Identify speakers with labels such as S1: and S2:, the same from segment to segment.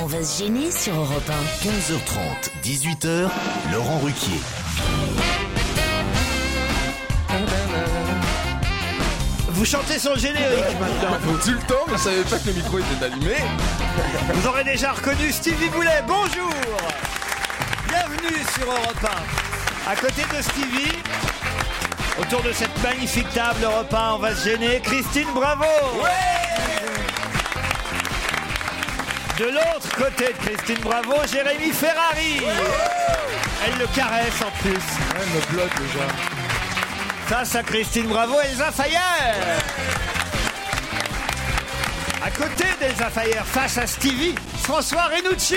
S1: On va se gêner sur Europe 1.
S2: 15h30, 18h, Laurent Ruquier.
S3: Vous chantez sans générique maintenant.
S4: Tout le temps, je savais pas que le micro était allumé.
S3: Vous aurez déjà reconnu Stevie Boulet. Bonjour Bienvenue sur Europe 1. À côté de Stevie, autour de cette magnifique table Europe 1, on va se gêner. Christine Bravo De l'autre côté de Christine Bravo, Jérémy Ferrari. Elle le caresse en plus.
S4: Elle me bloque déjà.
S3: Face à Christine Bravo, Elsa Fayer. À côté d'Elsa Fayer, face à Stevie, François Renucci.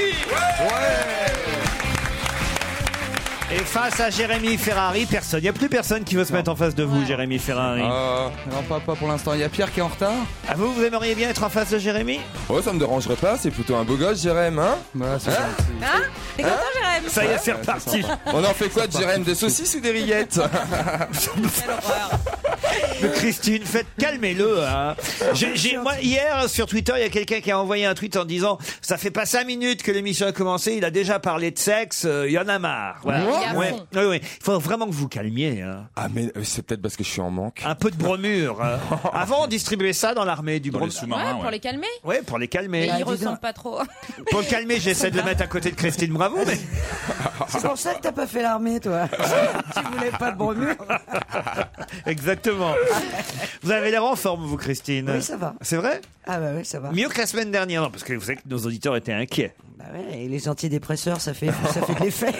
S3: Et face à Jérémy Ferrari, personne. Il n'y a plus personne qui veut se mettre en face de vous, Jérémy Ferrari.
S4: Euh, non, pas, pas pour l'instant. Il y a Pierre qui est en retard.
S3: Ah, vous, vous aimeriez bien être en face de Jérémy
S4: Ouais, Oh, ça me dérangerait pas. C'est plutôt un beau gosse, Jérém, hein
S5: Hein T'es content, Jérém
S3: Ça y est, c'est reparti.
S4: On en fait quoi de Jérém Des saucisses ou des rillettes
S3: Christine, faites calmez-le. hein. J'ai- j'ai- moi, hier sur Twitter, il y a quelqu'un qui a envoyé un tweet en disant ça fait pas cinq minutes que l'émission a commencé, il a déjà parlé de sexe, euh, il y en a marre. Voilà.
S5: Il est à
S3: Ouais.
S5: fond.
S3: Oui, oui. Il faut vraiment que vous calmiez. hein.
S4: Ah, mais euh, c'est peut-être parce que je suis en manque.
S3: Un peu de bromure. hein. Avant, on distribuait ça dans l'armée du bromure.
S5: Ouais, pour les calmer.
S3: Ouais, pour les
S5: Et
S3: calmer.
S5: ils ressentent pas trop.
S3: Pour le calmer, j'essaie de le mettre à côté de Christine Bravo, mais
S6: C'est pour ça que t'as pas fait l'armée, toi. tu voulais pas de bromure.
S3: exactement. Vous avez l'air en forme, vous, Christine.
S6: Oui, ça va.
S3: C'est vrai
S6: Ah bah oui, ça va.
S3: Mieux que la semaine dernière, non, parce que vous savez que nos auditeurs étaient inquiets.
S6: Bah ouais, et les antidépresseurs, ça fait, ça fait de l'effet.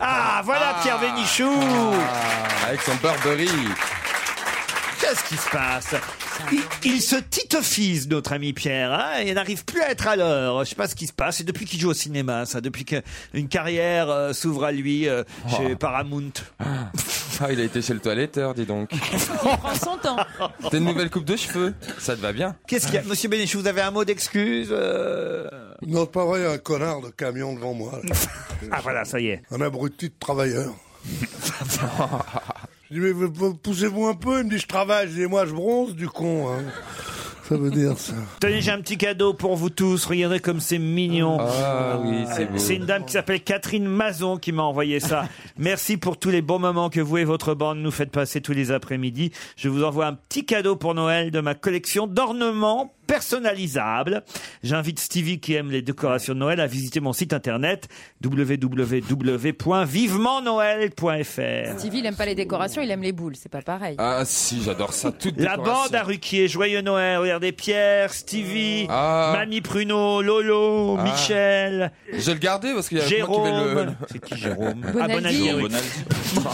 S3: Ah, voilà Pierre Vénichou
S4: Ah, Avec son Burberry.
S3: Qu'est-ce qui se passe il, il se titofise, notre ami Pierre. hein, et il n'arrive plus à être à l'heure. Je sais pas ce qui se passe. C'est depuis qu'il joue au cinéma, ça. Depuis qu'une carrière euh, s'ouvre à lui euh,
S4: Oh.
S3: chez Paramount.
S4: Ah, il a été chez le toiletteur, dis donc.
S5: Il prend son temps.
S4: T'as une nouvelle coupe de cheveux Ça te va bien
S3: Qu'est-ce qu'il y a Monsieur Bénichou, vous avez un mot d'excuse euh
S7: Non, pas vrai, un connard de camion devant moi. là.
S3: Ah voilà, ça y est.
S7: Un abruti de travailleur. je dis, mais vous- vous- poussez-vous un peu. Il me dit, je travaille. Je dis, moi, je bronze du con. hein. Ça veut dire ça.
S3: Tenez, j'ai un petit cadeau pour vous tous. Regardez comme c'est mignon.
S4: Ah oui, c'est beau.
S3: C'est une dame qui s'appelle Catherine Mazon qui m'a envoyé ça. Merci pour tous les bons moments que vous et votre bande nous faites passer tous les après-midi. Je vous envoie un petit cadeau pour Noël de ma collection d'ornements personnalisables. J'invite Stevie qui aime les décorations de Noël à visiter mon site internet www.vivementnoël.fr.
S5: Stevie, il aime pas les décorations, il aime les boules. C'est pas pareil.
S4: Ah si, j'adore ça. Toute
S3: La
S4: décoration.
S3: bande à Ruquier, Joyeux Noël, regardez Pierre, Stevie,
S4: Ah.
S3: Mamie Pruneau, Lolo,
S4: Ah.
S3: Michel,
S4: Je vais le garder parce qu'il y a moi qui vais
S3: Jérôme.
S4: le... Ah,
S3: C'est qui Jérôme
S5: Bonaldi.
S3: oui.
S5: Donc,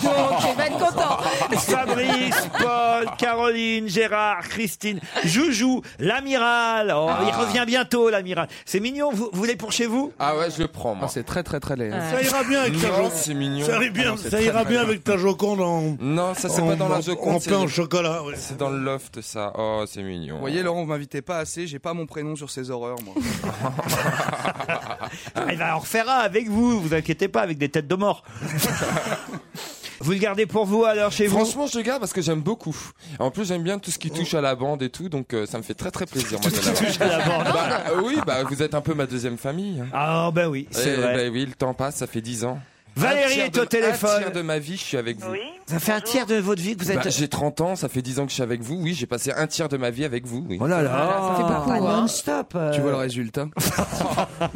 S5: il va être content.
S3: Fabrice, Paul, Caroline, Gérard, Christine, Joujou, l'amiral l'amiral. Oh, Il revient bientôt, l'amiral. C'est mignon. Vous, vous voulez pour chez vous
S4: Ah ouais, je le prends. Moi. c'est très très très laid. hein.
S7: Ça ira bien avec ta
S4: Non,
S7: Joconde.
S4: c'est mignon.
S7: Ça ira bien,
S4: Ah non, c'est
S7: ça
S4: très,
S7: ira
S4: très
S7: bien avec ta Joconde en.
S4: Non, ça c'est
S7: en-
S4: pas dans la
S7: en-
S4: Joconde.
S7: En
S4: c'est-
S7: pain au chocolat. ouais.
S4: C'est dans le loft ça. Oh, c'est mignon.
S8: Vous voyez, Laurent, vous m'invitez pas assez, j'ai pas mon prénom sur ces horreurs, moi.
S3: Ah, Il va en refaire un avec vous. Vous inquiétez pas, avec des têtes de mort. vous le gardez pour vous alors chez vous
S4: Franchement, je le garde parce que j'aime beaucoup. En plus, j'aime bien tout ce qui touche à la bande et tout, donc euh, ça me fait très très plaisir. Tout
S3: ce qui touche à la bande.
S4: Bah, euh, oui, bah vous êtes un peu ma deuxième famille. hein.
S3: Ah ben oui, c'est
S4: Eh
S3: vrai.
S4: ben oui, le temps passe, ça fait 10 ans.
S3: Valérie
S4: Un tiers
S3: est
S4: de-
S3: au téléphone.
S4: Un tiers de ma vie, je suis avec vous.
S3: Ça fait un tiers de votre vie que vous êtes.
S4: Bah, j'ai 30 ans, ça fait 10 ans que je suis avec vous. Oui, j'ai passé un tiers de ma vie avec vous.
S3: Oh
S4: Oui.
S8: là là.
S3: Voilà, ça fait beaucoup,
S8: Pas
S3: hein.
S8: non-stop. Tu vois le résultat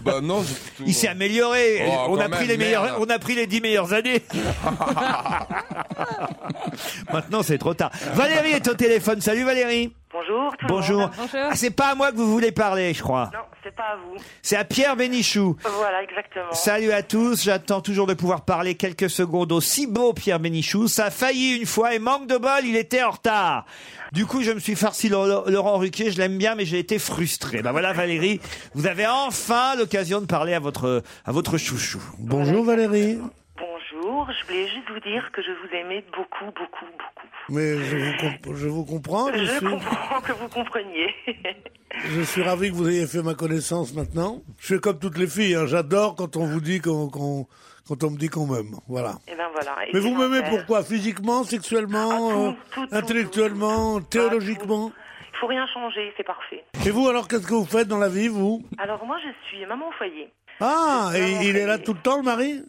S4: Bah non,
S3: Il s'est amélioré.
S4: Oh,
S3: on,
S4: quand
S3: a pris
S4: même,
S3: les meilleurs,
S4: merde.
S3: on a pris les 10 meilleures années. Maintenant, c'est trop tard. Valérie est au téléphone. Salut Valérie.
S9: Bonjour. tout le
S3: Bonjour.
S9: monde. Bonjour.
S3: Ah, c'est pas à moi que vous voulez parler, je crois.
S9: Non, c'est pas à vous.
S3: C'est à Pierre Bénichou.
S9: Voilà, exactement.
S3: Salut à tous, j'attends toujours de pouvoir parler quelques secondes aussi beau Pierre Bénichou. Ça a failli une fois et manque de bol, il était en retard. Du coup, je me suis farci Lo- Laurent Ruquier, je l'aime bien, mais j'ai été frustré. Ben voilà Valérie, vous avez enfin l'occasion de parler à votre, à votre chouchou.
S7: Bonjour Valérie.
S9: Bonjour. Je voulais juste vous dire que je vous aimais beaucoup, beaucoup, beaucoup.
S7: Mais je vous, comp- je vous comprends. Je
S9: je
S7: suis,
S9: comprends que vous compreniez.
S7: je suis ravi que vous ayez fait ma connaissance maintenant. Je suis comme toutes les filles. hein, J'adore quand on vous dit qu'on, qu'on- quand on me dit qu'on m'aime. Voilà.
S9: Et ben voilà.
S7: Mais vous m'aimez
S9: exemplaire.
S7: pourquoi Physiquement,
S9: Ah,
S7: sexuellement, euh, intellectuellement, théologiquement
S9: Bah, Il faut rien changer, c'est parfait.
S7: Et vous, alors, qu'est-ce que vous faites dans la vie, vous
S9: Alors moi, je suis maman au foyer.
S7: Ah,
S9: Je suis maman
S7: et il
S9: au
S7: est là
S9: foyer.
S7: tout le temps, le mari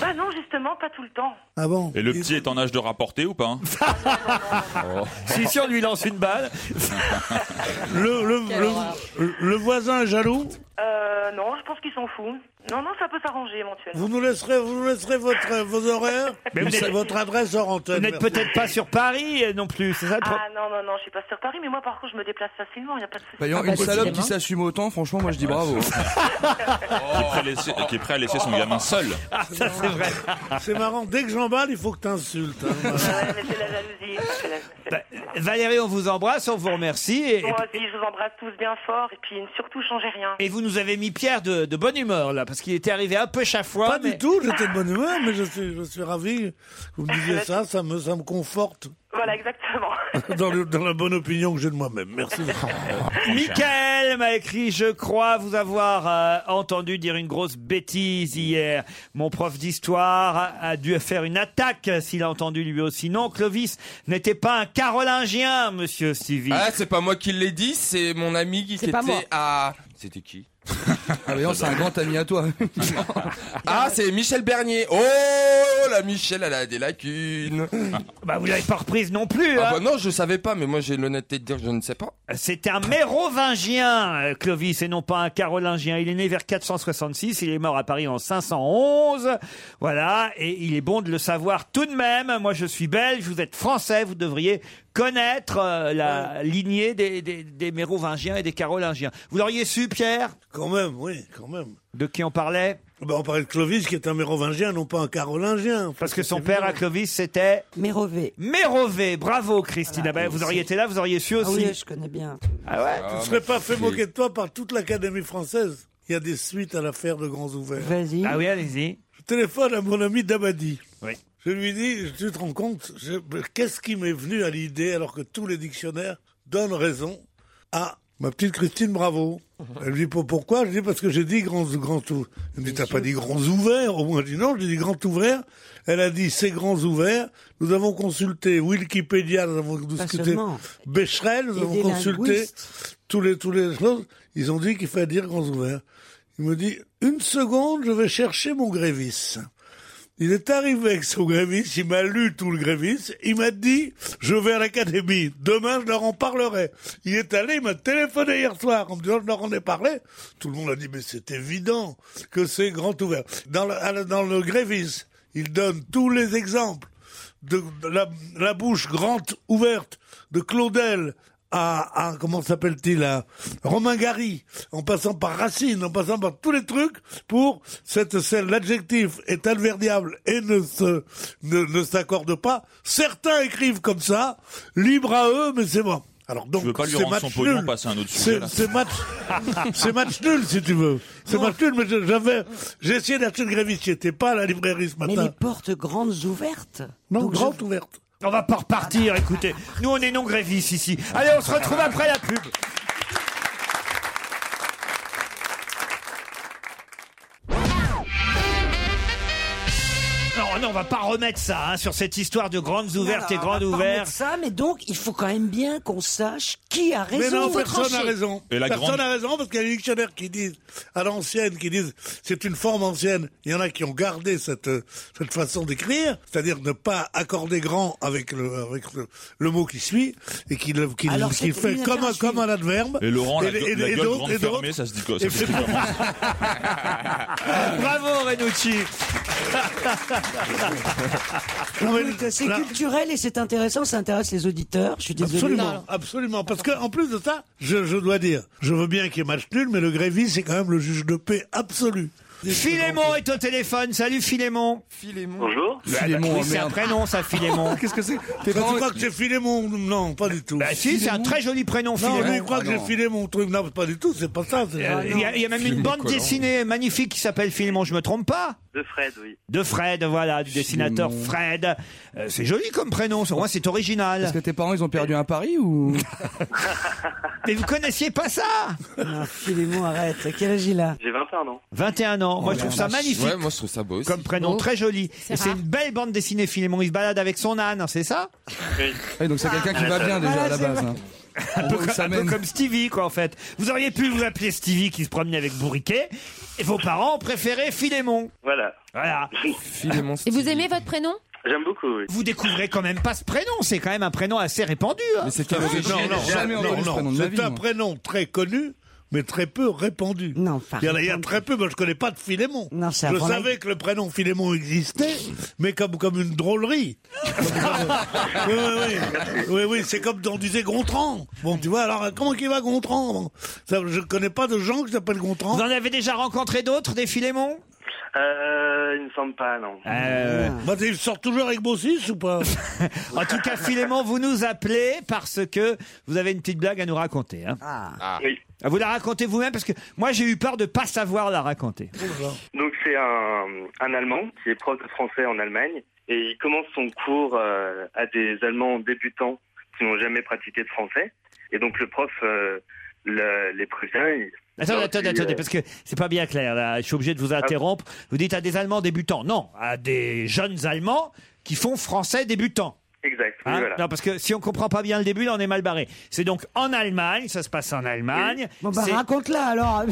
S9: Bah non, justement, pas tout le temps.
S7: Ah bon
S10: Et le petit est en âge de rapporter ou pas hein Oh.
S3: Si, si, on lui lance une balle.
S7: Le, le,
S9: Quelle horreur.
S7: le, le voisin est jaloux
S9: Euh, non, je pense qu'ils s'en foutent. Non, non, ça peut s'arranger éventuellement.
S7: Vous nous laisserez, vous nous laisserez votre, vos horaires
S3: Mais vous
S7: C'est
S3: n'êtes-
S7: votre adresse hors antenne.
S3: Vous n'êtes
S7: merci.
S3: peut-être pas sur Paris euh, non plus, c'est ça le pro-
S9: Ah non, non, non, je suis pas sur Paris, mais moi, par contre, je me déplace facilement, il n'y a pas de souci.
S8: Voyons, une salope qui s'assume autant, franchement, moi je dis bravo.
S10: qui, est prêt à laisser, qui est prêt à laisser son gamin seul.
S3: Ça, c'est vrai.
S7: C'est marrant, dès que j'emballe, il faut que t'insultes. hein.
S3: Bah, Valérie, on vous embrasse, on vous remercie. Et,
S9: Moi aussi, je vous embrasse tous bien fort, et puis surtout, changez rien.
S3: et vous nous avez mis Pierre de, de bonne humeur là, parce qu'il était arrivé un peu chafouin.
S7: Pas
S3: mais-
S7: du tout, j'étais de bonne humeur, mais je suis, je suis ravi. que
S9: Ah,
S7: Vous me
S9: bah,
S7: disiez ça, ça me, ça me conforte
S9: Voilà, exactement.
S7: dans, le- dans la bonne opinion que j'ai de moi-même. Merci.
S11: Ah,
S3: Michael m'a écrit Je crois vous avoir euh, entendu dire une grosse bêtise hier. Mon prof d'histoire a, a dû faire une attaque euh, s'il a entendu lui aussi. Non, Clovis n'était pas un carolingien, monsieur Stevie.
S4: Ah, c'est pas moi qui l'ai dit, c'est mon ami qui
S3: C'est
S4: était
S3: pas moi.
S4: à. C'était qui
S8: Ah, mais non, c'est un grand ami à toi.
S4: Ah, c'est Michel Bernier. Oh, la Michel, elle a des lacunes.
S3: bah, vous l'avez pas reprise non plus. hein.
S4: Ah, bah non, je savais pas, mais moi j'ai l'honnêteté de dire que je ne sais pas.
S3: C'était Euh, un mérovingien, euh, Clovis, et non pas un carolingien. Il est né vers 466, il est mort à Paris en 511. Voilà, et il est bon de le savoir tout de même. Moi, je suis belge, vous êtes français, vous devriez connaître euh, la lignée des, des, des mérovingiens et des carolingiens. Vous l'auriez su, Pierre
S7: Quand même, oui, quand même.
S3: De qui on parlait
S7: Ben, on parlait de Clovis, qui est un mérovingien, non pas un carolingien.
S3: Parce que son père, à Clovis, c'était Mérové. Mérové, bravo, Christine. Ah ben, vous auriez été là, vous auriez su
S11: Ah
S3: aussi.
S11: oui, je connais bien.
S3: Ah ouais
S7: Tu ne serais pas fait moquer de toi par toute l'Académie française. Il y a des suites à l'affaire de Grands Ouverts.
S11: Vas-y.
S3: Ah oui, allez-y.
S7: Je téléphone à mon ami Dabadi.
S3: Oui.
S7: Je lui dis, tu te rends compte, je- qu'est-ce qui m'est venu à l'idée alors que tous les dictionnaires donnent raison à ma petite Christine Bravo Elle me dit, Pour- pourquoi Je dis, parce que j'ai dit grand, grand tout. Elle me dit, t'as pas dit grands ouverts Au moins, je dis, non, j'ai dit grand ouvert. Elle a dit, c'est grands ouverts. Nous avons consulté Wikipédia, nous avons discuté
S11: seulement.
S7: Becherel, nous
S11: Et
S7: avons
S11: des
S7: consulté tous les, tous les choses. Ils ont dit qu'il fallait dire grands ouverts. Il me dit, une seconde, je vais chercher mon grévis. Il est arrivé avec son grévis, il m'a lu tout le grévis, il m'a dit, je vais à l'académie, demain je leur en parlerai. Il est allé, il m'a téléphoné hier soir en me disant, je leur en ai parlé. Tout le monde a dit, mais c'est évident que c'est grand ouvert. Dans le, à la- dans le grévis, il donne tous les exemples de de la, la bouche grande ouverte de Claudel à, à- comment s'appelle-t-il à Romain Gary, en passant par Racine, en passant par tous les trucs pour cette celle l'adjectif est adverbiable et ne se ne, ne s'accorde pas. Certains écrivent comme ça, libre à eux, mais c'est moi. Alors donc,
S10: Tu veux pas lui
S7: c'est
S10: rendre
S7: match
S10: son pognon,
S7: nul.
S10: passer à un autre
S7: C'est-
S10: sujet, là.
S7: C'est match, c'est match nul si tu veux. C'est match nul, mais je- j'avais, j'ai essayé d'acheter une gréviste, j'y étais pas à la librairie ce matin. Mais les
S6: portes grandes ouvertes.
S7: Non, grandes ouvertes.
S3: On va pas repartir, écoutez. Nous, on est non grévistes ici. Allez, on se retrouve après la pub. Non, non, on va pas remettre ça hein, sur cette histoire de grandes ouvertes
S6: Voilà,
S3: et grandes
S6: on va pas remettre
S3: ouvertes.
S6: Ça, mais donc il faut quand même bien qu'on sache qui a Ah, raison.
S7: Mais non,
S6: Faut
S7: personne n'a
S6: trancher.
S7: raison.
S10: Et la
S7: personne
S10: grande-
S7: n'a raison parce qu'il y a des dictionnaires qui disent à l'ancienne, qui disent c'est une forme ancienne. Il y en a qui ont gardé cette euh, cette façon d'écrire, c'est-à-dire ne pas accorder grand avec le avec le, le mot qui suit et qui le- qui,
S10: Alors,
S7: qui
S10: c'est
S7: fait
S10: une
S7: comme un, comme un adverbe.
S10: Et Laurent, la,
S7: Et-
S10: gue-
S7: et-
S10: la
S7: et
S10: gueule
S7: d'autres-
S10: grande
S7: et d'autres-
S10: fermée, ça se dit quoi ça
S7: Et
S10: se dit
S7: c'est-
S10: comment
S3: Bravo, Renucci.
S6: Non, mais Ah C'est culturel et c'est intéressant, ça intéresse les auditeurs. Je suis désolé.
S7: Absolument, absolument. Parce que en plus de ça, je, je dois dire, je veux bien qu'il y ait match nul, mais le gréviste c'est quand même le juge de paix absolu.
S3: Philémon est au téléphone. Salut, Philémon.
S7: Philémon.
S3: Bonjour. Philémon, oui, c'est un prénom, ça, Philémon.
S7: Qu'est-ce que c'est
S3: Tes
S7: Tu
S3: parents-
S7: crois que j'ai filé mon... Non, pas du tout.
S3: Bah si, c'est un Philémon très joli prénom,
S7: Non,
S3: Philémon.
S7: lui, il croit que
S3: Ah,
S7: j'ai
S3: non.
S7: filé mon truc. Non, pas du tout, c'est pas ça. Ah c'est-
S3: Euh, Il y, a- il y a même une bande dessinée magnifique qui s'appelle Philémon, je me trompe pas
S12: De Fred, oui.
S3: De Fred, voilà, du dessinateur Fred. Euh, c'est joli comme prénom, au moins c'est original.
S8: Est-ce que tes parents ils ont perdu un pari ou
S3: Mais vous connaissiez pas ça
S6: Philémon, arrête. Quel âge il a
S12: J'ai 21 ans.
S3: 21 ans,
S4: Oh,
S3: moi je trouve ça magnifique.
S12: Ouais, moi je trouve ça beau aussi.
S3: Comme prénom
S12: Beau.
S3: très joli.
S12: C'est
S3: Et c'est
S12: rare.
S3: une belle bande dessinée Philémon, il se balade avec son âne, c'est ça
S8: Ouais, donc c'est quelqu'un
S7: Ah,
S8: qui va bien déjà à la base. hein.
S3: Un peu,
S8: voit où
S3: comme-
S8: ça
S3: un peu
S8: mène.
S3: comme Stevie, quoi, en fait. Vous auriez pu vous appeler Stevie qui se promenait avec Bourriquet, et vos parents préféraient Philémon.
S12: Voilà.
S3: Voilà.
S12: Philémon
S5: Et vous aimez votre prénom
S12: J'aime beaucoup, oui.
S3: Vous découvrez quand même pas ce prénom, c'est quand même un prénom assez répandu. hein.
S7: Mais c'est Non, non, non, non, c'est un prénom très connu, mais très peu répandu.
S6: Non,
S7: il y, en a, il y a très peu, moi je connais pas de Philémon.
S6: c'est
S7: je
S6: avant la-
S7: savais que le prénom Philémon existait, mais comme, comme une drôlerie. Comme- oui, oui, oui. Oui, oui, c'est comme on disait Gontran. Bon, tu vois, alors comment qu'il va Gontran Bon, ça, Je connais pas de gens qui s'appellent Gontran.
S3: Vous en avez déjà rencontré d'autres, des Philémon
S12: Euh, il me semble pas, non.
S7: Bah, ils sortent toujours avec Bossis ou pas
S3: Euh, En tout cas, Philémon, vous nous appelez parce que vous avez une petite blague à nous raconter. hein. Ah, Vous la racontez vous-même parce que moi j'ai eu peur de pas savoir la raconter.
S12: Donc c'est un, un Allemand qui est prof de français en Allemagne et il commence son cours euh, à des Allemands débutants qui n'ont jamais pratiqué de français. Et donc le prof euh, le- les prévient. il-
S3: Attendez,
S12: Alors,
S3: attendez,
S12: puis,
S3: attendez,
S12: euh, Ah.
S3: parce que c'est pas bien clair là. Je suis obligé de vous interrompre. Vous dites à des Allemands débutants. Non, à des jeunes Allemands qui font français débutant.
S12: Exact. oui,
S3: Hein
S12: voilà.
S3: Non, parce que si on comprend pas bien le début, là, on est mal barré. C'est donc en Allemagne, ça se passe en Allemagne.
S6: Bon bah
S3: C'est-
S6: raconte-la alors.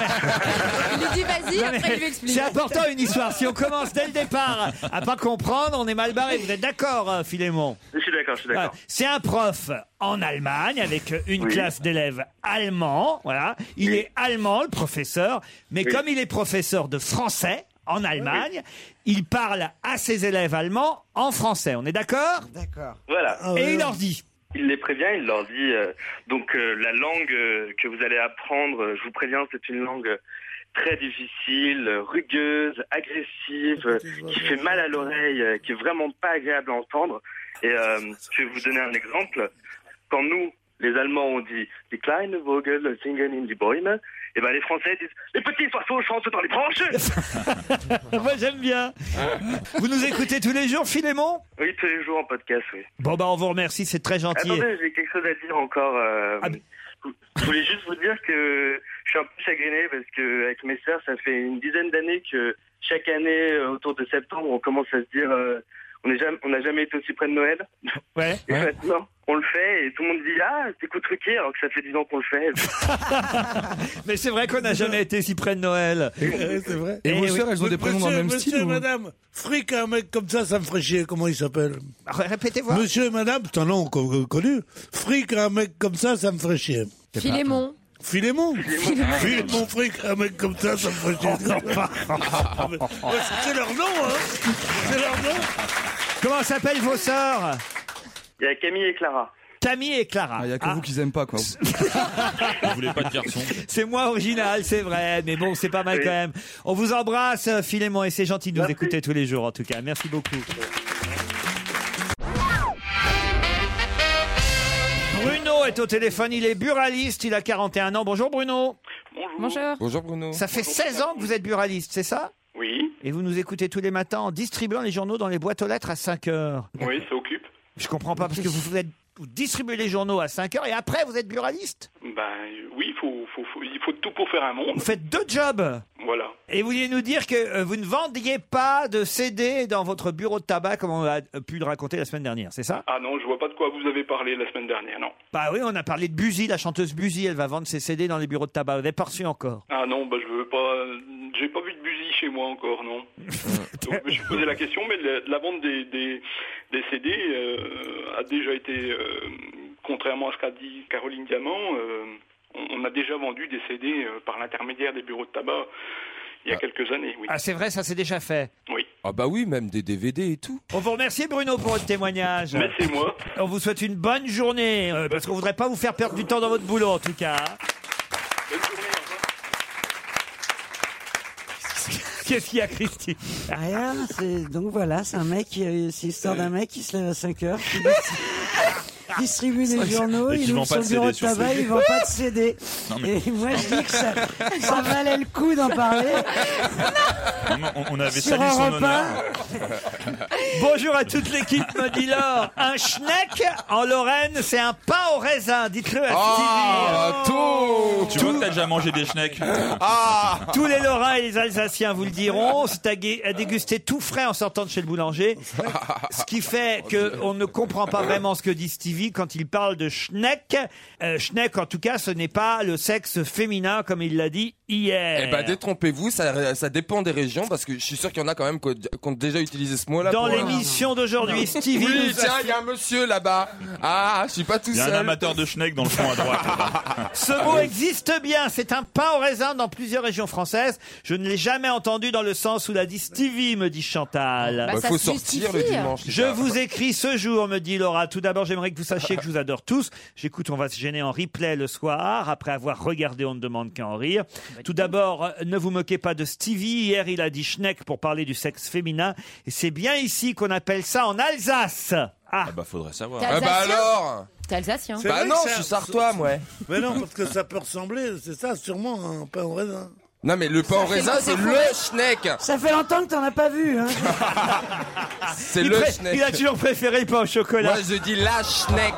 S5: Il lui dit vas-y,
S3: Non, mais
S5: après il lui explique.
S3: C'est important une histoire. Si on commence dès le départ à pas comprendre, on est mal barré. Vous êtes d'accord, euh, Philémon
S12: Je suis d'accord, je suis
S3: Voilà.
S12: d'accord.
S3: C'est un prof en Allemagne avec une
S12: Oui.
S3: classe d'élèves allemands. Voilà. Il est allemand, le professeur, mais
S12: Oui.
S3: comme il est professeur de français en Allemagne, il parle à ses élèves allemands en français. On est d'accord
S6: D'accord.
S12: Voilà.
S3: Et il leur dit.
S12: Il les prévient, il leur dit euh, donc euh, la langue euh, que vous allez apprendre, euh, je vous préviens, c'est une langue euh, très difficile, euh, rugueuse, agressive, euh, qui fait mal à l'oreille, euh, qui est vraiment pas agréable à entendre. Et euh, je vais vous donner un exemple. Quand nous, les Allemands, on dit die kleine Vogel singen in die Bäume, et ben les Français disent les petits oiseaux chantent dans les branches.
S3: Moi j'aime bien. Vous nous écoutez tous les jours, Philémon
S12: oui, tous les jours en podcast, oui.
S3: Bon bah on vous remercie, c'est très gentil.
S12: Attendez, j'ai quelque chose à dire encore. euh,
S7: Ah,
S12: Je voulais juste vous dire que je suis un peu chagriné parce que avec mes sœurs, ça fait une dizaine d'années que chaque année, euh, autour de septembre, on commence à se dire euh, on n'a jamais, on n'a jamais été aussi près de Noël.
S3: Ouais.
S12: Et maintenant, on le fait et tout le monde dit ah, t'écoutes Ruquier alors que ça fait dix ans qu'on le fait.
S3: Mais c'est vrai qu'on n'a jamais été si près de Noël. Eh
S7: c'est vrai.
S3: Et vos sœurs, elles ont des
S7: Eh Monsieur,
S3: prénoms dans le même
S7: monsieur
S3: style,
S7: et
S3: ou-
S7: madame, fric à un mec comme ça, ça me ferait chier. Comment il s'appelle
S3: Répétez-moi.
S7: Monsieur et madame, c'est un nom co- connu. Fric à un mec comme ça, ça me ferait chier.
S5: Philémon.
S7: Filémon Filémon fric à un mec comme ça, ça me ferait
S4: Ah,
S7: chier. c'est leur nom, hein C'est leur nom
S3: Comment s'appellent vos sœurs
S12: Il y a Camille et Clara.
S3: Camille et Clara. Ah, Il n'y a que vous
S8: qu'ils aiment pas quoi.
S10: Vous voulez pas de garçon
S3: C'est moins original, c'est vrai, mais bon, c'est pas mal
S10: Oui.
S3: quand même. On vous embrasse, euh, Philémon, et c'est gentil de nous écouter tous les jours, en tout cas. Merci beaucoup. Bruno est est au téléphone, il est buraliste, il a 41 ans. Bonjour Bruno.
S5: Bonjour.
S3: Bonjour Bruno. Ça fait 16 ans que vous êtes buraliste, c'est ça
S12: Oui.
S3: Et vous nous écoutez tous les matins en distribuant les journaux dans les boîtes aux lettres à 5 heures.
S12: Oui, ça occupe.
S3: Je comprends pas parce que vous, faites- vous distribuez les journaux à 5 heures et après vous êtes buraliste.
S12: Ben oui, faut, faut, faut- il faut tout pour faire un monde.
S3: Vous faites deux jobs.
S12: Voilà.
S3: Et vous vouliez nous dire que euh, vous ne vendiez pas de CD dans votre bureau de tabac comme on a euh, pu le raconter la semaine dernière, c'est ça
S12: Ah non, je vois pas de quoi vous avez parlé la semaine dernière, non.
S3: Bah oui, on a parlé de Buzy, la chanteuse Buzy, elle va vendre ses CD dans les bureaux de tabac. Vous n'avez pas reçu encore.
S12: Ah non, bah je veux pas. J'ai pas vu de buzy chez moi encore, non. Donc, je me posais la question, mais la, la vente des, des, des CD euh, a déjà été, euh, contrairement à ce qu'a dit Caroline Diamant, euh, on, on a déjà vendu des CD euh, par l'intermédiaire des bureaux de tabac il y a quelques années, oui.
S3: Ah c'est vrai, ça s'est déjà fait.
S12: Oui.
S4: Ah bah oui, même des DVD et tout.
S3: On vous remercie Bruno pour votre témoignage.
S12: Mais c'est moi.
S3: On vous souhaite une bonne journée, euh, parce qu'on voudrait pas vous faire perdre du temps dans votre boulot en tout cas. hein. Qu'est-ce qu'il y a, Christy
S6: Rien, c'est. Donc voilà, c'est un mec, qui- euh, c'est l'histoire d'un mec qui se lève à 5 heures, qui dis- distribue
S7: Et
S6: des
S7: qui-
S6: journaux,
S7: et qui
S6: il
S7: vend
S6: ouvre
S7: pas
S6: son
S7: de
S6: bureau
S7: CD
S6: de
S7: sur
S6: tabac,
S7: CD.
S6: il vend pas de CD.
S10: Non, mais-
S6: Et moi, je dis que ça, ça valait le coup d'en parler.
S10: On, on avait
S6: Sur
S10: sali
S6: un
S10: son
S6: repas.
S10: honneur.
S3: Bonjour à toute l'équipe, me dit Laure. Un schneck en Lorraine, c'est un pain au raisin. Dites-le à
S10: Ah,
S3: Stevie.
S10: Tu vois que t'as déjà mangé des schnecks
S3: Ah.
S10: Ah.
S3: Tous les Lorrains et les Alsaciens vous le diront, c'est à, gu- à déguster tout frais en sortant de chez le boulanger. Ce qui fait que on ne comprend pas vraiment ce que dit Stevie quand il parle de Schneck. Euh, schneck, en tout cas, ce n'est pas le sexe féminin comme il l'a dit hier.
S4: Eh ben détrompez-vous, ça, ça dépend des régions parce que je suis sûr qu'il y en a quand même qui qui ont déjà utilisé ce mot-là.
S3: Dans
S4: pour-
S3: l'émission d'aujourd'hui, Stevie
S4: Oui,
S3: nous a
S4: tiens, il y a un monsieur là-bas. Ah, je suis pas tout
S10: Il y a
S4: seul.
S10: un amateur de schneck dans le fond à droite.
S3: Ce mot existe bien, c'est un pain au raisin dans plusieurs régions françaises. Je ne l'ai jamais entendu dans le sens où l'a dit Stevie, me dit Chantal.
S4: Bah, Bah, ça faut se sortir le justifie. dimanche, les
S3: Je
S4: gars.
S3: vous écris ce jour, me dit Laura. Tout d'abord, j'aimerais que vous sachiez que je vous adore tous. J'écoute, on va se gêner en replay le soir, après avoir regardé On ne demande qu'à en rire.
S4: Bah,
S3: Tout d'abord, euh, ne vous moquez pas de Stevie. Hier, il a dit Schneck pour parler du sexe féminin. Et c'est bien ici qu'on appelle ça en Alsace. Ah,
S10: bah faudrait savoir.
S4: T'es Ah bah alsacien alors Bah
S5: T'es alsacien.
S7: C'est vrai que ça-
S4: sartois, moi.
S7: Mais non, parce que ça peut ressembler, c'est ça, sûrement hein, un pain au raisin.
S4: Non mais le pain
S7: Ça
S4: au
S7: fait
S4: raisin,
S7: longtemps
S4: c'est
S7: qu'on
S4: le
S7: est-
S4: schneck.
S6: Ça fait longtemps que t'en as pas vu, hein.
S4: C'est
S3: Il
S4: le
S3: pré-
S4: schneck.
S3: il a toujours préféré le pain au chocolat.
S4: Moi je dis la schneck.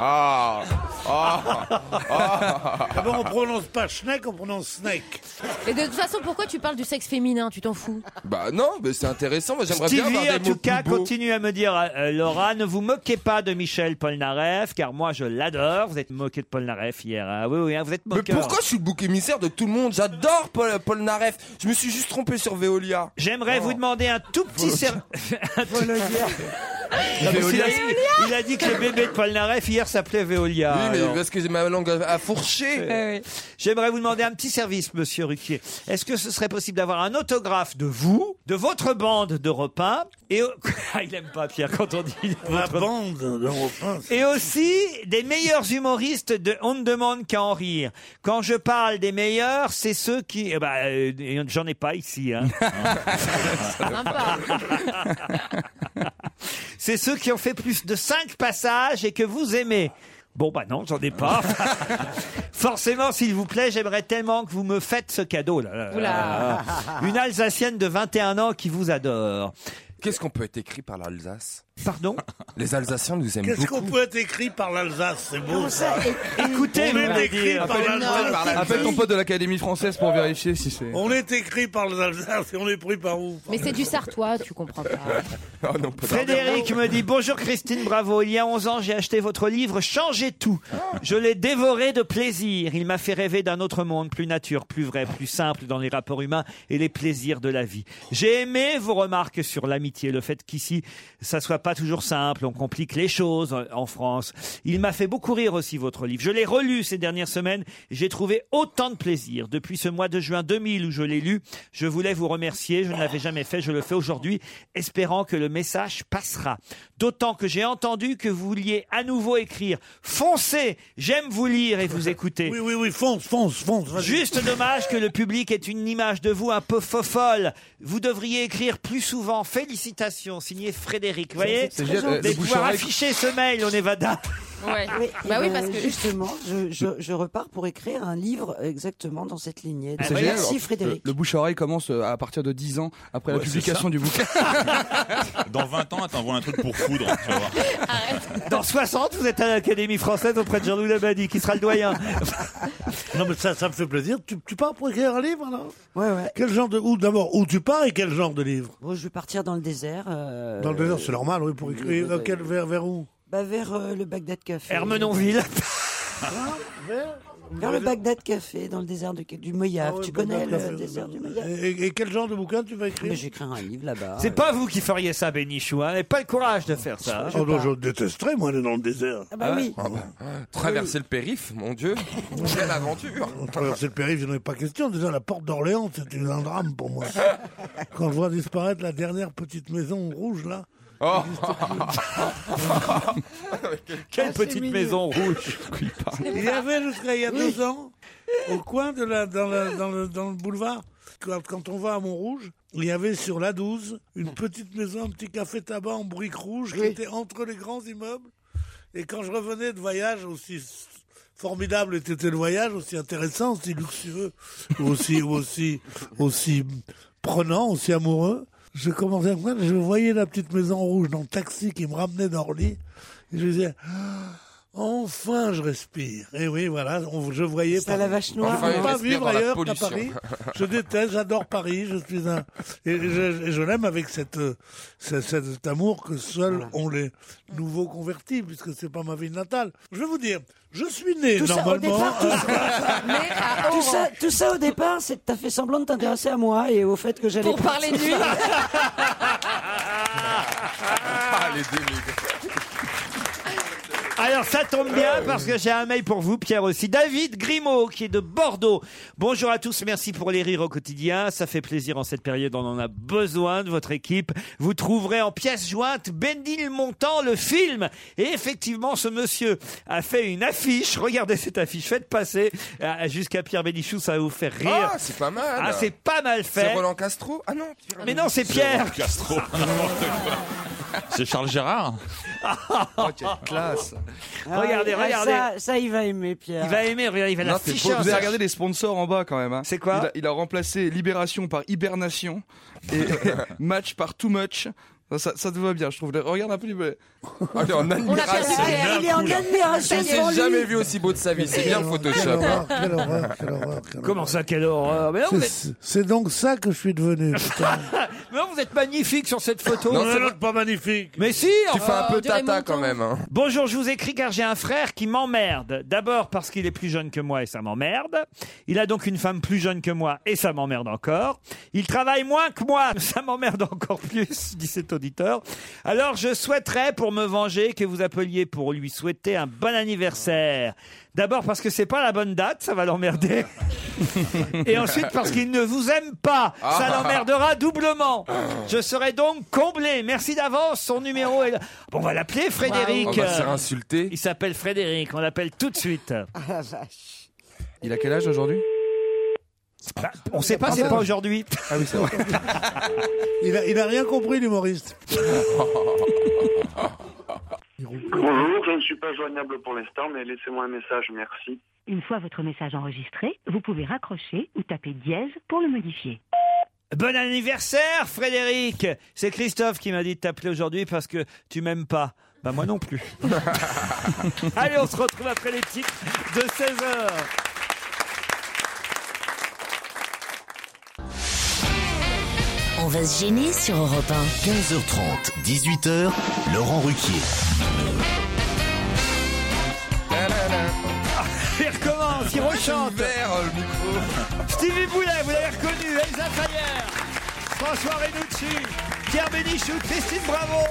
S4: Ah. Ah. Ah.
S7: D'abord, on prononce pas schneck, on prononce snake.
S5: Et de toute façon, pourquoi tu parles du sexe féminin Tu t'en fous
S4: Bah non, mais c'est intéressant. Moi Oh, j'aimerais bien
S3: Stevie,
S4: avoir des
S3: en
S4: mots
S3: tout cas,
S4: plus beaux.
S3: continue à me dire, euh, Laura, ne vous moquez pas de Michel Polnareff, car moi je l'adore. Vous êtes moqué de Polnareff hier. hein. Oui, oui, hein, vous êtes
S4: Mais
S3: moqueur.
S4: pourquoi je suis le bouc émissaire de tout le monde J'adore Paul, Paul Naref. Je me suis juste trompé sur Veolia. Oh.
S3: J'aimerais vous demander un tout petit service.
S4: Il fait
S3: il, a,
S4: Veolia.
S3: il a dit que le bébé de Polnareff hier s'appelait Veolia.
S4: Oui, mais
S3: alors.
S4: parce que j'ai ma langue à à fourcher.
S3: Euh, J'aimerais vous demander un petit service, monsieur Ruquier. Est-ce que ce serait possible d'avoir un autographe de vous, de votre bande de repas et Ah, il aime pas Pierre quand on dit
S7: La
S3: votre
S7: bande de repas.
S3: Et aussi des meilleurs humoristes de On ne demande qu'à en rire. Quand je parle des meilleurs, c'est ceux qui. eh ben, euh, et j'en ai pas ici. hein.
S4: Ah.
S3: c'est ceux qui ont fait plus de 5 passages et que vous aimez. Bon, bah non, j'en ai pas. Forcément, s'il vous plaît, j'aimerais tellement que vous me faites ce cadeau. Là, là, là, là. Une Alsacienne de 21 ans qui vous adore.
S4: Qu'est-ce qu'on peut être écrit par l'Alsace
S3: Pardon
S4: Les Alsaciens nous aiment
S7: Qu'est-ce
S4: beaucoup.
S7: qu'on peut être écrit par l'Alsace C'est beau ça.
S3: Écoutez,
S7: on
S3: on
S7: est
S3: va
S7: écrit
S3: dire.
S7: Ah, par l'Alsace.
S8: Appelle ton pote de l'Académie française pour vérifier si c'est.
S7: On est écrit par l'Alsace et on est pris par où
S5: Mais c'est du sartois, tu comprends pas.
S8: Ah,
S3: Frédéric me dit Bonjour Christine Bravo, il y a 11 ans j'ai acheté votre livre Changez tout. Je l'ai dévoré de plaisir. Il m'a fait rêver d'un autre monde, plus nature, plus vrai, plus simple dans les rapports humains et les plaisirs de la vie. J'ai aimé vos remarques sur l'amitié, le fait qu'ici ça soit pas toujours simple, on complique les choses en- en France. Il m'a fait beaucoup rire aussi votre livre. Je l'ai relu ces dernières semaines, j'ai trouvé autant de plaisir. Depuis ce mois de juin 2000 où je l'ai lu, je voulais vous remercier, je ne l'avais jamais fait, je le fais aujourd'hui, espérant que le message passera. D'autant que j'ai entendu que vous vouliez à nouveau écrire. Foncez, j'aime vous lire et vous écouter.
S7: Oui, oui, oui, fonce, fonce, fonce. vas-y.
S3: Juste dommage que le public ait une image de vous un peu fofolle. Vous devriez écrire plus souvent. Félicitations, signé Frédéric. Vous voyez
S8: C'est génial, euh,
S3: Vous allez
S8: le
S3: pouvoir
S8: Boucherec.
S3: afficher ce mail, on est Vada.
S5: Ouais.
S6: Oui, et
S5: Bah oui,
S6: ben,
S5: parce que-
S6: justement, je, je, je repars pour écrire un livre exactement dans cette lignée.
S7: Ah,
S8: C'est
S6: Donc,
S7: bah,
S6: Ah,
S8: génial.
S6: bah, Merci
S8: Alors,
S6: Frédéric.
S8: Le, le bouche à oreille commence euh, à partir de 10 ans après la
S10: Ouais, c'est
S8: publication
S10: ça.
S8: du bouquin.
S10: Dans 20 ans, elle t'envoie un truc pour foudre. Tu vas voir.
S3: Dans 60, vous êtes à l'Académie française auprès de Jean-Louis Labadie, qui sera le doyen.
S7: Non, mais ça, ça me fait plaisir. Tu, tu pars pour écrire un livre, alors
S6: Ouais, ouais.
S7: Quel genre de. Ou d'abord, où tu pars et quel genre de livre
S6: Bon, je vais partir dans le désert. euh,
S7: Dans le désert, c'est normal, oui, pour écrire.
S6: euh,
S7: quel, vers, vers où
S6: bah, vers euh, le Bagdad Café.
S3: Hermenonville. Hein
S6: Vers le Bagdad Café, dans le désert de- du
S3: Ah
S6: Moyave. tu connais le
S7: Bagdad Café,
S6: désert du Moyave
S7: et, et quel genre de bouquin tu vas écrire
S6: Mais j'écris un livre là-bas.
S3: C'est pas vous qui feriez ça, Bénichou. Hein. N'avez pas le courage de faire ça.
S7: Oh, non, je détesterais, moi, aller dans le désert.
S6: Ah bah oui.
S4: Traverser le périph', mon Dieu. Quelle aventure.
S7: Traverser le périph', j'en ai pas question. Déjà, la porte d'Orléans, c'était un drame pour moi. Quand je vois disparaître la dernière petite maison rouge, là.
S4: Oh.
S3: Quelle
S7: Ah, c'est
S3: petite
S7: mignon.
S3: maison rouge.
S7: Il y avait jusqu'à il y a deux ans, au coin de la, dans, la- dans le, dans le boulevard, quand, quand on va à Montrouge, il y avait sur la 12 une petite maison, un petit café tabac en briques rouges qui était entre les grands immeubles. Et quand je revenais de voyage, aussi s- formidable était le voyage, aussi intéressant, aussi luxueux, aussi, aussi, aussi prenant, aussi amoureux, je commençais à me prendre, je voyais la petite maison rouge dans le taxi qui me ramenait d'Orly. Et je disais, Enfin, je respire. Et oui, voilà, on- je voyais
S6: C'est à la vache noire.
S7: Je ne peux
S6: Enfin,
S7: pas
S6: il respire
S7: vivre
S6: dans la
S7: ailleurs qu'à
S6: pollution.
S7: Paris. Je déteste, j'adore Paris. Je suis un et je, et je l'aime avec cette, euh, ce- cet, cet amour que seuls ont les nouveaux convertis, puisque c'est pas ma ville natale. Je vais vous dire, je suis né
S6: Tout ça, au
S7: normalement. Ah,
S6: départ, tout ça,
S3: Ah,
S6: tout ça, tout ça, au départ, c'est que t'as fait semblant de t'intéresser à moi et au fait que j'allais.
S5: Pour parler de lui.
S4: Ah, les débiles.
S3: Alors ça tombe bien parce que j'ai un mail pour vous, Pierre aussi. David Grimaud qui est de Bordeaux. Bonjour à tous, merci pour les rires au quotidien. Ça fait plaisir en cette période, on en a besoin de votre équipe. Vous trouverez en pièce jointe Bénil Montant, le film. Et effectivement, ce monsieur a fait une affiche. Regardez cette affiche, faites passer euh, jusqu'à Pierre Bénichou, ça va vous faire rire.
S4: Ah, c'est pas mal.
S3: Ah, c'est pas mal fait.
S4: C'est Roland Castro Ah non.
S3: Mais non, c'est Pierre.
S10: Roland Castro. N'importe quoi. C'est Charles Gérard.
S8: Oh, quelle classe.
S6: Ah,
S3: regardez,
S6: ah,
S3: regardez.
S6: Ça, ça, il va aimer, Pierre.
S3: Il va aimer, regardez, il va
S8: Non, c'est
S3: l'afficher.
S8: faux.
S3: hein,
S8: Vous avez
S3: ça.
S8: regardé les sponsors en bas quand même. hein.
S3: C'est quoi
S8: il a, il a remplacé Libération par Hibernation et Match par Too Much. Ça, ça, ça te va bien, je trouve. Regarde un peu. Libé-
S4: Ah, il est en
S6: On l'a perdu,
S4: admiration.
S6: Pierre. Il est en admiration
S4: Je
S6: devant
S4: s'est
S6: lui.
S4: jamais vu aussi beau de sa vie. C'est bien le Photoshop. hein.
S7: Quelle horreur, quelle horreur, quelle horreur.
S3: Comment ça, quelle horreur. Mais non, vous êtes,
S7: C'est- C'est donc ça que je suis devenu. putain.
S3: mais non, vous êtes magnifique sur cette photo.
S4: Non,
S7: Non,
S4: c'est
S7: non, pas magnifique.
S3: Mais si euh,
S4: Tu fais un
S5: Oh,
S4: peu
S5: on dirait
S4: tata
S5: mon
S4: quand
S5: temps.
S4: même. hein.
S3: Bonjour, je vous écris car j'ai un frère qui m'emmerde. D'abord parce qu'il est plus jeune que moi et ça m'emmerde. Il a donc une femme plus jeune que moi et ça m'emmerde encore. Il travaille moins que moi, ça m'emmerde encore plus, dit cet auditeur. Alors je souhaiterais, pour me venger, que vous appeliez pour lui souhaiter un bon anniversaire. D'abord parce que c'est pas la bonne date, ça va l'emmerder. Et ensuite parce qu'il ne vous aime pas,
S4: Ah.
S3: ça l'emmerdera doublement. Je serai donc comblé. Merci d'avance, son numéro est là. Bon, on va l'appeler Frédéric.
S4: On va se faire insulter.
S3: Il s'appelle Frédéric, on l'appelle tout de suite.
S6: Ah, la vache.
S8: Il a quel âge aujourd'hui
S3: Bah, on sait pas, c'est pas aujourd'hui.
S8: Ah oui, c'est vrai.
S7: Il a, il a rien compris, l'humoriste.
S12: Bonjour, je ne suis pas joignable pour l'instant, mais laissez-moi un message, merci.
S1: Une fois votre message enregistré, vous pouvez raccrocher ou taper dièse pour le modifier.
S3: Bon anniversaire Frédéric C'est Christophe qui m'a dit de t'appeler aujourd'hui parce que tu m'aimes pas. Bah moi non plus. Allez, on se retrouve après les titres de 16h.
S1: On va se gêner sur Europe
S2: 15h30, 18h, Laurent Ruquier.
S3: Il recommence, il rechante.
S4: Ouvert, euh, le micro.
S3: Stevie Boulet, vous l'avez reconnu, Elsa Fayer, François Renucci, Pierre Bénichou, Christine Bravo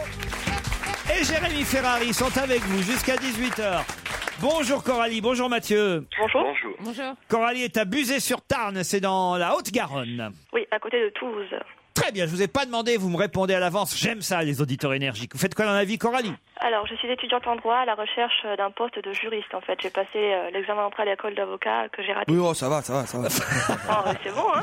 S3: et Jérémy Ferrari sont avec vous jusqu'à 18h. Bonjour Coralie, bonjour Mathieu.
S13: Bonjour.
S5: Bonjour.
S3: Coralie est à Buzet-sur-Tarn, c'est dans la Haute-Garonne.
S13: Oui, à côté de Toulouse.
S3: Très bien, je vous ai pas demandé, vous me répondez à l'avance. J'aime ça, les auditeurs énergiques. Vous faites quoi dans la vie, Coralie
S14: Alors, je suis étudiante en droit à la recherche d'un poste de juriste, en fait. J'ai passé euh, l'examen après l'école d'avocat que j'ai raté.
S8: Oui, oh, ça va, ça va, ça va.
S14: Ah, ouais, c'est bon, hein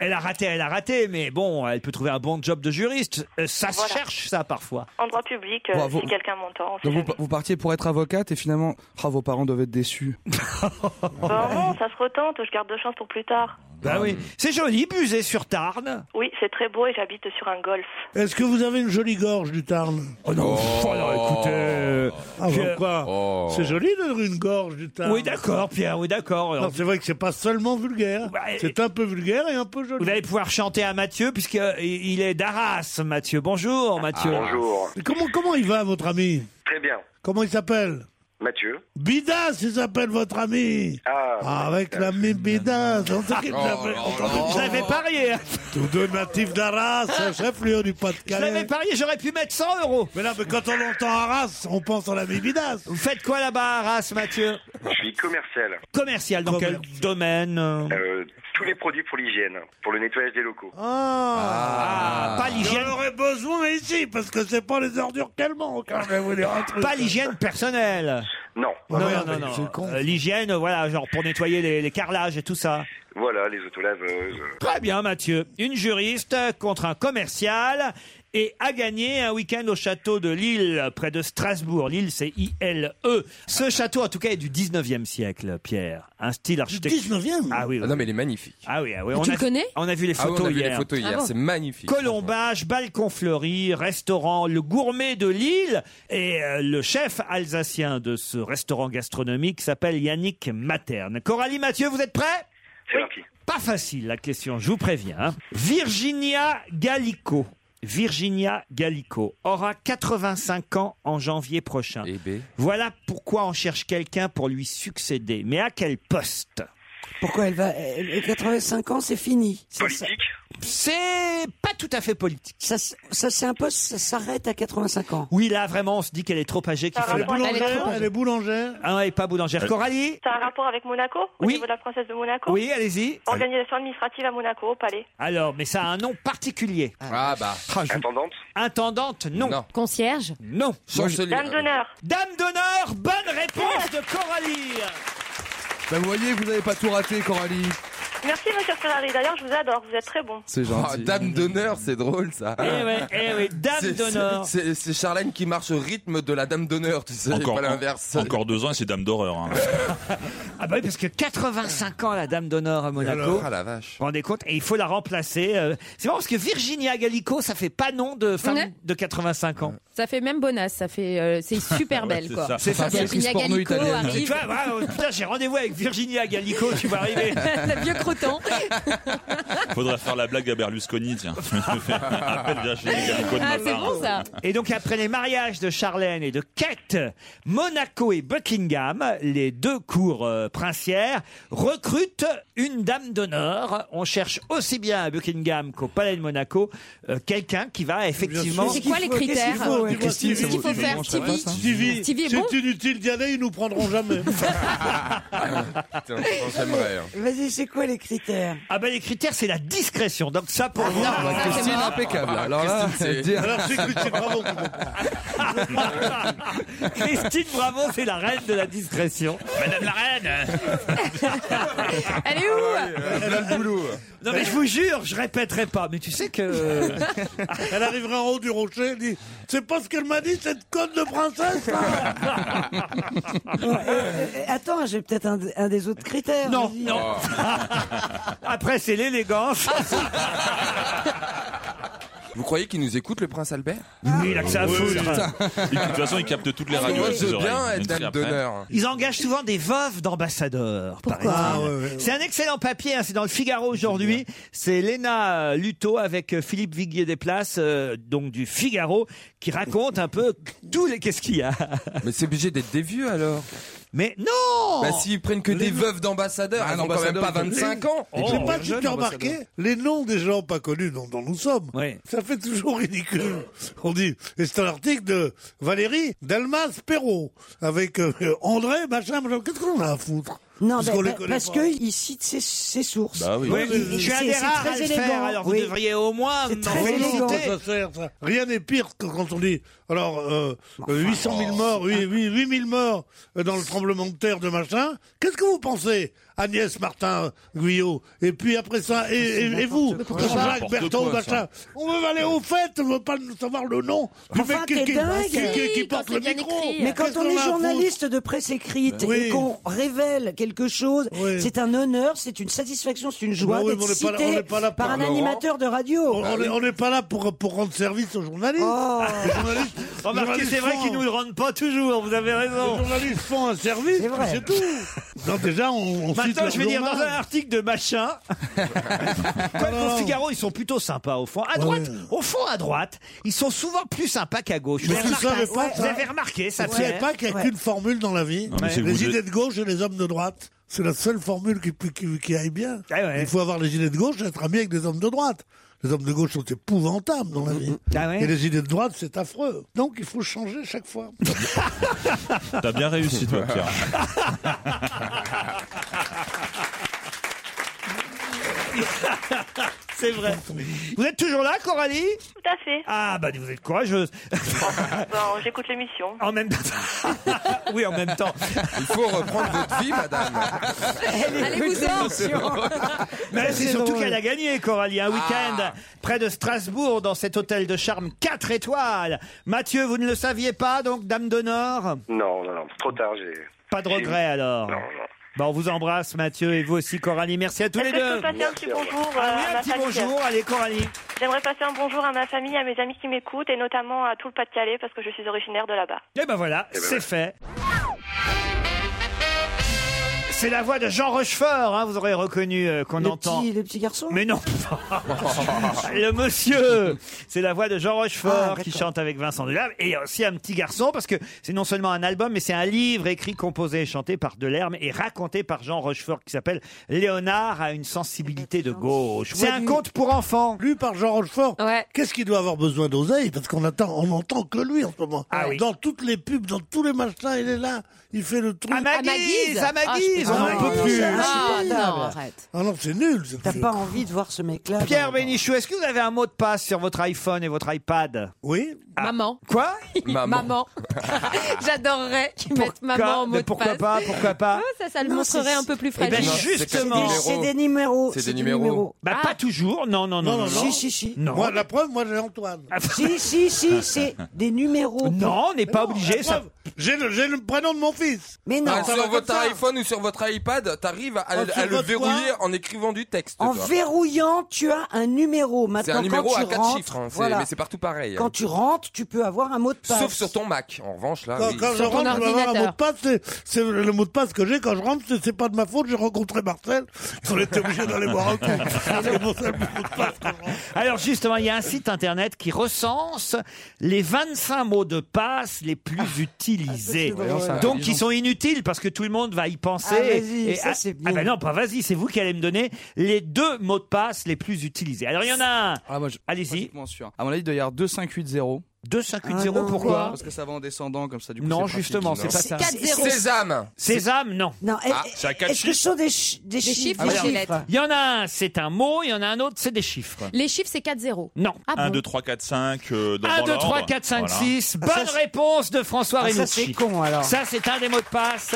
S3: Elle a raté, elle a raté, mais bon, elle peut trouver un bon job de juriste. Euh, Ça se
S14: Voilà.
S3: cherche, ça, parfois.
S14: En droit public, euh,
S8: Bravo.
S14: si quelqu'un m'entend. on sait
S8: Donc vous,
S14: jamais.
S8: vous partiez pour être avocate et finalement, ah, vos parents doivent être déçus.
S14: Bon, non, ça se retente, je garde de chance pour plus tard.
S3: Bah oui. C'est joli, busé sur Tarn.
S14: Oui, c'est très beau et j'habite sur un golf.
S7: Est-ce que vous avez une jolie gorge du Tarn
S3: Oh non, écoutez.
S7: Ah,
S3: que-
S7: bah, quoi
S3: Oh.
S7: C'est joli d'avoir une gorge du Tarn.
S3: Oui, d'accord, Pierre, oui, Bah. d'accord.
S7: Non, c'est vrai que c'est pas seulement vulgaire. C'est un peu vulgaire et un peu joli.
S3: Vous allez pouvoir chanter à Mathieu, puisqu'il est d'Arras, Mathieu. Bonjour, Mathieu.
S7: bonjour. Comment, comment il va, votre ami
S12: Très bien.
S7: Comment il s'appelle
S12: Mathieu.
S7: Bidas, il s'appelle votre ami.
S12: Ah,
S7: avec la même Bidas. On sait qu'il
S12: Oh
S7: s'appelle.
S3: Je l'avais parié. hein.
S7: Tous deux natifs d'Arras, un chef-lieu du Pas-de-Calais.
S3: Je l'avais parié, j'aurais pu mettre 100 euros.
S7: Mais là, mais quand on entend Arras, on pense à la Bidas.
S3: Vous faites quoi là-bas, à Arras, Mathieu
S12: Je suis commercial.
S3: Commercial, dans quel domaine euh
S12: Euh, tous les produits pour l'hygiène, pour le nettoyage des locaux.
S7: Ah,
S3: pas l'hygiène.
S7: J'en aurais besoin ici, parce que c'est pas les ordures qu'elle manque. hein, je vais vous dire un truc.
S3: Pas l'hygiène personnelle.
S12: Non.
S3: Non,
S7: Ouais,
S3: non,
S7: mais
S3: non. non.
S7: c'est con.
S3: Euh, L'hygiène, voilà, genre pour nettoyer les, les carrelages et tout ça.
S12: Voilà, les autolaveuses.
S3: Très bien, Mathieu. Une juriste contre un commercial et a gagné un week-end au château de Lille, près de Strasbourg. Lille, c'est I-L-E. Ce château, en tout cas, est du 19e siècle, Pierre. Un style architectural.
S7: 19e
S3: Ah oui, oui.
S4: non, mais il est magnifique.
S3: Ah oui, ah oui.
S4: Mais tu
S3: a,
S4: le connais
S3: On a vu les
S4: Ah oui,
S3: photos
S4: on a vu
S3: hier.
S4: les photos hier, Ah bon c'est magnifique.
S3: Colombage, balcon fleuri, restaurant, le gourmet de Lille et euh, le chef alsacien de ce restaurant gastronomique s'appelle Yannick Materne. Coralie Mathieu, vous êtes prêts
S12: C'est parti.
S3: Pas facile la question, je vous préviens. hein. Virginia Gallico. Virginia Gallico aura 85 ans en janvier prochain.
S4: Eh ben.
S3: Voilà pourquoi on cherche quelqu'un pour lui succéder. Mais à quel poste
S6: Pourquoi elle va elle- elle- 85 ans, c'est fini.
S12: Politique
S3: C'est pas tout à fait politique.
S6: Ça, s- ça c'est un poste, ça s'arrête à 85 ans.
S3: Oui, là vraiment, on se dit qu'elle est trop âgée. Qu'il faut
S7: Elle est
S3: la-
S7: boulangère, elle est boulangère.
S3: Ah, elle est pas
S8: Euh.
S14: Euh.
S3: boulangère. Coralie
S14: Ça a un rapport avec Monaco Au niveau de la princesse de Monaco
S3: Oui, allez-y.
S14: Organisation administrative à Monaco, au palais.
S3: Alors, mais ça a un nom particulier. Ah bah.
S12: Intendante
S3: Intendante, non.
S5: Concierge
S3: Non.
S4: Chancelier.
S14: Dame d'honneur.
S3: Dame d'honneur, bonne réponse de Coralie
S8: Bah, vous voyez, vous n'avez pas tout raté, Coralie.
S14: Merci, monsieur Ferrari. D'ailleurs, je vous adore, vous êtes très bon.
S8: C'est gentil.
S4: Oh, dame d'honneur, c'est drôle ça.
S3: Eh ouais, eh oui, dame
S4: C'est-
S3: d'honneur.
S4: C'est c'est- c'est Charlène qui marche au rythme de la dame d'honneur, tu sais,
S10: Encore,
S4: pas l'inverse.
S10: encore deux ans et c'est dame d'horreur. hein.
S3: Ah bah oui, parce que 85 ans, la dame d'honneur à Monaco.
S4: alors Ah, la vache.
S3: Vous vous rendez compte Et il faut la remplacer. euh, C'est marrant parce que Virginia Gallico, ça fait pas nom de femme
S5: Ouais.
S3: de 85 ans.
S5: Ça fait même bonasse, ça fait, euh, c'est super belle quoi. Virginia Gallico
S3: Tu
S5: arrive.
S3: vois, voilà, putain, j'ai rendez-vous avec Virginia Gallico, tu vas arriver.
S5: Le vieux croton.
S10: Faudrait faire la blague à Berlusconi, tiens.
S7: Ah,
S10: Appelle Virginie Gallico de
S5: Ah,
S10: ma part.
S3: Et donc après les mariages de Charlène et de Kate, Monaco et Buckingham, les deux cours euh, princières, recrutent une dame d'honneur. On cherche aussi bien à Buckingham qu'au Palais de Monaco euh, quelqu'un qui va effectivement.
S5: Mais c'est quoi les critères
S7: Christine,
S5: Qu'est-ce qu'il faut faire, Stevie
S7: Stevie,
S5: Stevie est
S7: c'est
S5: bon
S7: inutile d'y aller, ils nous prendront jamais.
S4: Ah, Putain, j'aimerais, hein.
S6: Vas-y, c'est quoi les critères
S3: Ah ben les critères c'est la discrétion. Donc ça
S7: Ah,
S3: pour vous.
S6: ça, c'est Christine, mort.
S8: impeccable. Alors là, dire-
S7: Alors Ah, c'est Christine Bravo.
S3: Christine Bravo c'est la reine de la discrétion. Madame la reine.
S5: Elle est où
S7: euh,
S4: Elle a le boulot.
S3: Non mais je vous jure, je répéterai pas. Mais tu sais que
S7: Euh, Elle arrivera en haut du rocher, elle dit C'est pas ce qu'elle m'a dit, cette conne de princesse là
S6: Ouais, euh, euh, Attends, j'ai peut-être un, un des autres critères.
S3: non
S6: vas-y.
S3: non. Après c'est l'élégance.
S6: Ah,
S4: Vous croyez qu'il nous écoute, le prince Albert
S3: Oui, Ah, il a que ça à foutre.
S10: Euh, Et de toute façon, il capte toutes les
S4: Parce que
S10: radios.
S4: moi,
S10: avec
S4: Ah, je
S10: ses
S4: veux bien
S10: oreilles.
S4: être
S10: Une
S4: dame
S10: série après.
S4: d'honneur. Ah,
S3: Ils engagent souvent des veuves d'ambassadeurs. par exemple. C'est un excellent papier, hein, c'est dans le Figaro aujourd'hui. C'est Léna euh, Luto avec euh, Philippe Viguier des Places, euh, donc du Figaro, qui raconte un peu tous les... Qu'est-ce qu'il y a
S4: Mais c'est obligé d'être des vieux alors.
S3: Mais non Ah,
S4: Bah s'ils prennent que des veuves d'ambassadeurs, elles ont quand même pas
S7: Bah,
S4: 25 ans. Oh,
S7: Je sais pas si tu as remarqué,
S4: Ah,
S7: les noms des gens pas connus dont, dont nous sommes,
S3: Ouais.
S7: ça fait toujours ridicule. On dit, et c'est un article de Valérie Dalmas Perrault, avec euh, André, machin, machin. Qu'est-ce qu'on a à foutre
S6: Non,
S7: Parce
S6: bah,
S7: qu'on les
S6: bah,
S7: connaît
S6: parce
S7: pas.
S6: qu'il cite ses, ses sources.
S7: Ouais, mais
S6: Il- il- c'est- c'est très élégant. Oui.
S3: au moins
S6: C'est très élégant.
S7: Ça sert, ça. Rien n'est pire que quand on dit alors euh, euh, 800
S6: oh,
S7: 000 morts, oui, oui, 8 000 morts euh, dans le tremblement de terre de machin. Qu'est-ce que vous pensez, Agnès Martin Guyot Et puis après ça, et, et- et vous,
S6: Mais pourquoi ça
S7: Jean-Jacques
S6: N'importe
S7: Berthaud,
S6: quoi, ça.
S7: machin. On veut aller aux fêtes, on veut pas nous savoir le nom du
S6: Enfin,
S7: mec qui,
S6: Ah, t'es
S7: qui-
S6: dingue.
S7: qui- qui- qui porte le micro.
S6: Mais quand
S7: Qu'est-ce
S6: on
S7: qu'on
S6: est
S7: a à foutre
S6: journaliste de presse écrite
S7: Ben oui.
S6: et qu'on révèle quelque chose, c'est un honneur, c'est une satisfaction, c'est une joie
S7: Bah oui, mais
S6: d'être
S7: on n'est pas là- on
S6: cité
S7: n'est pas là
S6: par
S7: pour-
S6: un
S7: Laurent.
S6: animateur de radio.
S7: On- on est- On n'est pas là pour, pour rendre service aux journalistes.
S6: Oh.
S7: Les journalistes- les
S3: Oh. Remarquez,
S7: journalistes
S3: c'est vrai
S7: font-
S3: qu'ils nous le rendent pas toujours, vous avez raison.
S7: Les journalistes font un service,
S3: C'est vrai.
S7: c'est tout. Non, déjà, on, on cite
S3: Maintenant,
S7: leur
S3: je vais dire, dans
S7: journal.
S3: un article de machin, comme
S7: non.
S3: pour Figaro, ils sont plutôt sympas au fond. À droite, au fond, à droite, ils sont souvent plus sympas qu'à gauche.
S7: Mais vous
S3: remarqué-
S7: savez pas,
S3: vous
S7: ça-
S3: avez remarqué, ça
S7: Vous
S3: Pierre
S7: savez pas qu'il n'y a
S3: Ouais.
S7: qu'une formule dans la vie
S3: Non, mais c'est vous
S7: Les
S3: deux.
S7: idées de gauche et les hommes de droite. C'est la seule formule qui, qui, qui aille bien.
S3: Ah ouais.
S7: Il faut avoir les idées de gauche et être ami avec des hommes de droite. Les hommes de gauche sont épouvantables dans la vie.
S3: Ah ouais.
S7: Et les idées de droite, c'est affreux. Donc il faut changer chaque fois.
S10: T'as bien réussi, toi, Pierre.
S3: C'est vrai. Vous êtes toujours là, Coralie
S14: Tout à fait.
S3: Ah, bah, vous êtes courageuse.
S14: Bon, j'écoute l'émission.
S3: En même temps. oui, en même temps.
S4: Il faut reprendre votre vie, madame.
S3: Allez-vous-en. Mais c'est surtout qu'elle a gagné, Coralie,
S7: Ah.
S3: un week-end près de Strasbourg, dans cet hôtel de charme 4 étoiles. Mathieu, vous ne le saviez pas, donc, dame d'honneur
S12: Non, non, non, trop tard, j'ai.
S3: Pas de regret, alors
S12: Non, non.
S3: Bah, on vous embrasse, Mathieu, et vous aussi, Coralie. Merci à tous
S14: Est-ce
S3: les
S14: que je
S3: deux.
S14: peux passer un petit bonjour
S3: Ah
S14: euh,
S3: oui,
S14: à
S3: un
S14: ma
S3: petit
S14: famille
S3: bonjour. Allez, Coralie.
S14: J'aimerais passer un bonjour à ma famille, à mes amis qui m'écoutent et notamment à tout le Pas-de-Calais parce que je suis originaire de là-bas.
S3: Et ben voilà, c'est fait. C'est la voix de Jean Rochefort, hein, vous aurez reconnu euh, qu'on
S6: Le
S3: entend.
S6: petit, le petit garçon
S3: Mais non Le monsieur C'est la voix de Jean
S6: Ah,
S3: Rochefort
S6: d'accord.
S3: qui chante avec Vincent Delerme et aussi un petit garçon parce que c'est non seulement un album mais c'est un livre écrit, composé et chanté par Delerme et raconté par Jean Rochefort qui s'appelle Léonard a une sensibilité de gauche. C'est un conte pour enfants.
S7: Lu par Jean Rochefort. Qu'est-ce qu'il doit avoir besoin d'oseille Parce qu'on attend, on n'entend que lui en ce moment.
S3: Ah oui.
S7: Dans toutes les pubs, dans tous les machins, il est là. Il fait le truc.
S3: À ma guise, à ma guise, on n'en peut plus.
S7: Ah non, c'est nul. ce truc.
S6: Pas envie de voir ce mec-là.
S3: Pierre Bénichou, est-ce que vous avez un mot de passe sur votre iPhone et votre iPad
S7: Oui.
S3: Maman. Quoi
S5: Maman. Maman. J'adorerais qu'ils mettent maman en mot
S3: Mais pourquoi
S5: de
S3: pas
S5: passe.
S3: Pourquoi pas
S5: Ah, ça, ça le
S6: Non,
S5: montrerait
S6: c'est-
S5: un peu plus
S3: Eh
S5: fragile.
S3: ben justement.
S6: C'est des numéros.
S3: C'est des numéros. Bah pas toujours. Non non non.
S7: Non, non, non.
S3: non.
S7: Si, si, si.
S3: Non.
S7: Moi, la preuve, moi, j'ai Antoine.
S6: Si, si, si, c'est des numéros.
S3: Non, on n'est pas obligé.
S7: ça- J'ai le, j'ai le prénom de mon fils.
S6: Mais non,
S4: Ah,
S6: ça
S4: sur
S6: va comme
S4: votre
S6: ça.
S4: iPhone ou sur votre iPad, t'arrives à, à
S6: Oh, sur
S4: le
S6: votre quoi
S4: verrouiller en écrivant du texte.
S6: En
S4: toi.
S6: verrouillant, tu as un numéro.
S4: C'est
S6: Maintenant,
S4: un numéro
S6: quand tu
S4: à 4
S6: rentres,
S4: chiffres, hein, c'est-
S6: voilà.
S4: mais c'est partout pareil. hein.
S6: Quand tu rentres, tu peux avoir un mot de passe.
S4: Sauf sur ton Mac, en revanche, là.
S7: Quand,
S4: Ah oui.
S7: quand je rentre, je vais avoir un mot de passe. c'est- C'est le mot de passe que j'ai quand je rentre. c'est- C'est pas de ma faute. J'ai rencontré Marcel. On était obligé d'aller boire un coup. C'est mon seul mot de passe.
S3: Alors justement, il y a un site internet qui recense les 25 mots de passe les
S6: Ah.
S3: plus utilisés.
S6: c'est drôle. Ouais,
S3: Donc
S6: dis
S3: qui
S6: donc.
S3: sont inutiles parce que tout le monde va y penser.
S6: Ah, vas-y, ça,
S3: ah-
S6: c'est bien.
S3: Ah ben non, pas vas-y, c'est vous qui allez me donner les deux mots de passe les plus utilisés. Alors il y en a un.
S8: Ah,
S3: Allez-y.
S8: À mon avis, il doit y avoir 2580.
S3: 2580, Ah non. pourquoi
S8: Parce que ça va en descendant comme ça. Du coup,
S3: Non,
S8: c'est
S3: justement, c'est
S8: pratique.
S3: pas ça.
S4: Sésame.
S3: Sésame, non.
S6: Non, est-
S3: Ah, c'est à quatre
S6: est-ce que ce sont des, chi- des
S5: Des
S6: chiffres,
S5: chiffres, des lettres.
S3: Il y en a un, c'est un mot, il y en a un autre, c'est des chiffres.
S5: Les chiffres, c'est 4-0.
S3: Non.
S5: Ah
S10: 1,
S5: bon
S10: 2, 3, 4, 5. euh, dans
S3: 1,
S10: dans
S3: 2, 3,
S10: l'ordre.
S3: 4, 5,
S10: Voilà.
S3: 6.
S10: Ah,
S3: Bonne
S10: ça, c'est-
S3: réponse de François
S6: Ah, ça,
S3: Renucci.
S6: c'est con, alors.
S3: Ça, c'est un des mots de passe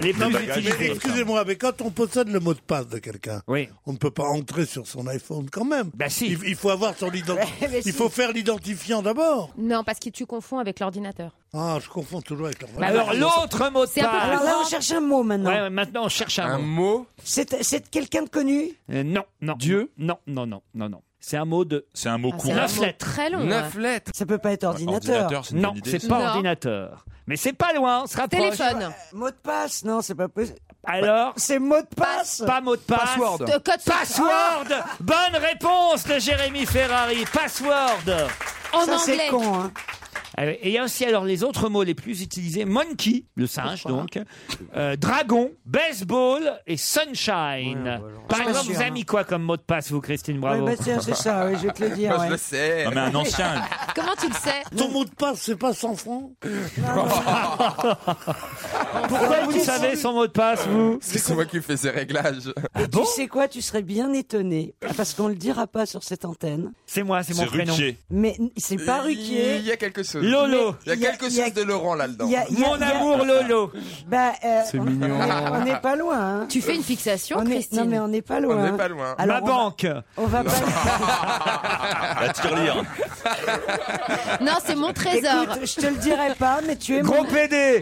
S3: les plus
S7: Non, mais- mais
S3: utilisés.
S7: excusez-moi, mais quand on possède le mot de passe de quelqu'un, on ne peut pas entrer sur son iPhone quand même.
S3: Bah,
S7: il, il faut avoir son identifiant.
S5: Mais si.
S7: il faut faire l'identifiant d'abord.
S5: Non, parce que tu confonds avec l'ordinateur.
S7: Ah, je confonds toujours avec leur.
S3: Bah Alors, l'autre mot de
S5: C'est un peu
S3: passe.
S5: plus
S6: Alors là, on cherche un mot maintenant.
S3: Ouais, ouais, maintenant, on cherche un, mot.
S6: C'est c'est quelqu'un de connu
S3: Euh, non, non. Dieu Non, non, non, non, non. C'est un mot de.
S10: C'est un mot
S4: Ah,
S6: c'est
S3: court.
S6: un
S3: 9
S6: mot
S3: lettres.
S6: très long,
S4: hein.
S6: Neuf ouais. lettres. Ça peut pas être ordinateur. Ordinateur, c'est une
S3: Non,
S6: bonne idée,
S3: c'est
S6: ça.
S3: pas
S6: Non.
S3: ordinateur. Mais c'est pas loin, on se rapproche.
S6: Euh, Mot de passe, non, c'est pas possible. Bah,
S3: Alors
S6: C'est mot de passe
S3: Pas mot de passe.
S6: Password.
S5: De code source.
S3: Password. Bonne réponse de Jérémy Ferrari. Password.
S5: En
S6: Ça, c'est
S5: anglais.
S6: con, hein.
S3: Euh, Et il y a aussi alors les autres mots les plus utilisés monkey, le singe donc, euh, dragon, baseball et sunshine. Par
S6: Je suis pas
S3: exemple,
S6: sûr, hein.
S3: vous avez mis quoi comme mot de passe, vous, Christine Bravo
S6: Ouais, bah, tiens, c'est ça, oui, je vais te le dire, Moi, je ouais. le sais. Non, mais un ancien.
S5: Comment tu le sais
S7: Ton mot de passe, c'est pas 100 francs
S3: Pourquoi vous savez son mot de passe, vous
S4: C'est moi qui fais ces réglages.
S6: Et tu sais quoi, tu serais bien étonné, parce qu'on le dira pas sur cette antenne.
S3: C'est moi, c'est mon
S4: C'est
S3: prénom.
S4: Ruquier.
S6: Mais c'est pas Ruquier.
S4: Il y a quelque chose.
S6: Lolo.
S4: Il y a quelque
S6: Il y a-
S4: chose de Laurent là-dedans.
S6: Il y a- il y a- il y a- Bah, euh,
S4: C'est
S6: on-
S4: mignon.
S6: On n'est pas loin. hein.
S5: Tu fais une fixation,
S6: On est-
S5: Christine
S6: Non, mais on n'est pas loin.
S4: On n'est pas loin.
S6: Alors, on va- On va pas.
S10: La tirelire.
S5: Non, c'est mon trésor.
S6: Écoute, je te le dirai pas, mais tu es
S3: Gros
S6: mon...
S3: PD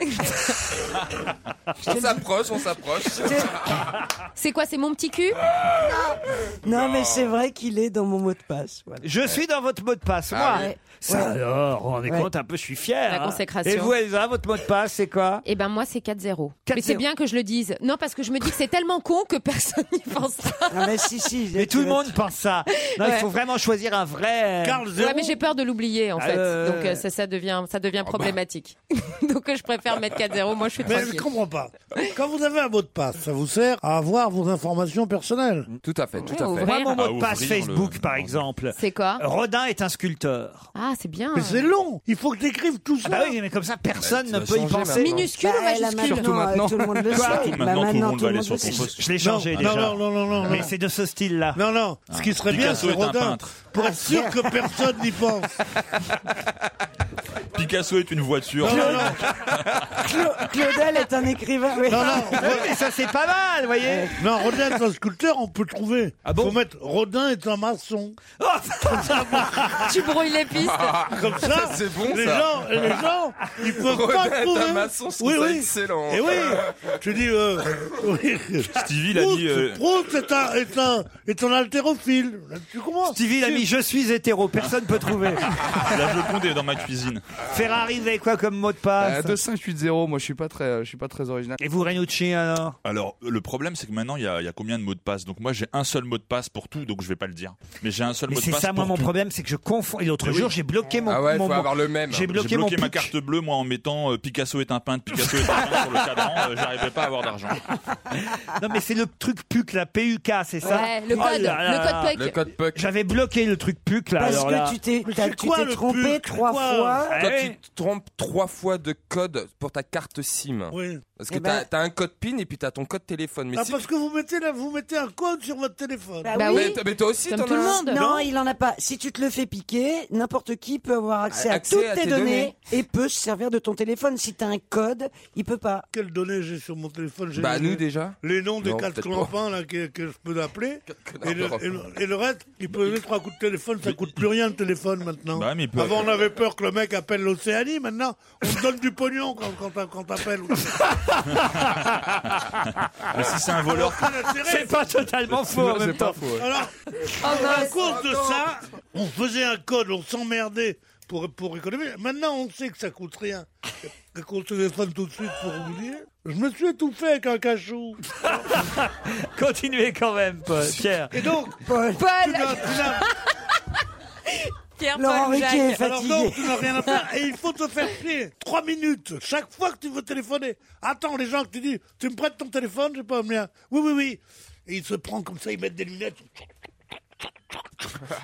S4: On s'approche, on s'approche.
S5: C'est quoi, c'est mon petit cul
S6: Non, mais c'est vrai qu'il est dans mon mot de passe. voilà.
S3: Je suis dans votre mot de passe,
S6: Ah
S3: moi.
S6: oui.
S3: Ça
S6: Ouais.
S3: alors, on est
S6: Ouais.
S3: compte un peu, je suis fier.
S5: La
S3: hein.
S5: consécration.
S3: Et vous, Elsa, votre mot de passe, c'est quoi
S5: Eh ben moi c'est 4-0. Mais
S3: 4-0.
S5: c'est bien que je le dise. Non parce que je me dis que c'est tellement con que personne n'y pensera.
S6: Ah, mais si si.
S3: Mais tout le monde pense ça. Non, Il
S5: Ouais.
S3: faut vraiment choisir un
S6: Euh,
S3: vrai. euh,
S5: Ouais, mais j'ai peur de l'oublier en
S3: Ah,
S5: fait.
S3: euh,
S5: Donc euh, ça, ça devient ça
S6: Ah bah.
S5: devient problématique. Donc euh, je préfère mettre 4-0. Moi je suis
S7: Mais je
S5: tranquille.
S7: comprends pas. Quand vous avez un mot de passe, ça vous sert à avoir vos informations personnelles.
S4: Tout à fait,
S7: tout
S5: à
S3: Moi,
S5: fait.
S3: mon
S7: À
S3: Ah, mot de passe
S7: ouvrir le-
S3: Facebook, par exemple.
S5: C'est quoi
S3: Rodin est un sculpteur.
S5: Ah c'est bien.
S7: Mais c'est long. Il faut que t'écrives tout ça.
S3: Ah oui, mais comme ça, personne
S7: Ouais,
S3: ne
S7: tu
S3: peut
S7: vas
S3: y
S7: changer
S3: penser.
S7: maintenant. Minuscule ou
S6: Bah, là, majuscule maintenant, euh, tout le monde le sait.
S3: Quoi
S6: Bah, Maintenant, tout le maintenant, monde tout va le aller sur monde
S10: le son sait. poste.
S3: Je l'ai changé
S7: Non,
S3: déjà.
S7: non, non, non, non, non.
S3: Mais c'est de ce style-là.
S7: Non, non. Ce qui serait bien,
S10: Picasso
S7: c'est
S10: est un
S7: Rodin.
S10: peintre.
S7: Pour être sûr que personne n'y pense.
S10: Picasso est une voiture.
S6: Cla- Claudel est un écrivain. oui.
S7: Non, non.
S3: Mais ça, c'est pas mal, vous voyez.
S7: Non, Rodin est un sculpteur, on peut trouver. Faut mettre Rodin est un maçon.
S5: Tu brouilles les pistes.
S9: Ah,
S7: Comme ça,
S4: Ça, c'est bon,
S7: les,
S4: ça.
S7: gens, les gens, ils peuvent
S4: Rodin
S7: pas
S4: est un
S7: trouver.
S4: maçon, je trouve
S7: oui,
S4: ça
S7: oui.
S4: excellent.
S7: Et oui, je dis. Euh, oui.
S10: Stevie l'a
S7: Proust,
S10: mis, euh,
S7: Proust est un, est un, est un haltérophile. Tu comprends
S3: Stevie l'a mis, je suis hétéro, personne peut trouver.
S10: La Joconde est dans ma cuisine.
S3: Ferrari, vous avez quoi comme mot de
S8: Euh,
S3: passe
S8: 2580, moi je suis pas très, euh, je suis pas très original.
S3: Et vous, Renucci, alors
S10: Alors, le problème, c'est que maintenant, il y, a- il y a combien de mots de passe Donc, moi, j'ai un seul mot de passe pour tout, donc je vais pas le dire. Mais j'ai un seul
S3: Mais
S10: mot de
S3: c'est
S10: passe.
S3: ça, moi,
S10: pour
S3: mon
S10: tout.
S3: problème, c'est que je confonds. Et l'autre
S10: Oui.
S3: jour, j'ai bloqué mon.
S4: Ah ouais,
S3: mon-
S4: faut
S3: mon-
S4: avoir le même.
S3: J'ai bloqué,
S10: ma
S3: mon pic.
S10: carte bleue, moi, en mettant euh, Picasso est un peintre, Picasso est un peintre sur le cadran. euh, J'arrivais pas à avoir d'argent.
S3: Ah Non, mais c'est le truc PUC, la PUK, c'est ça Oh
S5: Ouais, le code, le code PUC. Le
S4: code
S3: J'avais bloqué le truc PUC, là.
S6: Parce
S3: alors
S6: que
S3: là.
S6: tu t'es
S7: Mais
S6: t'as-
S7: c'est
S6: tu
S7: quoi
S6: t'es
S7: le
S6: trompé
S7: pub
S6: trois
S7: Quoi
S6: fois.
S3: Ah
S4: Quand
S3: ouais.
S4: tu te trompes trois fois de code pour ta carte SIM,
S7: Oui.
S4: parce que
S6: Eh
S4: t'as
S6: ben-
S4: t'as un code PIN et puis t'as ton code téléphone. Mais
S7: Ah,
S4: si-
S7: parce que vous mettez, là, vous mettez un code sur votre téléphone.
S6: Bah
S5: Bah
S6: oui.
S5: oui.
S4: Mais- mais toi aussi,
S5: Comme
S4: t'en
S5: tout
S4: as
S5: le
S4: un.
S5: monde.
S6: Non, il en a pas. Si tu te le fais piquer, n'importe qui peut avoir accès à,
S4: Accès
S6: toutes
S4: à
S6: tes,
S4: tes
S6: données
S4: données.
S6: et peut se servir de ton téléphone. Si t'as un code, il peut pas.
S7: Quelles données j'ai sur mon téléphone j'ai
S4: Bah,
S7: les-
S4: nous, déjà.
S7: Les noms des
S4: Non,
S7: quatre
S4: peut-être
S7: clampins là, que, que je peux appeler. Et
S4: connards
S7: le,
S4: d'Europe.
S7: et le- et le reste, il peut donner trois coups de téléphone, ça coûte plus rien le téléphone maintenant.
S10: Bah, mais il peut-
S7: Avant, on avait peur que le mec appelle l'Océanie, maintenant, on te donne du pognon quand, quand, t'a- quand t'appelles.
S10: Mais si c'est un voleur.
S7: Quel intérêt
S3: C'est pas totalement faux en même temps.
S7: Alors, à cause de ça, on faisait un code, on s'emmerdait pour, pour économiser. Maintenant, on sait que ça coûte rien. Qu'on se téléphone tout de suite pour oublier. Je me suis étouffé avec un cachot.
S3: Continuez quand même, Paul. Pierre.
S7: Et donc,
S6: Paul,
S7: tu n'as- tu n'as-
S5: Pierre
S6: Laurent
S5: Paul
S6: Riquet est
S5: Jacques.
S7: Alors non,
S6: fatigué.
S7: tu n'as rien à faire et il faut te faire chier. Trois minutes, chaque fois que tu veux téléphoner. Attends, les gens que tu dis, tu me prêtes ton téléphone, j'ai pas le mien. Oui, oui, oui. Et il se prend comme ça, il met des lunettes.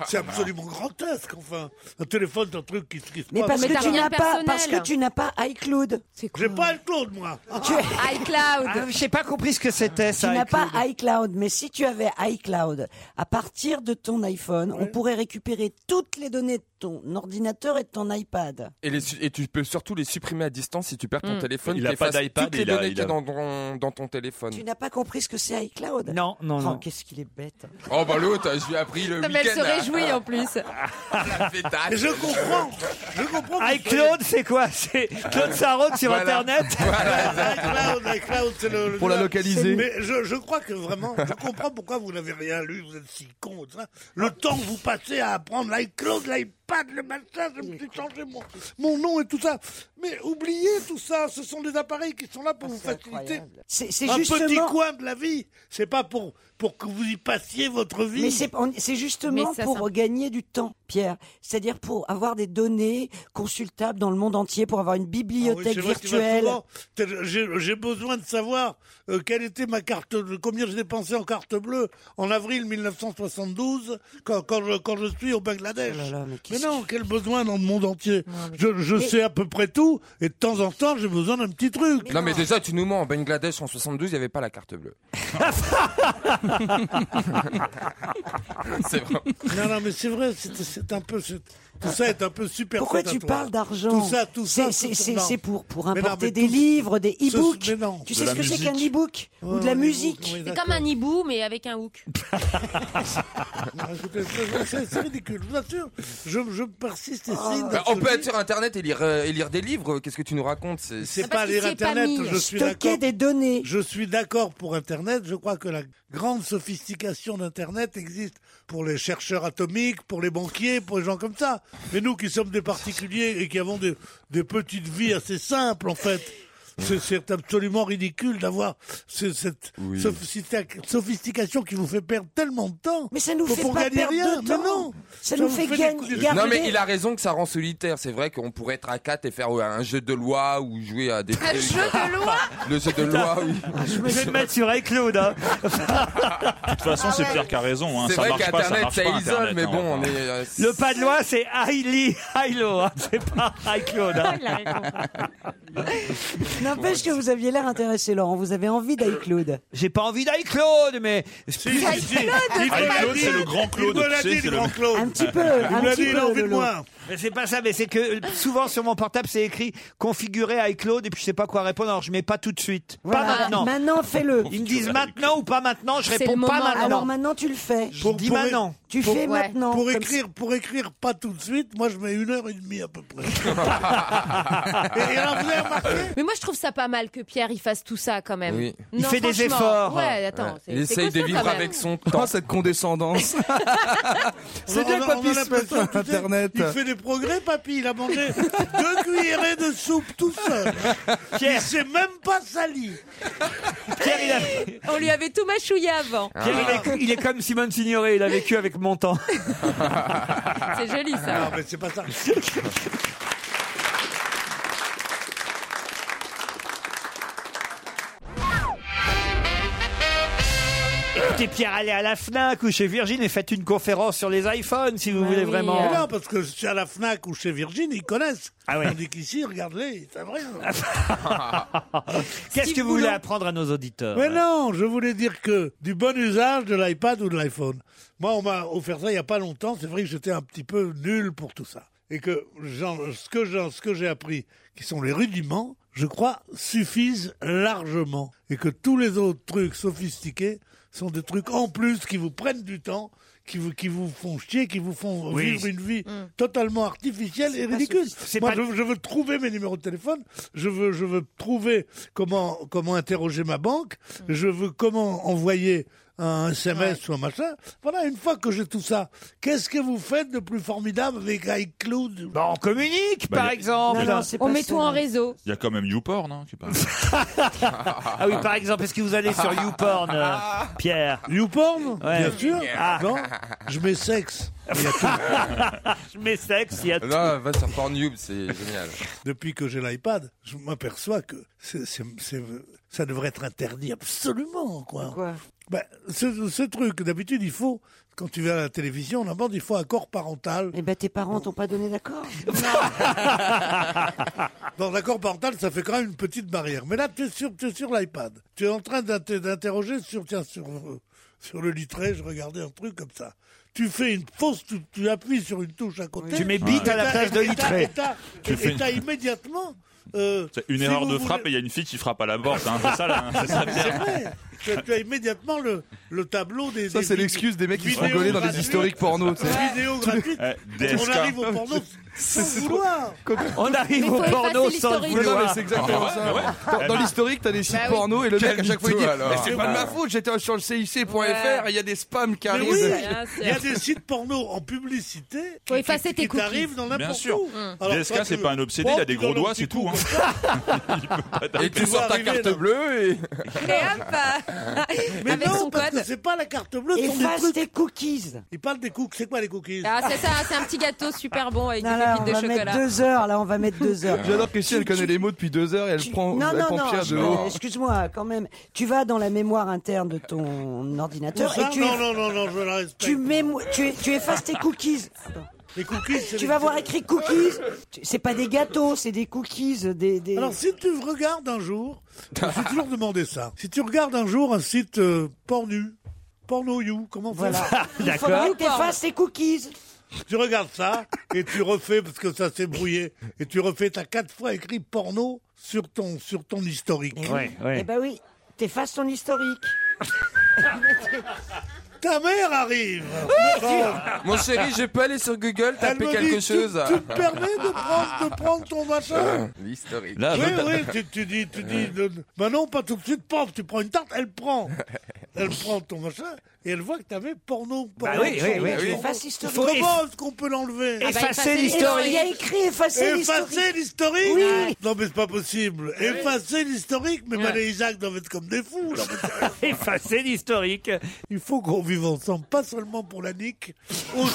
S7: C'est absolument grotesque, enfin. Un téléphone, c'est un truc qui, qui se
S6: Mais parce
S7: passe.
S5: mais
S6: que
S5: t'as
S6: tu
S5: rien
S6: n'as
S5: de
S6: pas,
S5: personnel.
S6: parce que tu n'as pas iCloud.
S5: C'est quoi
S7: J'ai pas le cloud, moi.
S6: Tu,
S3: Ah,
S5: iCloud.
S3: J'ai pas compris ce que c'était
S6: Ah, tu
S3: ça.
S6: n'as pas
S3: iCloud.
S6: iCloud, mais si tu avais iCloud, à partir de ton iPhone, on pourrait récupérer toutes les données de ton ordinateur et de ton iPad.
S4: Et, les su- et tu peux surtout les supprimer à distance si tu perds ton
S5: Mm.
S4: téléphone.
S10: Il a
S4: t'effaces
S10: pas d'iPad,
S4: Toutes les
S10: il a-
S4: données
S10: il
S4: qui
S10: a-
S4: dans ton, dans ton téléphone.
S6: Tu n'as pas compris ce que c'est iCloud
S3: Non, non,
S6: Oh,
S3: non.
S6: qu'est-ce qu'il est bête.
S4: Oh bah l'autre, je lui ai appris le
S5: Non, mais elle se
S4: week-end à-
S5: réjouit en plus.
S4: à la fêtage.
S7: Mais je comprends. Je comprends. que-
S3: iCloud, c'est quoi C'est Claude Sarraute sur
S4: Voilà.
S3: Internet
S7: iCloud, iCloud, c'est le, le-
S8: Pour la
S7: le-
S8: localiser.
S7: Mais je, je crois que vraiment, je comprends pourquoi vous n'avez rien lu, vous êtes si con. Le temps que vous passez à apprendre l'iCloud, l'iPad, le machin, je me suis changé mon, mon nom et tout ça. Mais oubliez tout ça, ce sont des appareils qui sont là
S3: Ah,
S7: pour vous faciliter.
S6: C'est c'est
S7: Un petit
S6: justement.
S7: coin de la vie, c'est pas pour, pour que vous y passiez votre vie.
S6: Mais c'est on- c'est
S5: Mais
S6: justement
S5: ça,
S6: pour
S5: ça-
S6: gagner du temps. Pierre, c'est-à-dire pour avoir des données consultables dans le monde entier, pour avoir une
S7: Ah oui,
S6: bibliothèque
S7: c'est vrai qu'il va
S6: virtuelle.
S7: souvent. T'as- J'ai j'ai besoin de savoir euh, quelle était ma carte, combien je dépensais en carte bleue en avril 1972 quand, quand, je, quand je suis au Bangladesh.
S6: Oh
S4: Ah,
S7: mais, non, quel besoin dans le monde entier. Je, je
S4: Mais-
S7: sais à peu près tout et de temps en temps j'ai besoin d'un petit truc.
S4: Non, mais déjà, tu nous mens. En Bangladesh, en 72, il n'y avait pas la carte bleue. c'est vrai.
S7: Non, non, mais c'est vrai, c'est- c'est un peu. c'est- Tout ça est un peu super.
S6: Pourquoi tu parles d'argent
S7: Tout ça, tout ça.
S6: C'est-
S7: tout-
S6: c'est-
S7: non.
S6: c'est pour- pour
S7: Mais non,
S6: importer
S7: mais
S6: des
S7: tout-
S6: livres, des
S7: ce-
S6: e-books.
S7: mais non.
S6: Tu sais ce que c'est qu'un
S7: musique.
S6: e-book ou de la
S7: Ouais,
S6: musique
S7: Oh, oui,
S5: C'est
S7: d'accord.
S5: comme un hibou, mais avec un hook.
S7: Non, écoutez, c'est- C'est c'est ridicule, je vous assure. Je, je persiste et signe.
S6: Oh.
S4: Bah, on peut être sur Internet et lire, euh, et lire des livres. Qu'est-ce que tu nous racontes
S7: C'est
S5: Ah,
S7: pas lire Internet, je suis d'accord. des
S6: données.
S7: Je suis d'accord pour Internet. Je crois que la grande sophistication d'Internet existe pour les chercheurs atomiques, pour les banquiers, pour les gens comme ça. Mais nous qui sommes des particuliers et qui avons des, des petites vies assez simples, en fait. c'est- C'est absolument ridicule d'avoir ce- cette
S4: Oui.
S7: sophistica- sophistication qui vous fait perdre tellement de temps.
S6: Mais ça nous
S7: pour-
S6: fait
S7: pour
S6: pas
S7: gagner
S6: perdre
S7: rien.
S6: de
S7: Mais
S6: temps.
S7: non.
S6: Ça nous
S7: vous
S6: fait
S7: des
S6: gagner-
S7: coups de-
S4: Non mais il a raison que ça rend solitaire. C'est vrai qu'on pourrait être à quatre et faire ouais, un jeu de loi ou jouer à des
S3: Un
S4: trucs.
S3: jeu de loi Ah,
S4: Le jeu de loi, oui.
S3: Je vais me mettre sur iCloud. Hein.
S10: De toute façon,
S3: Ah,
S10: c'est Pierre qui a raison. Hein.
S4: C'est
S10: Ça
S4: vrai
S10: marche pas, ça
S4: qu'Internet,
S10: marche
S4: ça
S10: pas.
S4: isole,
S10: Internet,
S4: mais
S10: hein,
S4: bon,
S10: on va
S4: on
S10: pas-
S4: est, euh,
S3: Le pas de loi, c'est Hailey, Hailo. Hein. C'est pas iCloud. hein.
S6: N'empêche que vous aviez l'air intéressé, Laurent. Vous avez envie d'iCloud.
S3: J'ai pas envie d'iCloud, mais.
S6: si, si. Il me l'a Claude, dit. c'est le grand Claude,
S3: Il me
S6: tu
S3: l'a
S6: sais,
S3: dit,
S6: c'est
S3: le
S6: le-
S3: grand Claude.
S6: Un petit peu, Il me un l'a petit dit, il a peu, envie de Lolo. moi.
S3: Mais c'est pas ça, mais c'est que euh, souvent sur mon portable, c'est écrit configurer iCloud et puis je sais pas quoi répondre, alors je mets pas tout de suite.
S6: Voilà.
S3: Pas maintenant.
S6: Maintenant, fais-le.
S3: Ils me disent maintenant ou pas maintenant, je
S6: C'est
S3: réponds
S6: le
S3: pas
S6: moment.
S3: maintenant.
S6: Alors maintenant, tu le fais.
S3: Je dis maintenant.
S6: Tu fais maintenant.
S7: Pour
S6: Comme
S7: écrire, pour écrire pas tout de suite, moi je mets une heure et demie à peu près. et alors vous avez remarqué
S5: Mais moi, je trouve ça pas mal que Pierre il fasse tout ça quand même.
S4: Oui.
S5: Non, franchement. Ouais, attends.
S4: Ouais.
S5: c'est-
S4: Il
S5: c'est
S4: essaye
S5: costaud,
S4: de vivre
S5: quand même.
S4: avec son temps. cette condescendance.
S8: Oh, C'est bien que papy se mette sur Internet.
S7: Il fait des progrès, papy. Il a mangé deux cuillerées de soupe tout seul. Il s'est même pas sali.
S5: On lui avait tout mâchouillé avant.
S6: Ah.
S4: Ah.
S3: Pierre, il, est, il est comme Simone Signoret, il a vécu avec mon temps.
S5: C'est joli, ça.
S6: Ah,
S7: Non, mais c'est pas ça.
S3: Écoutez, Pierre, allez à la Fnac ou chez Virgin et faites une conférence sur les iPhones si vous voulez vraiment.
S7: Mais Non, parce que chez à la Fnac ou chez Virgin, ils connaissent.
S3: Ah ouais.
S7: Tandis qu'ici, regardez, c'est vrai.
S3: Qu'est-ce
S7: Steve
S3: que vous voulez
S7: Boulot.
S3: apprendre à nos auditeurs
S7: Mais non, je voulais dire que du bon usage de l'iPad ou de l'iPhone. Moi, on m'a offert ça il n'y a pas longtemps. C'est vrai que j'étais un petit peu nul pour tout ça. Et que j'en- ce que j'en- ce que j'ai appris, qui sont les rudiments, je crois, suffisent largement. Et que tous les autres trucs sophistiqués sont des trucs en plus qui vous prennent du temps, qui vous, qui vous font chier, qui vous font
S3: Oui.
S7: vivre une vie
S5: Hum.
S7: totalement artificielle et ridicule. Moi, je, je veux trouver mes numéros de téléphone. Je veux, je veux trouver comment, comment interroger ma banque.
S5: Hum.
S7: Je veux comment envoyer un SMS ou un machin. Voilà, une fois que j'ai tout ça, qu'est-ce que vous faites de plus formidable avec iCloud
S3: On communique,
S10: Bah, par y a- exemple. Non, non, c'est
S5: On met tout en réseau.
S10: Il y a quand même YouPorn hein, qui parle.
S3: Ah oui, par exemple, est-ce que vous allez sur YouPorn, euh, Pierre
S7: YouPorn
S3: Ouais.
S7: Bien sûr.
S3: Ah.
S7: Non, je mets sexe.
S3: Je mets sexe, il y a tout.
S4: Là, va sur Pornhub, c'est génial.
S7: Depuis que j'ai l'iPad, je m'aperçois que c'est- c'est- c'est- ça devrait être interdit absolument. Quoi. Ben, ce, ce truc, d'habitude, il faut, quand tu vas à la télévision, d'abord, il faut accord parental.
S6: Eh ben, tes parents t'ont pas donné d'accord.
S7: Dans l'accord parental, ça fait quand même une petite barrière. Mais là, tu es sur, t'es sur l'iPad. Tu es en train d'inter- d'interroger sur, tiens, sur, euh, sur le litré, je regardais un truc comme ça. Tu fais une fausse, tu, tu appuies sur une touche à côté.
S3: Tu mets bite
S7: Et
S3: à la
S7: t'as-
S3: place de
S7: et t'as-
S3: litré.
S7: et t'as-
S10: Tu
S7: Et
S10: fais une-
S7: t'as immédiatement. euh,
S10: C'est une
S7: si
S10: erreur
S7: vous
S10: de
S7: voulez-
S10: frappe et il y a une fille qui frappe à la porte. Hein. C'est ça, là. C'est ça,
S7: C'est
S10: Pierre.
S7: vrai. Tu tu as immédiatement le, le tableau des.
S8: Ça,
S7: des
S8: c'est
S7: vid-
S8: l'excuse des mecs qui se font
S7: vidéos
S8: coller dans des
S7: gratuites.
S8: historiques porno. tu sais.
S7: Vidéo gratuite.
S10: Eh,
S7: On
S10: DSK.
S7: arrive au porno sans vouloir.
S3: On
S8: Mais
S3: arrive
S8: faut
S3: au
S8: effacer
S3: porno sans le
S8: l'historique. Non, mais
S3: vouloir.
S8: c'est exactement
S10: Ah,
S8: ça.
S10: ouais,
S8: Dans, dans l'historique, t'as des
S5: Bah
S8: sites porno et le
S4: Quel
S8: mec à chaque fois il dit
S4: mytho, alors.
S8: Mais c'est pas de ma
S4: Ah.
S8: faute, j'étais sur le cic.fr, il y a des spams qui
S7: Mais
S8: arrivent.
S7: oui, il y a des sites porno en publicité
S5: Faut
S7: qui,
S5: effacer
S7: qui,
S5: tes Hum.
S7: qui t'arrivent dans
S10: Bien
S7: n'importe
S10: sûr.
S7: où.
S10: DSK,
S7: toi,
S10: c'est
S7: tu-
S10: pas un obsédé, il a des
S7: tu vas
S10: gros
S7: dans le
S10: doigts,
S7: petit
S10: c'est tout, hein.
S4: Et tu sors ta carte bleue et.
S5: Et hop
S7: Mais
S5: Avec
S7: non,
S5: son
S7: parce
S5: code.
S7: que c'est pas la carte bleue. ce sont des
S5: Efface
S7: trucs.
S5: tes
S6: cookies.
S7: Il parle des cookies. C'est quoi les cookies
S5: Ah, c'est ça, c'est un petit gâteau super bon avec
S6: Non,
S5: des
S6: là,
S5: pépites
S6: on
S5: de
S6: va
S5: chocolat.
S6: mettre deux heures. Là, on va mettre deux heures.
S8: J'adore que si elle connaît les mots depuis deux heures et elle prend,
S6: Non,
S8: elle
S6: non,
S8: prend
S6: non,
S8: Pierre de
S6: je-
S8: haut.
S6: excuse-moi, quand même. Tu vas dans la mémoire interne de ton ordinateur
S7: Ça,
S6: et tu,
S7: non, non, non, non, je la respecte.
S6: tu, mémo- tu, tu effaces tes cookies.
S7: Les cookies, c'est
S6: Tu
S7: les-
S6: vas voir écrit cookies. Tu- C'est pas des gâteaux, c'est des cookies, des. des...
S7: Alors, si tu regardes un jour, je me suis toujours demandé ça. Si tu regardes un jour un site euh, pornu, porno Oh, you, comment on fait
S6: Voilà.
S7: ça
S6: Il D'accord. faudra que t'effaces tes cookies.
S7: Tu regardes ça et tu refais parce que ça s'est brouillé et tu refais t'as quatre fois écrit porno sur ton sur ton historique.
S3: Ouais, ouais.
S6: Eh ben oui, t'effaces ton historique.
S7: Ta mère arrive.
S4: Mon chéri, je peux aller sur Google
S7: Oh. Elle
S4: taper
S7: me
S4: quelque
S7: dit,
S4: chose.
S7: Tu, tu te permets de prendre, de prendre ton
S3: Ah,
S7: machin
S4: L'historique.
S7: oui, oui, tu, tu dis, tu dis, de- bah non, pas tout de suite, paf, tu prends une tarte, elle prend. Elle prend ton machin et elle voit que t'avais porno.
S3: Bah
S6: Ah
S3: oui,
S7: porno
S3: oui,
S7: porno,
S3: oui,
S7: porno.
S3: oui.
S6: Efface l'historique.
S7: Comment est-ce qu'on peut l'enlever
S6: Ah bah, effacer effacer l'historique. Il y a écrit effacer l'historique.
S7: Effacer l'historique
S6: Oui.
S7: Non, mais c'est pas possible. Effacer l'historique, mais Mané et Isaac doivent être comme des fous. là.
S3: Effacer l'historique.
S7: Il faut qu'on vive ensemble, pas seulement pour la nique, aussi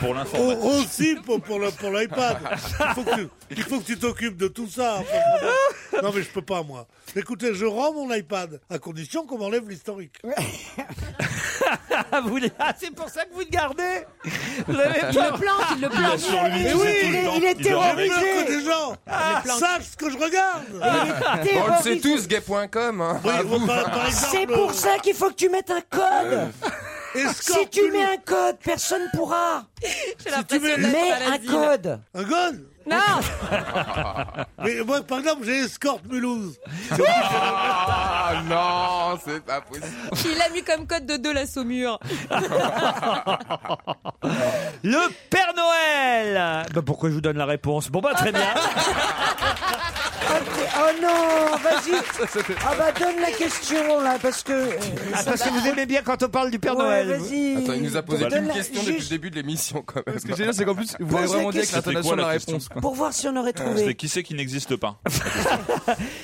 S10: Pour l'informatique.
S7: Au- aussi pour, pour le- pour l'iPad. Il faut que tu- il faut que tu t'occupes de tout ça. enfin, vraiment. non, mais je peux pas, moi. Écoutez, je rends mon iPad, à condition qu'on m'enlève l'historique.
S3: Vous le- Ah, c'est pour ça que vous le gardez Vous l'avez
S5: Il
S3: pas-
S5: le planque, il le
S3: Il a
S5: planque.
S3: sur lui,
S7: Mais
S3: il
S7: oui,
S3: sait tout
S7: il
S3: le
S7: est-
S3: temps.
S7: il est
S3: Il dort avec.
S7: terrorisé. Que des gens
S3: Ah,
S7: sachent ce que je regarde.
S6: Il est
S4: Ah, On le sait
S6: terrorisé.
S4: tous, gay.com. Hein,
S7: Oui,
S4: à
S7: bon,
S4: vous.
S7: par- par exemple, Euh,
S6: C'est pour ça qu'il faut que tu mettes un code. Si tu mets un code, personne pourra.
S7: si tu mets
S6: Mets un code.
S7: Un code
S6: Non.
S7: Mais moi, par exemple, j'ai Escorte Mulhouse.
S4: Ah non, c'est pas possible.
S5: Il a mis comme code de deux la saumure.
S3: Le Père Noël Bah, Pourquoi je vous donne la réponse Bon bah très bien
S6: Oh non, vas-y. Ah bah donne la question là parce que. euh,
S3: Ah,
S6: ça
S3: Parce que
S6: va.
S3: vous aimez bien quand on parle du Père
S6: Ouais,
S3: Noël vous.
S6: vas-y.
S4: Attends, il nous a posé
S6: Donne
S4: une
S6: la-
S4: question depuis
S6: juste
S4: le début de l'émission quand même.
S8: Ce que j'aime, c'est qu'en plus, vous
S6: Pose
S8: avez
S6: la
S8: vraiment dit avec
S6: question.
S8: l'intonation
S10: C'était
S8: de
S10: quoi,
S8: la
S10: la
S8: réponse. quoi. Bah,
S6: Pour voir si on aurait
S10: C'était
S6: trouvé.
S10: qui c'est qui n'existe pas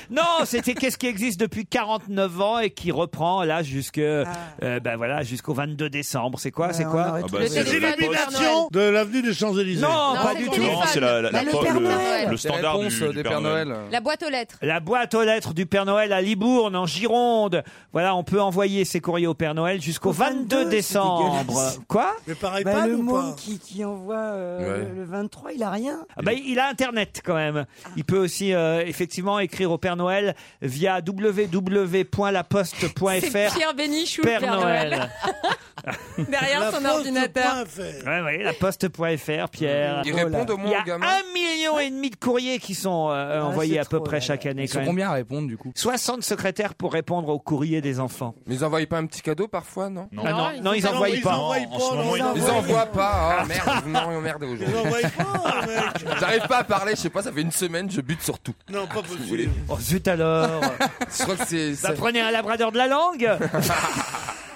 S3: Non, c'était qu'est-ce qui existe depuis 49 ans et qui reprend là jusque
S6: Ah.
S3: euh, bah, voilà jusqu'au 22 décembre. C'est quoi C'est
S6: on
S3: quoi
S6: aurait-
S10: bah,
S5: Le
S10: c'est-
S7: C'est
S5: téléphone du Père
S7: l'élimination
S5: Noël.
S7: de l'avenue des Champs-Élysées.
S3: Non,
S5: Non,
S3: pas
S5: c'est
S3: du
S5: le
S3: tout.
S5: téléphone.
S10: Non, c'est la, la-
S5: Bah,
S10: la-
S5: le
S3: Oh,
S10: le,
S5: Père
S10: le
S5: Noël.
S6: Les
S10: standard
S8: réponses,
S10: du,
S8: euh,
S10: du
S8: des Pères Noël. euh.
S5: La boîte aux lettres.
S3: La boîte aux lettres du Père Noël à Libourne, en Gironde. Voilà, on peut envoyer ses courriers au Père Noël jusqu'au
S6: Au
S3: 22
S6: 22,
S3: décembre.
S6: c'est dégueulasse.
S3: Quoi
S7: Mais par
S6: Bah,
S7: iPad
S6: le
S7: ou
S6: monde
S7: pas
S6: qui, qui envoie euh,
S4: Ouais.
S6: le- le 23, il a rien.
S3: Ah bah, Il a Internet quand même. Il peut aussi euh, effectivement écrire au Père Noël via
S5: C'est
S3: www.laposte.fr.
S5: Pierre Bénichou,
S3: Père Noël.
S5: Derrière
S7: La
S5: son
S7: poste
S5: ordinateur.
S7: point fr.
S3: Ouais, ouais, laposte.fr, Pierre.
S4: Ils
S6: Oh là.
S4: répondent au
S3: Il y
S4: moins
S3: a
S4: aux gamins.
S3: un million et demi de courriers qui sont euh, envoyés
S6: Ah, c'est
S3: à peu
S6: trop,
S3: près
S6: là.
S3: chaque année.
S8: Ils
S3: Quand
S8: sont
S3: même.
S8: combien à répondre du coup
S3: 60 secrétaires pour répondre aux courriers des enfants.
S4: Mais ils envoient pas un petit cadeau parfois, non
S10: Non.
S3: Ah non,
S5: ils
S3: non, ils
S7: envoient-
S3: n'envoient
S7: ils
S3: pas.
S7: envoient-
S10: En, en ce moment,
S6: Ils
S10: il-
S6: envoient-
S4: Ils envoient pas. Ah merde, non, merde
S7: Ils
S4: aujourd'hui.
S7: envoient pas, mec.
S4: J'arrive pas à parler, je sais pas, ça fait une semaine, je bute sur tout.
S7: Non, pas
S4: voulez.
S7: possible.
S3: Oh zut alors
S4: Je crois que c'est.
S3: Vous
S4: c'est-
S3: apprenez un labrador de la langue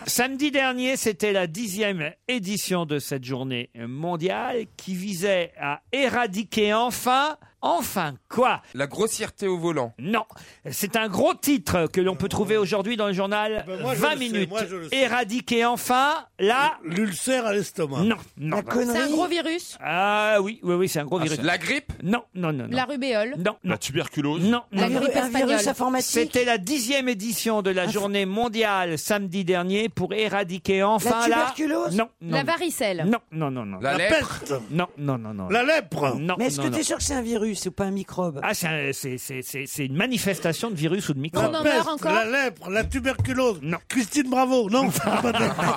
S3: Samedi dernier, c'était la dixième édition de cette journée mondiale qui visait à éradiquer enfin, enfin quoi
S4: La grossièreté au volant.
S3: Non, c'est un gros titre que l'on peut trouver aujourd'hui dans le journal
S7: Ben, moi, je
S3: 20
S7: le sais,
S3: minutes.
S7: moi, je le sais.
S3: Éradiquer enfin la...
S7: L'ulcère à l'estomac.
S3: Non, non.
S6: La
S5: C'est un
S6: connerie.
S5: gros virus.
S3: Ah oui, oui, oui, c'est un gros virus.
S4: La grippe
S3: Non, non, non, non.
S5: La rubéole.
S3: Non, non,
S10: la tuberculose.
S3: non,
S5: La
S6: Un
S3: non, non.
S6: viru-
S5: grippe
S6: un virus
S5: espagnole.
S6: informatique. Ah,
S3: C'était la dixième édition de la journée mondiale samedi dernier pour éradiquer enfin la...
S6: La tuberculose
S3: Non, non,
S5: La varicelle.
S3: non, non, non, non,
S4: La
S7: La
S4: lèpre
S7: peste.
S3: non, non, non, non.
S7: La lèpre.
S3: Non,
S6: Mais est-ce
S3: non,
S6: que
S3: non.
S6: tu es sûr que c'est un virus ou pas un microbe
S3: Ah, c'est un- c'est- c'est c'est- c'est une manifestation de virus ou de
S7: La
S3: microbes.
S5: On en
S7: peste,
S5: meurt encore
S7: la lèpre, la tuberculose.
S3: Non.
S7: Christine Bravo, non. pas de-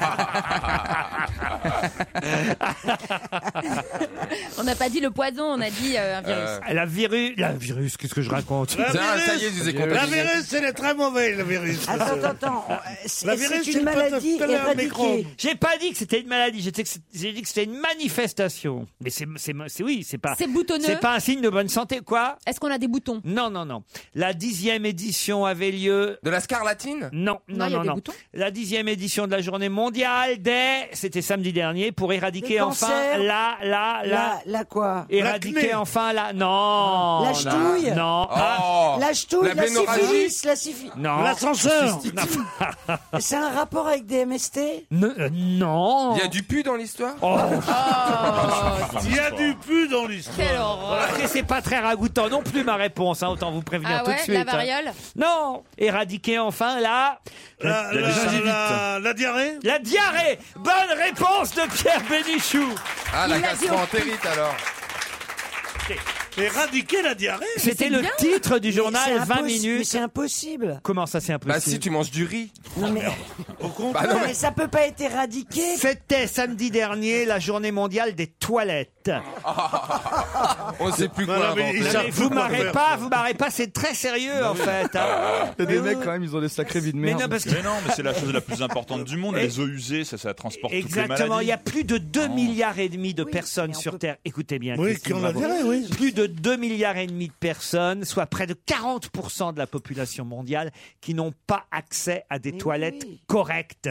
S5: On n'a pas dit le poison, on a dit euh, un virus.
S3: Ah, La virus... La virus, qu'est-ce que je raconte
S7: La
S4: Tiens, ça y est,
S7: virus.
S4: je les ai
S7: La
S4: contaminés.
S7: virus, c'est les très mauvais, le virus.
S6: Attends, attends,
S3: euh,
S6: attends. C'est
S7: La virus,
S6: c'est
S7: c'est
S6: une
S7: le
S6: maladie
S7: pathophile, un microbe.
S6: éradiquée.
S3: J'ai pas dit que c'était une maladie, j'ai dit que c'est- j'ai dit que c'était une manifestation. Mais c'est c'est- c'est- oui, c'est pas
S5: C'est boutonneux.
S3: c'est pas un signe de bonne santé quoi
S5: Est-ce qu'on a des boutons
S3: Non non non. La dixième édition avait lieu.
S4: De la scarlatine
S3: Non
S5: Non,
S3: non
S5: il y a
S3: non
S5: des
S3: non.
S5: boutons.
S3: La dixième édition de la Journée mondiale des c'était samedi dernier pour éradiquer
S6: Le
S3: enfin
S6: cancer.
S3: la la la
S6: La, la, la quoi
S3: Éradiquer enfin la. Non
S6: La
S3: non,
S6: ch'touille
S3: Non
S4: Oh.
S6: Ah,
S7: Oh.
S3: Ah.
S6: La ch'touille, la, syphilis, la syphilis.
S3: Non
S6: C'est un rapport avec des MST
S3: Ne- euh, Non
S6: Il y a du
S4: pu dans l'histoire
S3: Oh.
S4: Oh,
S6: Il y a du
S7: pu dans l'histoire.
S6: Quelle
S3: Après, c'est pas très ragoûtant non plus ma réponse, hein, autant vous prévenir
S5: Ah
S3: tout de
S5: ouais,
S3: suite.
S5: la
S3: hein.
S5: variole
S3: Non Éradiquer enfin la.
S7: La- la- la- diarrhée
S3: La diarrhée Bonne réponse de Pierre Bénichou
S4: Ah, la gastroentérite alors.
S7: Éradiquer la diarrhée
S3: C'était le titre du journal 20 minutes.
S6: c'est impossible.
S3: Comment ça, c'est impossible Ah,
S4: Bah si, tu manges du riz.
S6: Non mais...
S3: Au
S6: contraire. Ah non, mais ça peut pas être éradiqué.
S3: C'était samedi dernier la journée mondiale des toilettes.
S4: On sait plus
S3: Non,
S4: quoi
S3: non, mais
S4: inventer.
S3: ils savent Vous plus quoi marrez faire. pas, vous marrez pas, c'est très sérieux en fait. hein.
S8: Il y a des
S3: Mais
S8: mecs
S3: oui.
S8: quand même, ils ont des sacrés vies de
S3: Mais
S8: merde.
S3: non, parce que-
S10: Bah, Mais non, mais c'est la chose la plus importante du monde. Les eaux usées, ça, ça transporte toutes les
S3: Exactement,
S10: maladies.
S3: il y a plus de 2 milliards et demi de personnes sur Terre. Écoutez bien.
S7: Ah. Oui,
S3: Christine
S7: qui en a
S3: Bravo.
S7: viré, oui.
S3: Plus de 2 milliards et demi de personnes, soit près de 40% de la population mondiale, qui n'ont pas accès à des toilettes correctes.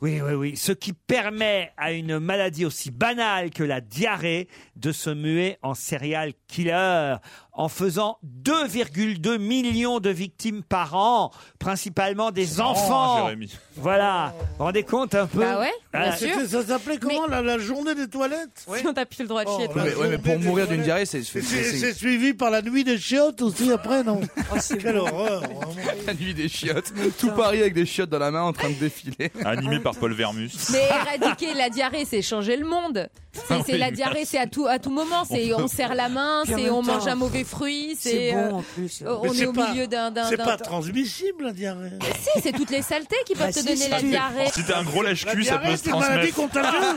S3: Oui, oui, oui. Ce qui permet à une maladie aussi banale que la diarrhée de se muer en serial killer en faisant 2,2 millions de victimes par an, principalement des
S10: marrant, hein,
S3: enfants.
S10: Jérémy.
S3: Voilà. Vous vous rendez compte un peu
S7: Bah ouais,
S3: Ah,
S7: C'était- Ça s'appelait comment la, la journée des toilettes
S5: On n'a plus le droit de chier.
S7: Oh,
S5: toi.
S7: ouais, ouais, mais pour mourir d'une diarrhée,
S8: c'est
S7: Et C'est c'est suivi par la nuit des chiottes aussi après, non
S5: Oh,
S7: Quelle horreur
S8: la nuit des chiottes. Tout Paris avec des chiottes dans la main en train de défiler.
S10: Animé par Paul Vermus.
S5: Mais éradiquer la diarrhée, c'est changer le
S10: Ah
S5: monde. C'est c'est
S10: oui,
S5: la
S10: merci.
S5: diarrhée, c'est à tout, à tout moment. C'est on serre la main,
S7: Puis en
S5: c'est
S7: même
S5: on mange
S7: temps,
S5: un mauvais fruit, c'est
S7: bon,
S5: euh,
S7: en plus.
S5: on
S7: Mais
S5: est,
S7: c'est
S5: au
S7: pas-
S5: milieu d'un d'un.
S7: C'est
S5: d'un-
S7: pas transmissible la diarrhée
S5: Si, c'est toutes les saletés qui peuvent
S7: Bah
S5: te
S7: si,
S5: donner
S7: si
S5: la
S7: tu-
S5: diarrhée.
S10: Ah, Si t'es un gros lèche-cul, ça peut se
S7: c'est une maladie
S10: transmettre.
S7: contagieuse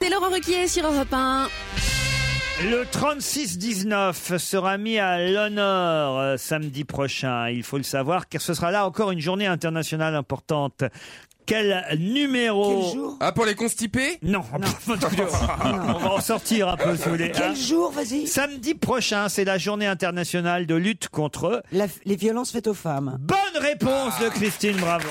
S5: C'est Laurent Ruquier sur Europe 1.
S3: Le 36-19 sera mis à l'honneur euh, samedi prochain, il faut le savoir, car ce sera là encore une journée internationale importante. Quel numéro
S6: Quel jour
S3: Ah, pour les constipés Non, on va en sortir un peu si vous voulez. Ah.
S6: Quel jour, vas-y
S3: Samedi prochain, c'est la journée internationale de lutte contre
S6: les violences faites aux femmes.
S3: Bonne réponse de Christine Bravo.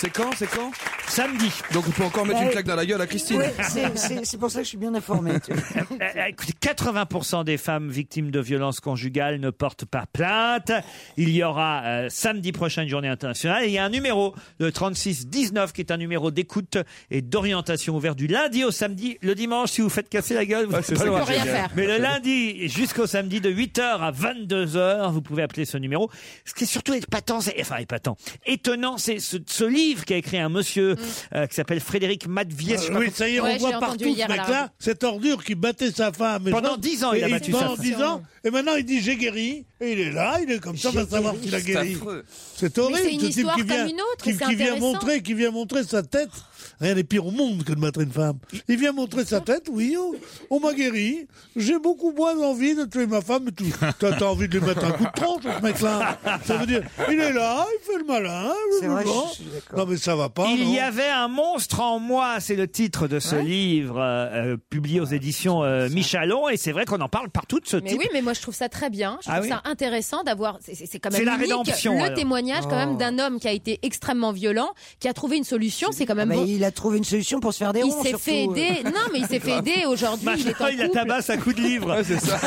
S8: C'est quand C'est quand
S3: Samedi.
S8: Donc on peut encore mettre une claque dans la gueule à Christine.
S6: Bah Ouais, c'est- c'est c'est pour ça que je suis bien informé. tu vois. Ah
S3: Euh, Écoutez, 80% des femmes victimes de violences conjugales ne portent pas plainte. Il y aura euh, samedi prochain une journée internationale. Et il y a un numéro, le 36-19, qui est un numéro d'écoute et d'orientation ouvert du lundi au samedi. Le dimanche, si vous faites casser la gueule, vous
S8: c'est
S3: n'êtes
S8: ça
S3: pas loin.
S8: qui est génial. Rien faire.
S3: Mais le lundi jusqu'au samedi, de 8h à 22h, vous pouvez appeler ce numéro. Ce qui est surtout épatant, c'est, enfin épatant, étonnant, c'est ce, ce livre qu'a écrit un
S8: Mm.
S3: monsieur euh, qui s'appelle Frédéric Matvier.
S7: Ah Oui, ça y est, on voit partout ce
S5: hein.
S7: mec-là, cette ordure qui battait sa femme. et
S3: Pendant
S7: tout.
S3: 10 ans, il a
S7: Et-
S3: battu
S7: Pendant
S3: sa
S7: 10
S3: femme.
S7: ans, et maintenant il dit j'ai guéri, et il est là, il est comme ça, on va savoir s'il a
S3: C'est
S7: guéri.
S3: affreux.
S7: C'est
S5: Mais c'est une
S7: horrible, ce type
S5: histoire
S7: qui
S5: comme
S7: vient,
S5: une autre,
S7: qui,
S5: c'est
S7: qui vient
S5: intéressant.
S7: montrer, qui vient montrer sa tête. Rien n'est pire au monde que de battre une femme. Il vient montrer sa tête, oui, oh, on m'a guéri, j'ai beaucoup moins envie de tuer ma femme et tout. Toi, t'as envie de lui mettre un coup de tronche, ce mec-là. Ça veut dire, il est là, il fait le malin, blablabla. Non, mais ça va pas.
S3: Il
S7: Oh, non
S3: y avait un monstre en moi, c'est le titre de ce livre euh, euh, publié aux éditions euh, Michalon, et c'est vrai qu'on en parle partout de ce
S5: Mais
S3: titre.
S5: oui, mais moi je trouve ça très bien. Je trouve
S3: Ah oui
S5: ça intéressant d'avoir. c'est- C'est c'est quand
S3: C'est
S5: même
S3: la
S5: unique,
S3: rédemption,
S5: le
S3: alors.
S5: témoignage quand même d'un homme qui a été extrêmement violent, qui a trouvé une solution. C'est quand même.
S6: Mais
S7: Ah bah,
S5: beau.
S6: bah, il a trouvé une solution pour se faire des
S5: Il
S6: ronds,
S5: s'est
S6: surtout. euh.
S5: fait
S7: euh.
S5: aider. Non, mais il s'est fait aider aujourd'hui. Il est en
S3: Maintenant, il la
S5: couple.
S3: tabasse à coups de livre.
S8: c'est ça.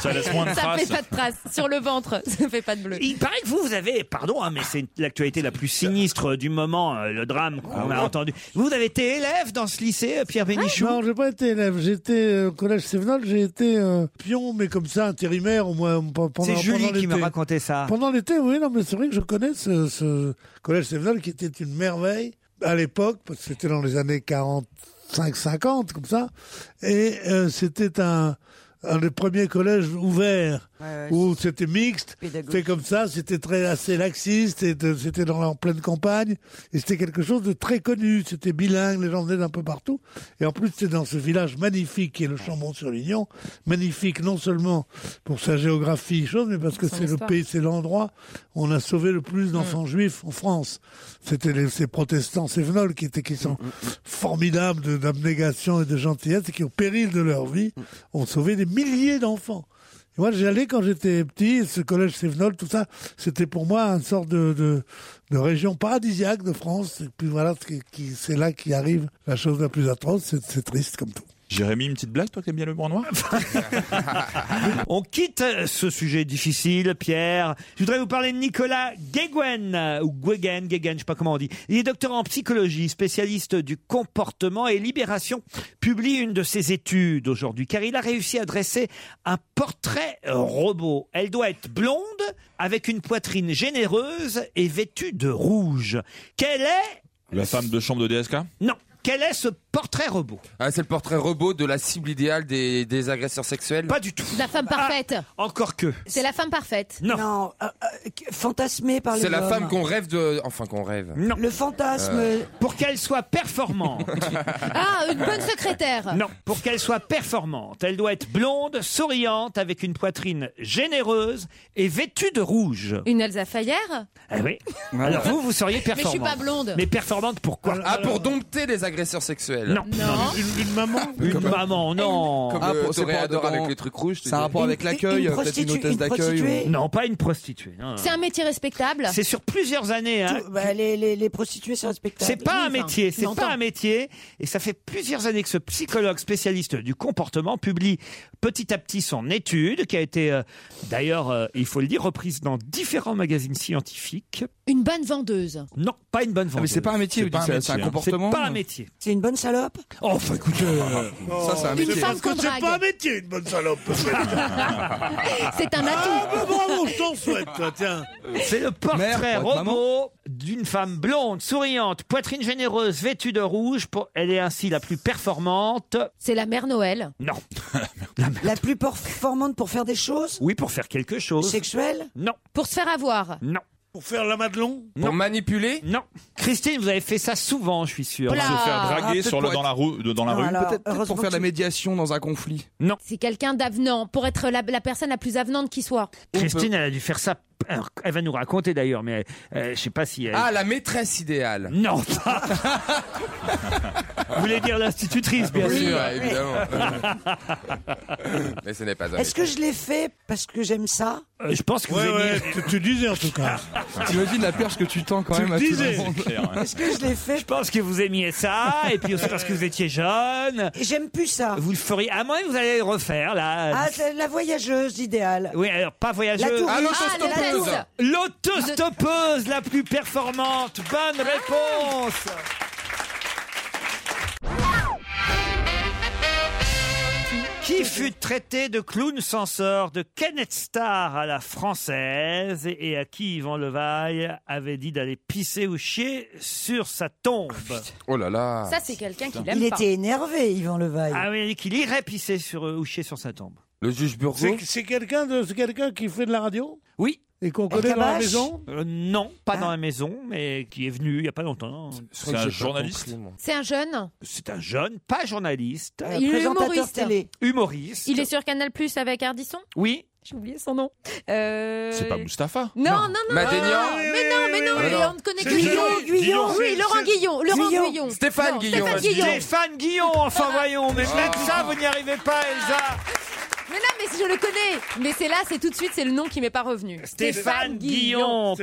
S10: Ça laisse moins de
S5: Ça
S10: traces.
S5: fait pas de traces sur le ventre. Ça fait pas de bleu.
S7: Ah
S3: Il paraît que vous, vous avez, pardon, hein, mais c'est l'actualité la plus sinistre du moment, euh, le drame qu'on on a entendu. Vous avez été élève dans ce lycée, euh, Pierre Bénichou
S7: Non, j'ai pas été élève. J'étais euh, au collège Sévenol, j'ai été euh, pion, mais comme ça, intérimaire, au moins pe- pendant
S3: C'est Julie
S7: pendant
S3: qui me
S7: l'été.
S3: racontait ça.
S7: Pendant l'été, oui, non, mais c'est vrai que je connais ce, ce collège Sévenol qui était une merveille à l'époque, parce que c'était dans les années 45-50, comme ça. Et euh, c'était un, un des premiers collèges ouverts,
S15: Ouais, ouais,
S7: où c'était mixte,
S15: Pédagogique.
S7: c'était comme ça, c'était très assez laxiste, et de- c'était dans la- en pleine campagne, et c'était quelque chose de très connu, c'était bilingue, les gens venaient d'un peu partout, et en plus c'était dans ce village magnifique qui est le Chambon-sur-Lignon, magnifique non seulement pour sa géographie, chose, mais parce que
S15: Son
S7: c'est le
S15: histoire.
S7: pays, c'est l'endroit où on a sauvé le plus d'enfants juifs en France. C'était les- ces protestants sévenols qui étaient qui sont formidables de- d'abnégation et de gentillesse, et qui au péril de leur vie ont sauvé des milliers d'enfants. Et Moi, j'allais quand j'étais petit, ce collège Sévenol, tout ça, c'était pour moi une sorte de, de, de région paradisiaque de France. Et puis voilà, ce qui- qui- c'est là qui arrive la chose la plus atroce, c'est- c'est triste comme tout.
S10: Jérémy, une petite blague, toi qui aimes bien le blanc noir
S3: On quitte ce sujet difficile, Pierre. Je voudrais vous parler de Nicolas Guéguen, euh, ou Guéguen, Guéguen, je sais pas comment on dit. Il est docteur en psychologie, spécialiste du comportement et Libération publie une de ses études aujourd'hui, car il a réussi à dresser un portrait euh, robot. Elle doit être blonde, avec une poitrine généreuse et vêtue de rouge. Quelle est,
S10: La femme de chambre de DSK
S3: non, quel est ce portrait robot
S4: Ah, c'est le portrait robot de la cible idéale des, des agresseurs sexuels
S3: Pas du tout.
S5: La femme parfaite.
S3: Encore que.
S5: C'est la femme parfaite.
S3: Ah. Non.
S6: euh, euh, qu- fantasmé par les
S4: C'est la
S6: hommes.
S4: femme qu'on rêve de. Enfin, qu'on rêve.
S3: Non.
S6: Le fantasme.
S4: Euh.
S3: Pour qu'elle soit performante.
S5: Ah, une bonne secrétaire.
S3: Non, pour qu'elle soit performante, elle doit être blonde, souriante, avec une poitrine généreuse et vêtue de rouge.
S5: Une Elsa Fayère
S3: Eh oui. Alors vous, vous seriez
S5: Mais je suis
S3: performante.
S5: pas blonde.
S3: Mais performante pourquoi
S4: Ah, pour dompter les agresseurs sexuels.
S3: Non.
S7: Une, maman
S3: Une maman, non.
S4: Comme le toréador avec les trucs rouges. tu
S3: C'est un
S4: sais.
S3: rapport avec Une- l'accueil, une euh, peut-être une prostituée- hôtesse une d'accueil ou- prostituée Non, pas une prostituée.
S5: C'est un métier respectable.
S3: C'est sur plusieurs années. hein.
S6: Tout-
S5: Ah,
S6: bah, les, les- les prostituées, c'est un spectacle.
S3: C'est pas un
S6: Oui, enfin,
S3: métier, c'est
S6: j'entends.
S3: pas un métier. Et ça fait plusieurs années que ce psychologue spécialiste du comportement publie petit à petit son étude, qui a été, euh, d'ailleurs, euh, il faut le dire, reprise dans différents magazines scientifiques.
S5: Une bonne vendeuse.
S3: Non, pas une bonne vendeuse.
S8: Ah, mais c'est pas un métier, vous dites, c'est- c'est un
S3: métier, hein.
S8: comportement.
S3: C'est pas un métier.
S6: C'est une bonne salope
S3: Oh, enfin, écoutez. euh,
S8: Ça, c'est un
S3: métier.
S7: C'est parce que c'est pas un métier, une bonne salope.
S5: C'est un
S7: Ah, bah,
S5: atout.
S7: bravo, je t'en souhaite, toi, tiens.
S3: C'est le
S7: Mère,
S3: portrait
S7: pour être
S3: robot d'une femme blonde, souriante, poitrine généreuse, vêtue de rouge. Pour... Elle est ainsi la plus performante.
S5: C'est la mère Noël.
S3: Non.
S6: La plus performante pour faire des choses
S3: Oui, pour faire quelque chose.
S6: Sexuelles
S3: Non.
S5: Pour se faire avoir.
S3: Non.
S7: Pour faire la madelon
S3: Pour
S4: manipuler
S3: Non. Christine, vous avez fait ça souvent, je suis sûr.
S8: Pour se faire draguer sur le, dans la
S10: rue, de- dans la
S8: rue.
S10: rue.
S8: Peut-être pour faire de Ah, la médiation dans un conflit.
S3: Non.
S5: C'est quelqu'un d'avenant, pour être la, la personne la plus avenante qui soit.
S3: Christine, elle a dû faire ça. Alors, Elle va nous raconter d'ailleurs, mais euh, je sais pas si elle.
S4: Ah, la maîtresse idéale.
S3: Non. Vous voulez dire l'institutrice, bien
S4: Oui,
S3: sûr.
S4: bah, évidemment. Mais ce n'est pas
S8: Ah, bah,
S4: un
S6: Est-ce que je l'ai fait parce que j'aime ça
S3: Euh, je pense que
S7: Ouais,
S3: vous
S7: ouais,
S3: aimez.
S7: tu, tu disais en tout cas.
S8: T'imagines la perche que tu tends quand
S7: Tu
S8: même
S7: le
S8: à tout
S7: disais.
S8: le monde.
S6: Est-ce que je l'ai fait
S3: Je pense que vous aimiez ça, et puis aussi parce que vous étiez jeune.
S6: Et J'aime plus ça.
S3: Vous le feriez. À moins que vous allez le refaire, là.
S6: Ah, c'est la voyageuse idéale.
S3: Oui, alors pas
S6: La
S3: voyageuse.
S6: touriste. Ah, l'autostoppeuse.
S3: Ah, L'autostoppeuse la plus performante. Bonne réponse. Qui fut traité de clown censeur de Kenneth Starr à la française et à qui Yvan Levaille avait dit d'aller pisser ou chier sur sa tombe.
S4: Oh là là.
S5: Ça, c'est quelqu'un qui l'aime
S6: Il
S5: pas.
S6: était énervé, Yvan Levaille.
S3: Ah oui, il a dit qu'il irait pisser sur, euh, ou chier sur sa tombe.
S4: Le juge Burgo.
S7: C'est- C'est quelqu'un de, c'est quelqu'un qui fait de la radio
S3: Oui.
S7: et qu'on connaît dans la
S6: Cabache
S7: maison. Ah.
S3: Euh, non, pas dans la maison, mais qui est venu il n'y a pas longtemps.
S10: C'est un journaliste
S5: C'est un jeune.
S3: C'est un jeune, pas journaliste,
S6: Euh,
S5: Il est
S6: présentateur
S5: humoriste.
S6: télé.
S3: humoriste.
S5: Il est sur Canal Plus avec Ardisson.
S3: Oui.
S5: J'ai oublié son nom. Euh...
S10: C'est pas Mustapha
S5: Non, non, non.
S4: Madénian.
S5: non, Mais non, mais non,
S4: oui,
S5: mais
S4: oui.
S5: on ne connaît que
S6: Guillon, Guillon,
S5: Oui, Laurent Guillon. Laurent
S6: Guillon.
S5: Guillon.
S4: Stéphane
S5: Non,
S4: Guillon.
S5: Stéphane Guillon.
S7: Ah.
S3: Stéphane Guillon, enfin voyons, mais même ça, vous n'y arrivez pas, Elsa.
S5: Mais non, mais je le connais. Mais c'est là, c'est tout de suite, c'est le nom qui m'est pas revenu.
S7: Stéphane Guillon,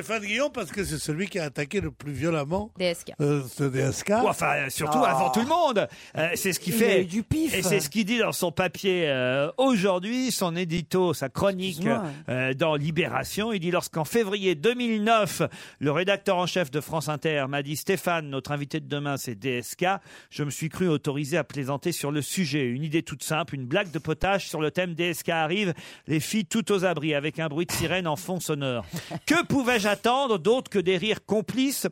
S7: parce que c'est celui qui a attaqué le plus violemment
S5: DSK.
S7: euh, ce DSK.
S3: Ou enfin, euh, surtout avant tout le monde. Euh, c'est ce qui
S7: Ah. Il
S3: fait.
S7: a eu du pif.
S3: Et c'est ce qu'il dit dans son papier euh, aujourd'hui, son édito, sa chronique
S7: Excuse-moi.
S3: euh, dans Libération. Il dit lorsqu'en février 2009, le rédacteur en chef de France Inter m'a dit Stéphane, notre invité de demain, c'est DSK. Je me suis cru autorisé à plaisanter sur le sujet. Une idée toute simple, une blague de potage sur le thème DSK arrive. Les filles tout aux abris avec un bruit de sirène en fond sonore. Que pouvais-je attendre d'autre que des rires complices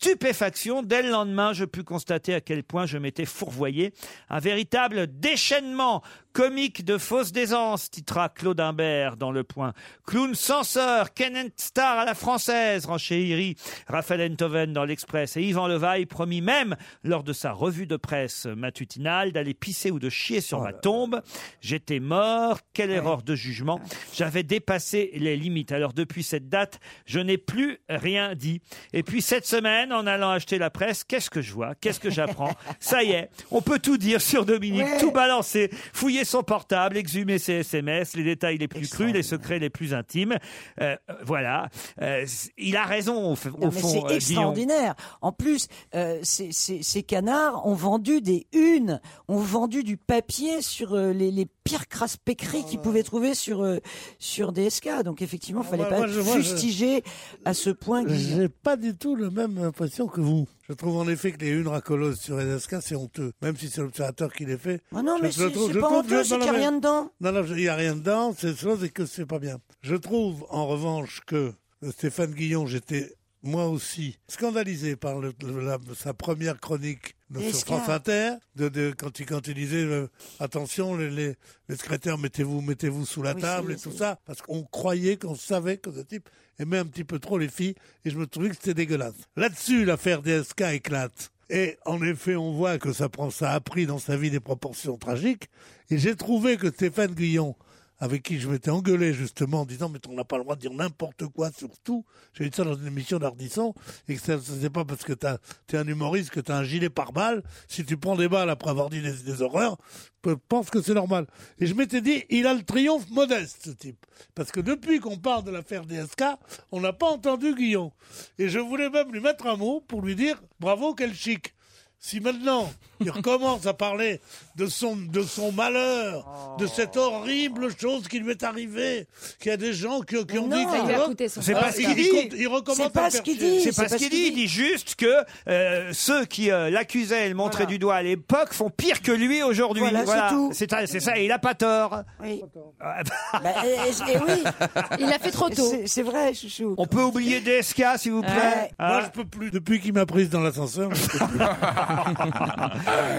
S3: Stupéfaction, dès le lendemain, je pus constater à quel point je m'étais fourvoyé. Un véritable déchaînement comique de fausse d'aisance, titra Claude Imbert dans Le Point. Clown censeur, Kenneth Starr à la française, renchérit Raphaël Enthoven dans L'Express et Yvan Levaille promis même, lors de sa revue de presse matutinale, d'aller pisser ou de chier sur ma tombe. J'étais mort, quelle erreur de jugement. J'avais dépassé les limites. Alors depuis cette date, je n'ai plus rien dit. Et puis cette semaine, en allant acheter la presse, qu'est-ce que je vois Qu'est-ce que j'apprends Ça y est, on peut tout dire sur Dominique,
S7: Ouais.
S3: tout balancer, fouiller son portable, exhumer ses SMS, les détails les plus crus, les secrets les plus intimes. Euh, voilà. Euh, c- il a raison, au, f- au
S6: Non, mais
S3: fond,
S6: c'est
S3: euh, Guillon.
S6: extraordinaire. En plus, euh, ces, ces- ces canards ont vendu des unes, ont vendu du papier sur euh, les, les pires crasses pécries qu'ils pouvaient trouver sur euh, sur DSK. Donc effectivement, il fallait
S7: Ah, moi,
S6: pas
S7: moi,
S6: être
S7: je- moi, je-
S6: fustigé à ce point. Guillaume.
S7: J'ai pas du tout la même impression que vous. Je trouve en effet que les unes racoleuses sur SK, c'est honteux. Même si c'est l'observateur qui les fait.
S6: Ah non,
S7: Je-
S6: mais
S7: je
S6: c'est-
S7: trouve-
S6: c'est
S7: je
S6: pas
S7: trouve-
S6: honteux,
S7: je-
S6: c'est
S7: non,
S6: qu'il y a
S7: mais-
S6: rien dedans.
S7: Non, non, je- il n'y a rien dedans. C'est chose et que c'est pas bien. Je trouve, en revanche, que euh, Stéphane Guillon, j'étais moi aussi scandalisé par le- le- la- sa première chronique de- sur
S6: SK.
S7: France Inter, de, de- quand, il, quand il disait euh, attention les, les, les secrétaires mettez-vous mettez-vous sous la
S6: Oui,
S7: table
S6: c'est-
S7: et tout
S6: c'est-
S7: ça, parce qu'on croyait qu'on savait que ce type aimait un petit peu trop les filles, et je me trouvais que c'était dégueulasse. Là-dessus, l'affaire DSK éclate. Et en effet, on voit que ça prend, ça a pris dans sa vie des proportions tragiques. Et j'ai trouvé que Stéphane Guillon, avec qui je m'étais engueulé justement en disant mais on n'a pas le droit de dire n'importe quoi sur tout. J'ai dit ça dans une émission d'Ardisson et que ça c'est pas parce que t'as- t'es un humoriste que t'as un gilet par balle. Si tu prends des balles après avoir dit des, des horreurs, je pense que c'est normal. Et je m'étais dit il a le triomphe modeste ce type parce que depuis qu'on parle de l'affaire DSK, on n'a pas entendu Guillon. Et je voulais même lui mettre un mot pour lui dire bravo quel chic. Si maintenant il recommence à parler de son, de son malheur, de cette horrible chose qui lui est arrivée, qu'il y a des gens qui, qui ont
S6: Non,
S7: dit
S6: ça lui a coûté son Ah,
S3: C'est pas ce qu'il
S7: Il
S3: dit.
S7: compte- il recommence
S6: C'est pas
S7: à
S6: ce
S7: faire
S6: qu'il
S7: chier.
S6: dit.
S3: C'est pas ce qu'il dit. Il dit juste que euh, ceux qui euh, l'accusaient et le montraient du doigt à l'époque font pire que lui aujourd'hui.
S6: Voilà, c'est tout.
S3: C'est un- c'est ça, et il a pas tort.
S6: Oui.
S3: Ah, bah.
S6: Bah, et, et- et oui.
S5: Il l'a fait trop tôt.
S6: C'est- C'est vrai, chouchou.
S3: On peut oublier DSK, s'il vous plaît.
S6: Ouais.
S3: Ah.
S7: Moi, je peux plus. Depuis qu'il m'a prise dans l'ascenseur, je peux plus.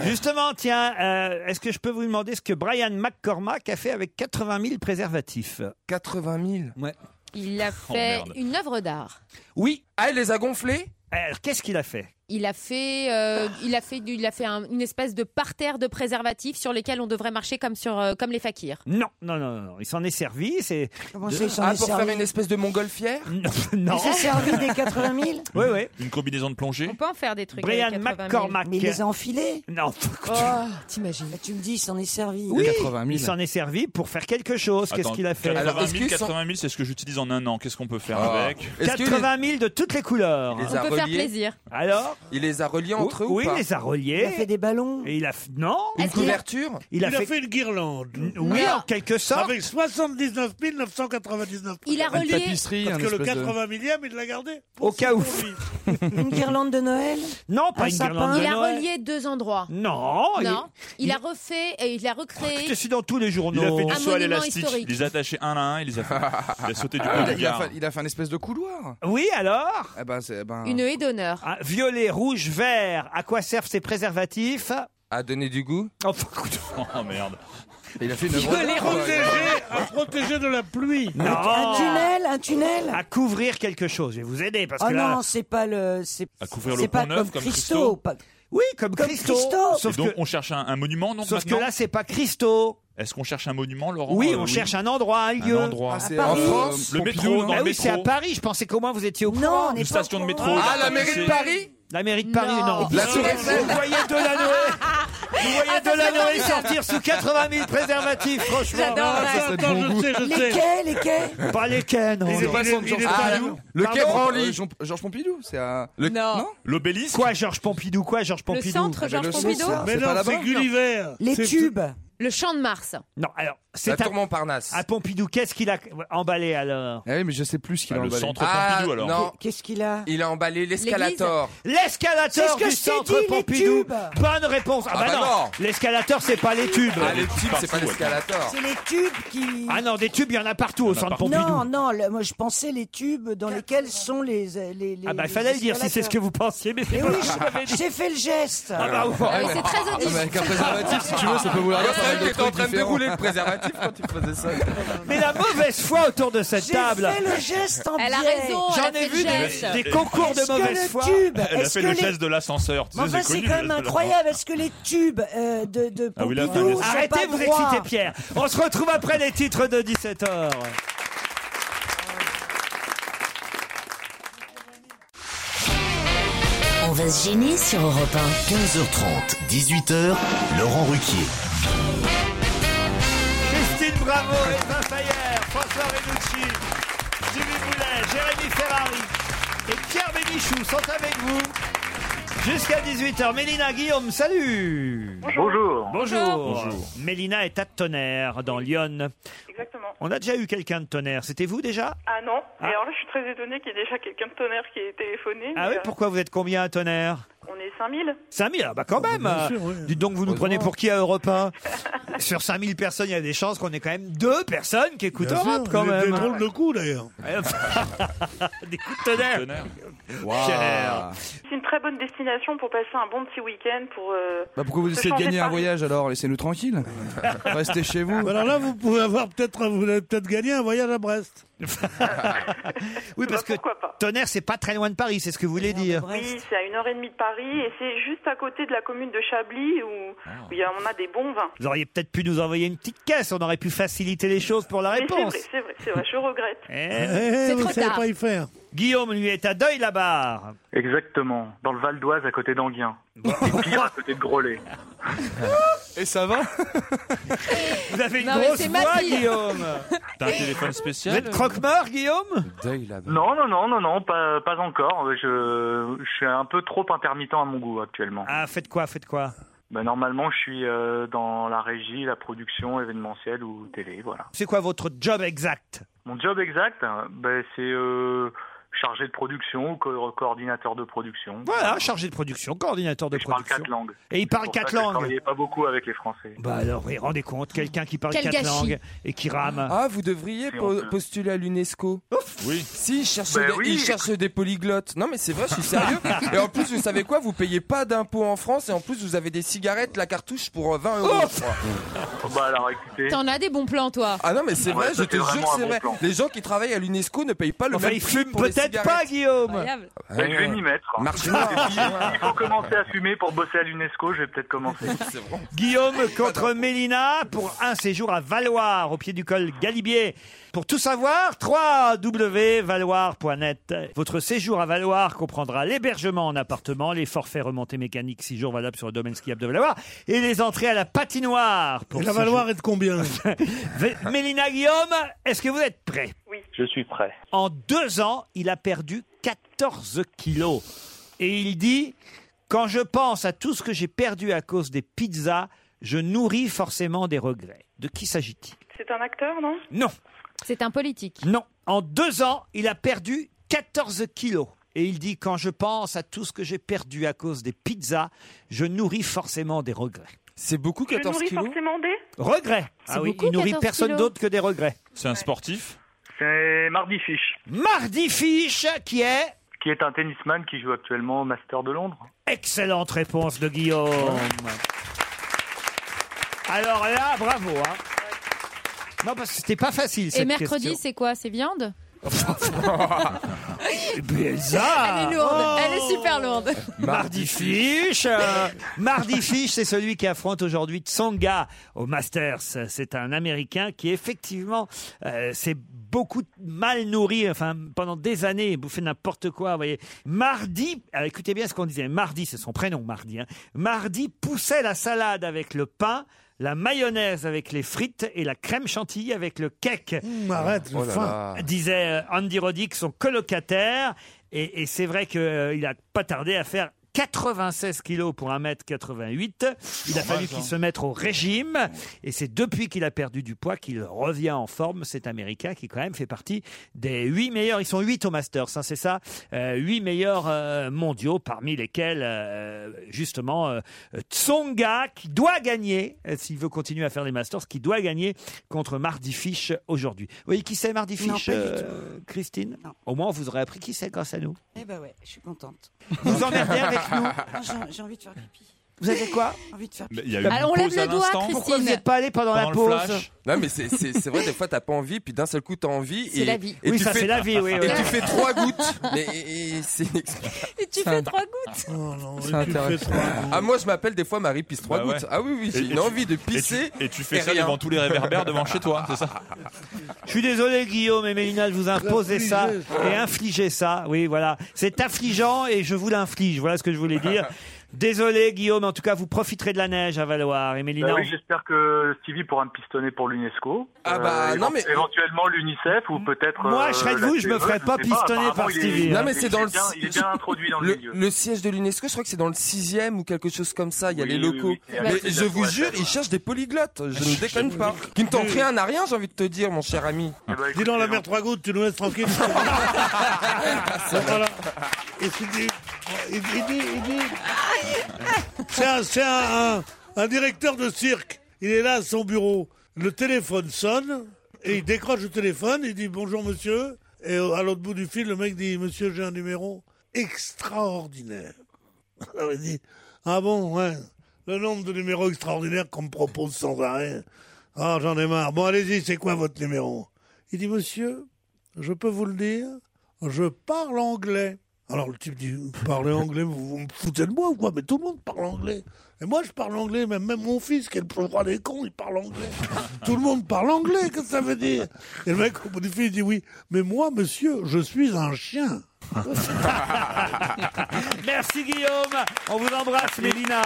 S3: Justement, tiens, euh, est-ce que je peux vous demander ce que Brian McCormack a fait avec 80 000 préservatifs
S4: 80 000
S3: Ouais.
S5: Il a
S3: Oh,
S5: fait
S3: merde.
S5: une œuvre d'art.
S3: Oui.
S4: Ah, il les a gonflés
S3: Alors, qu'est-ce qu'il a fait
S5: Il a fait, euh, il a fait, du- il a fait un- une espèce de parterre de préservatifs sur lesquels on devrait marcher comme sur, euh, comme les fakirs.
S3: non, non, non, non, non, il s'en est servi. C'est
S6: Comment
S3: De-
S6: ça, il s'en
S4: Ah,
S6: est
S4: pour
S6: servi
S4: faire une espèce de montgolfière
S3: non.
S6: Il s'est servi des 80 000
S3: Oui, oui.
S10: Une combinaison de plongée
S5: On peut en faire des trucs.
S3: Brian
S5: avec 80 000.
S3: McCormack.
S6: Mais il les a enfilés
S3: Non.
S5: Oh, t'imagines.
S6: Bah, Tu me dis, il s'en est servi.
S3: Oui, Il s'en est servi pour faire quelque chose. Qu'est-ce
S10: Attends,
S3: qu'il a fait
S10: 80
S4: Alors, est-ce
S10: 000,
S4: que son-
S10: 80 000, c'est ce que j'utilise en un an. Qu'est-ce qu'on peut faire
S4: Ah.
S10: avec
S4: Est-ce qu'il les-
S3: 80 000 de toutes les couleurs.
S4: il les
S5: On
S4: a
S5: peut faire
S4: reliés
S5: plaisir.
S3: Alors Oh,
S4: Il les a reliés entre eux
S3: Oui,
S4: ou pas
S3: il les
S6: Il
S3: a
S6: a fait
S3: reliés.
S6: des ballons.
S3: Et il a f- non.
S4: Une
S5: Est-ce qu'il a-
S4: couverture
S3: Il a fait
S7: une guirlande.
S3: oui
S5: Non.
S3: en quelque sorte.
S7: Avec 79 999
S5: Il a
S7: Parce
S8: Une
S5: relié.
S8: tapisserie, un
S7: que le
S8: espèce de-
S7: 80 millième, il l'a gardé.
S3: Au cas où.
S6: Une guirlande de Noël
S3: Non, Oh, pas
S6: Un
S3: une
S6: sapin.
S3: guirlande de
S5: Il a
S3: Noël.
S5: relié deux endroits.
S3: Non. il-
S5: non. Il, a refait et il a recréé.
S3: Écoutez, c'est dans tous les
S10: Il a
S3: journaux.
S10: fait du
S5: Un
S10: saut à
S5: monument
S10: l'élastique.
S5: historique.
S10: Il les a attachés un à un. Il les a, fait... il a sauté du
S8: Ah,
S10: pont
S8: il, a-
S10: du
S8: il a
S10: gare.
S8: fait, il a fait un espèce de couloir.
S3: Oui, alors
S8: Eh ben, c'est, eh ben,
S5: Une haie d'honneur.
S3: Ah, Violet, rouge, vert. À quoi servent ces préservatifs
S4: A donné du goût
S3: Enfin, écoute-
S10: Oh merde.
S4: Il a fait une
S3: Violet,
S4: œuvre d'art.
S3: rouge et
S7: Protégé, à protéger de la pluie.
S3: Non.
S6: Un tunnel Un tunnel
S3: À couvrir quelque chose. Je vais vous aider parce
S6: Oh
S3: que là.
S6: non, c'est pas le. C'est
S10: À couvrir le
S6: c'est pas
S10: pont neuf
S6: comme
S10: comme
S6: Christo.
S10: Christo.
S6: pas-
S3: Oui, comme,
S6: Comme
S3: Christo.
S6: Christo.
S10: Et
S3: Sauf
S10: donc,
S3: que,
S10: on cherche un, un monument, donc
S3: sauf que
S10: maintenant
S3: là, c'est pas Christo.
S10: Est-ce qu'on cherche un monument, Laurent
S3: Oui,
S10: Euh,
S3: on cherche un endroit, un
S10: un
S3: lieu.
S10: endroit.
S8: c'est
S6: Ah, Paris. Euh,
S8: en
S4: France,
S10: Le
S8: Pompidou,
S10: métro,
S8: non
S10: dans
S3: Ah
S10: le
S3: oui, c'est à
S10: métro.
S3: Paris. Je pensais qu'au moins vous étiez au
S6: Non,
S3: courant.
S6: on est pas
S10: Une
S6: au
S10: station de
S6: courant.
S10: métro.
S4: Ah, la mairie de Paris
S3: La mairie de Paris,
S5: Non.
S3: non.
S4: La Tour Eiffel
S3: Vous voyez Delanoë Vous voyez
S6: Ah, ça, c'est
S3: Delanoë
S6: formidable.
S3: sortir sous 80 000 préservatifs, franchement.
S6: J'adore, Ah, ça ouais. serait
S3: Attends,
S6: bon goût. Lesquels, lesquels
S3: Pas lesquels, Ah non.
S8: Les
S3: non.
S8: épaissons de Georges
S6: Ah,
S8: Pompidou.
S3: Pardon
S8: Pardon Ah, Euh, Jean- Georges Pompidou, c'est à. Non.
S3: L'obélisque Quoi, Georges Pompidou Quoi, Georges Pompidou Bah,
S5: centre Georges Pompidou
S7: Mais non,
S3: Ah,
S7: c'est Gulliver.
S3: Les tubes
S5: Le champ de Mars.
S3: Non, alors, c'est
S5: La
S3: à
S5: tour
S3: Montparnasse. À Pompidou, qu'est-ce qu'il a emballé alors
S8: Eh oui, mais je sais plus
S3: Ah,
S8: ce qu'il a emballé.
S4: Ah, Non.
S6: Qu'est-ce qu'il a
S4: Il a emballé l'escalator.
S6: C'est ce
S3: L'escalator
S6: que
S3: du
S6: je t'ai
S3: centre
S6: dit, les
S3: Pompidou.
S6: tubes.
S3: Bonne réponse. Ah,
S4: Ah
S3: bah
S4: bah
S3: non.
S4: non.
S3: L'escalator, c'est pas les tubes.
S4: Ah, les tubes, c'est pas l'escalator.
S6: C'est les tubes qui.
S3: Ah non, des tubes, il y en a partout au centre Pompidou.
S6: Non, non, le- moi je pensais les tubes dans lesquels sont les. les, les-
S3: Ah bah
S6: les
S3: fallait le dire si c'est ce que
S6: escalators.
S3: vous pensiez, mais c'est
S6: Mais
S3: pas
S6: oui,
S3: ce que
S6: j'ai-
S3: j'avais dit.
S6: j'ai fait le geste.
S3: Ah bah, ouais. Ah oui, c'est très audible.
S4: Ah,
S3: Avec un préservatif, si tu veux, ça peut vouloir dire
S4: C'est
S3: pas
S4: vrai
S3: mal de
S4: qu'il était en
S3: trucs
S4: train de
S3: différents.
S4: dérouler le préservatif quand il faisait ça.
S3: Mais la mauvaise foi autour de cette
S6: J'ai
S3: table.
S6: fait le geste en
S5: Elle a
S6: biais.
S5: raison, elle a
S6: J'en
S5: fait
S6: ai
S5: le
S6: vu
S5: geste.
S6: des,
S3: Des concours de
S6: Est-ce que
S3: mauvaise
S6: le
S3: foi.
S6: tube,
S10: Elle a
S6: est-ce
S10: fait
S6: que
S10: le
S6: les-
S10: geste de l'ascenseur. Tu
S6: Mais
S10: sais,
S6: enfin, bah, c'est
S10: connu,
S6: quand
S10: le
S6: même
S10: geste de
S6: incroyable. Est-ce que les tubes euh, de, de
S10: Ah oui, là,
S6: Pompidou
S10: t'as
S6: sont
S3: Arrêtez
S6: pas
S3: de vous
S6: droits
S3: exciter, Pierre. On se retrouve après les titres de 17h.
S2: On va se gêner sur Europe 1. 15h30, 18h, Laurent Ruquier.
S3: Christine Bravo, Edwin Fayer, François Renucci, Jimmy Moulin, Jérémy Ferrari et Pierre Bénichou sont avec vous jusqu'à 18h. Mélina Guillaume, salut
S15: Bonjour.
S3: Bonjour
S15: Bonjour.
S3: Mélina est à Tonnerre, dans Lyon.
S15: Exactement.
S3: On a déjà eu quelqu'un de Tonnerre, c'était vous déjà
S15: Ah non. Et
S3: Ah.
S15: alors là, je suis très étonnée qu'il y ait déjà quelqu'un de tonnerre qui ait téléphoné.
S3: Ah
S15: mais,
S3: oui,
S15: euh,
S3: pourquoi vous êtes combien à Tonnerre
S15: On est 5000.
S3: 5000, ah bah quand même
S15: bien sûr, oui.
S3: Dites donc, vous nous prenez pour qui à Europe 1 Sur 5000 personnes, il y a des chances qu'on ait quand même deux personnes qui écoutent
S7: Bien
S3: Europe
S7: sûr,
S3: quand
S7: il
S3: même
S7: était drôle de coup d'ailleurs.
S3: Des coups de tonnerre.
S7: Waouh.
S3: Pierre.
S15: C'est une très bonne destination pour passer un bon petit week-end pour. euh,
S8: Bah pourquoi vous
S15: se
S8: essayez de
S15: changer
S8: gagner un
S15: Paris.
S8: voyage alors Laissez-nous tranquille. Restez chez vous.
S7: Bah, Alors là, vous pouvez avoir peut-être,
S3: euh,
S7: vous allez peut-être gagner un voyage à Brest.
S3: Oui, parce que Tonnerre, c'est Bah, pas très loin de Paris, c'est ce que vous voulez dire.
S15: Oui, c'est à une heure et demie de Paris et c'est juste à côté de la commune de Chablis où,
S8: Ah.
S15: où il y a- on a des bons vins.
S3: Vous auriez peut-être pu nous envoyer une petite caisse, on aurait pu faciliter les choses pour la
S15: Mais c'est
S3: réponse.
S15: vrai, c'est vrai, c'est vrai, je regrette.
S3: Eh,
S15: vous savez pas y
S7: faire.
S3: Guillaume, lui, est à Deuil-la-Barre.
S15: Exactement, dans le Val d'Oise à côté d'Anguien. à côté de Grolet.
S8: Et ça va
S3: Vous avez une
S15: Non, mais
S3: grosse
S15: c'est ma
S3: voix,
S15: fille.
S3: Guillaume.
S10: T'as un téléphone
S3: Vous
S10: spécial
S3: êtes croque-mort, Guillaume
S15: Non, non, non, non, non, pas, pas encore. Je, je suis un peu trop intermittent à mon goût actuellement.
S3: Ah, faites quoi, faites quoi
S15: Bah, normalement, je suis euh, dans la régie, la production événementielle ou télé, voilà.
S3: C'est quoi votre job exact
S15: Mon job exact, hein, bah, c'est euh, chargé de production ou co- coordinateur de production.
S3: Voilà, chargé de production, coordinateur de
S15: Je parle
S3: production.
S15: quatre langues.
S3: Et il parle
S15: C'est pour
S3: quatre
S15: ça que
S3: langues.
S15: Je travaillais pas beaucoup avec les Français.
S3: Bah alors, oui, rendez compte, quelqu'un qui parle
S15: Quel
S3: quatre
S15: gâchis.
S3: langues et qui rame.
S4: Ah, vous devriez
S15: C'est
S4: po-
S15: honteux.
S4: postuler à l'UNESCO.
S10: Oui.
S4: Si, je cherche
S15: Ben
S4: des,
S15: oui.
S4: ils cherchent des polyglottes. Non, mais c'est vrai, je suis sérieux. et en plus, vous savez quoi Vous payez pas d'impôts en France et en plus, vous avez des cigarettes, la cartouche pour euh, 20 euros. je crois.
S15: bah alors, écoutez.
S5: T'en as des bons plans, toi.
S4: Ah non, mais c'est
S15: Ouais,
S4: vrai,
S15: ça,
S4: je te
S15: c'est vraiment
S4: jure que
S15: un
S4: c'est
S15: bon
S4: vrai.
S15: plan.
S4: Les gens qui travaillent à l'UNESCO ne payent pas le
S3: Enfin,
S4: même
S3: ils
S4: prix
S3: fument
S4: pour les
S3: peut-être
S4: cigarettes. Ah,
S3: pas, Guillaume.
S15: Bah, je vais m'y mettre.
S4: Marche
S15: Il faut commencer à fumer pour bosser à l'UNESCO. Je vais peut-être commencer.
S3: Guillaume contre Mélina pour un séjour à Valoir, au pied du col Galibier. Pour tout savoir, www.valoir.net. Votre séjour à Valoir comprendra l'hébergement en appartement, les forfaits remontées mécaniques 6 jours valables sur le domaine skiable de Valoir et les entrées à la patinoire. Pour
S7: Et la
S3: six
S7: Valoire est de combien
S3: jours. Mélina Guillaume, est-ce que vous êtes prêts
S15: Je suis prêt.
S3: En deux ans, il a perdu 14 kilos. Et il dit Quand je pense à tout ce que j'ai perdu à cause des pizzas, je nourris forcément des regrets. De qui s'agit-il
S13: C'est un acteur, non
S3: Non,
S5: C'est un politique.
S3: non. En deux ans, il a perdu 14 kilos. Et il dit Quand je pense à tout ce que j'ai perdu à cause des pizzas, je nourris forcément des regrets.
S4: C'est beaucoup
S13: Je nourris forcément des.
S3: Regrets
S13: C'est
S3: Ah oui,
S13: beaucoup,
S3: il nourrit
S13: 14
S3: personne
S13: kilos.
S3: d'autre que des regrets.
S10: C'est un sportif
S15: C'est Mardi Fish,
S3: Mardi Fish, qui est
S15: qui est un tennisman qui joue actuellement au Master de Londres.
S3: Excellente réponse de Guillaume. Alors là, bravo. hein. Non, parce que c'était pas facile.
S5: Et
S3: cette
S5: mercredi,
S3: question.
S5: c'est quoi C'est viande
S3: Et puis Elsa
S5: Elle est lourde,
S3: Oh.
S5: elle est super lourde.
S3: Mardi Fiche euh, Mardi Fiche, c'est celui qui affronte aujourd'hui Tsonga au Masters. C'est un Américain qui, effectivement, euh, s'est beaucoup mal nourri, enfin, pendant des années, il bouffait n'importe quoi, vous voyez. Mardi, alors, écoutez bien ce qu'on disait, Mardi, c'est son prénom, Mardi. hein. Mardi poussait la salade avec le pain, la mayonnaise avec les frites et la crème chantilly avec le cake.
S7: arrête, j'ai Oh là faim. là.
S3: Disait euh, Andy Roddick, son colocataire. Et, et c'est vrai qu'il n'a pas tardé à faire 96 kilos pour 1m88. Il a
S4: Normal,
S3: fallu
S4: ça.
S3: qu'il se mette au régime. Et c'est depuis qu'il a perdu du poids qu'il revient en forme, cet Américain qui quand même fait partie des 8 meilleurs. Ils sont 8 au Masters, hein, c'est ça 8 meilleurs euh, mondiaux, parmi lesquels euh, justement euh, Tsonga qui doit gagner, euh, s'il veut continuer à faire les Masters, qui doit gagner contre Mardi Fish aujourd'hui. Vous voyez qui c'est Mardi
S6: Non,
S3: Fish,
S6: pas du tout.
S3: euh, Christine Au moins vous aurez appris qui c'est grâce à nous.
S6: Eh ben ouais, je suis contente.
S3: Vous emmerdez avec nous.
S6: Ah, j'ai- J'ai envie de faire pipi.
S3: Vous avez quoi
S6: Envie de faire
S3: Mais
S6: pipi.
S3: il y a eu une Alors, on pause lève le à doigt, l'instant. Christine.
S6: Pourquoi vous n'êtes
S3: pas allé pendant,
S6: la
S4: Pendant le
S6: pause
S4: flash.
S16: Non, mais c'est- c'est c'est vrai, des fois, t'as pas envie, puis d'un seul coup, t'as envie.
S5: C'est
S16: et-
S5: la vie.
S16: et
S3: Oui,
S16: tu
S3: ça,
S16: fais-
S3: c'est la vie, oui,
S16: Et
S3: oui.
S16: tu fais trois gouttes. Mais et- et c'est.
S5: Et tu fais trois gouttes.
S7: C'est intéressant.
S16: Ah, moi, je m'appelle des fois Marie pisse trois
S10: Bah ouais.
S16: gouttes. Ah oui, oui,
S10: Et-
S16: j'ai
S10: et
S16: une
S10: tu-
S16: envie de
S10: et tu-
S16: pisser.
S10: et tu fais ça devant tous les réverbères devant chez toi, c'est ça
S3: Je suis désolé, Guillaume et Mélina, de vous imposer ça
S10: Infliger,
S3: et infliger ça. Oui, voilà. C'est affligeant et je vous l'inflige. Voilà ce que je voulais dire. Désolé, Guillaume. En tout cas, vous profiterez de la neige à Valoir et
S15: Bah
S3: Mélina.
S15: oui, j'espère que Stevie pourra me pistonner pour l'UNESCO.
S3: Ah bah, non,
S15: évent-
S3: mais-
S15: Éventuellement l'UNICEF ou peut-être.
S3: Moi,
S15: euh,
S3: je serais de
S15: la
S3: vous, je me
S15: CEE,
S3: ferais pas
S15: sais
S3: pistonner par
S15: Apparemment, il est-
S3: Stevie,
S15: il est-
S16: Non, mais c'est dans le.
S15: bien- Il est bien introduit dans le milieu.
S16: Le siège de l'UNESCO, je crois que c'est dans le sixième ou quelque chose comme ça. Il y a
S4: Oui,
S16: les
S4: oui,
S16: locaux.
S4: oui, oui.
S16: Mais
S4: Oui.
S16: je vous jure, ils cherchent des polyglottes. Je ne déconne pas. Qui ne tentent rien à rien, j'ai envie de te dire, mon cher ami.
S15: Eh ben,
S7: Dis donc, la mère trois gouttes, tu nous laisses tranquille. voilà. Et c'est du- il- il dit- il dit- C'est un, c'est un- un- un directeur de cirque. Il est là à son bureau. Le téléphone sonne et il décroche le téléphone. Il dit bonjour monsieur. Et au- à l'autre bout du fil, le mec dit monsieur, j'ai un numéro extraordinaire. Alors il dit ah bon ouais. Le nombre de numéros extraordinaires qu'on me propose sans arrêt. Ah j'en ai marre. Bon allez-y, c'est quoi votre numéro Il dit monsieur, je peux vous le dire, je parle anglais. Alors le type dit, vous parlez anglais, vous, vous me foutez de moi ou quoi Mais tout le monde parle anglais. Et moi je parle anglais, même, même mon fils qui est le plus roi des cons, il parle anglais. tout le monde parle anglais, qu'est-ce que ça veut dire Et le mec au bout du fil il dit oui, mais moi monsieur, je suis un chien.
S3: Merci, Guillaume. On vous embrasse, Mélina.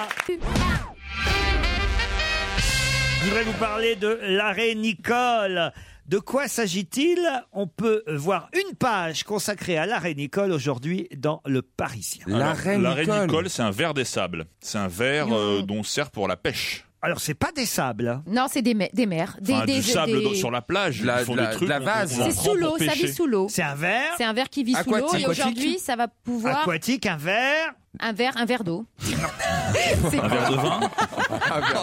S3: Je voudrais vous parler de l'arrêt Nicole. De quoi s'agit-il On peut voir une page consacrée à l'arrêt Nicole aujourd'hui dans Le Parisien.
S10: Alors, L'arrêt Nicole, c'est un verre des sables. C'est un verre euh, dont on sert pour la pêche.
S3: Alors, c'est pas des sables. hein.
S5: Non, c'est des, me- des mers. Des,
S10: Enfin,
S5: des-
S10: du sable
S5: des-
S10: dans- sur la plage. ils font des trucs. on- on en
S5: C'est
S10: prend
S5: sous
S10: pour
S5: l'eau, ça
S10: pêcher.
S5: vit sous l'eau.
S3: C'est un verre.
S5: Oh. C'est un verre qui vit sous
S3: Aquatique.
S5: l'eau et
S3: Aquatique.
S5: aujourd'hui, ça va pouvoir.
S3: Aquatique, un verre.
S5: Un verre, un verre d'eau.
S10: Un verre de vin
S7: Un verre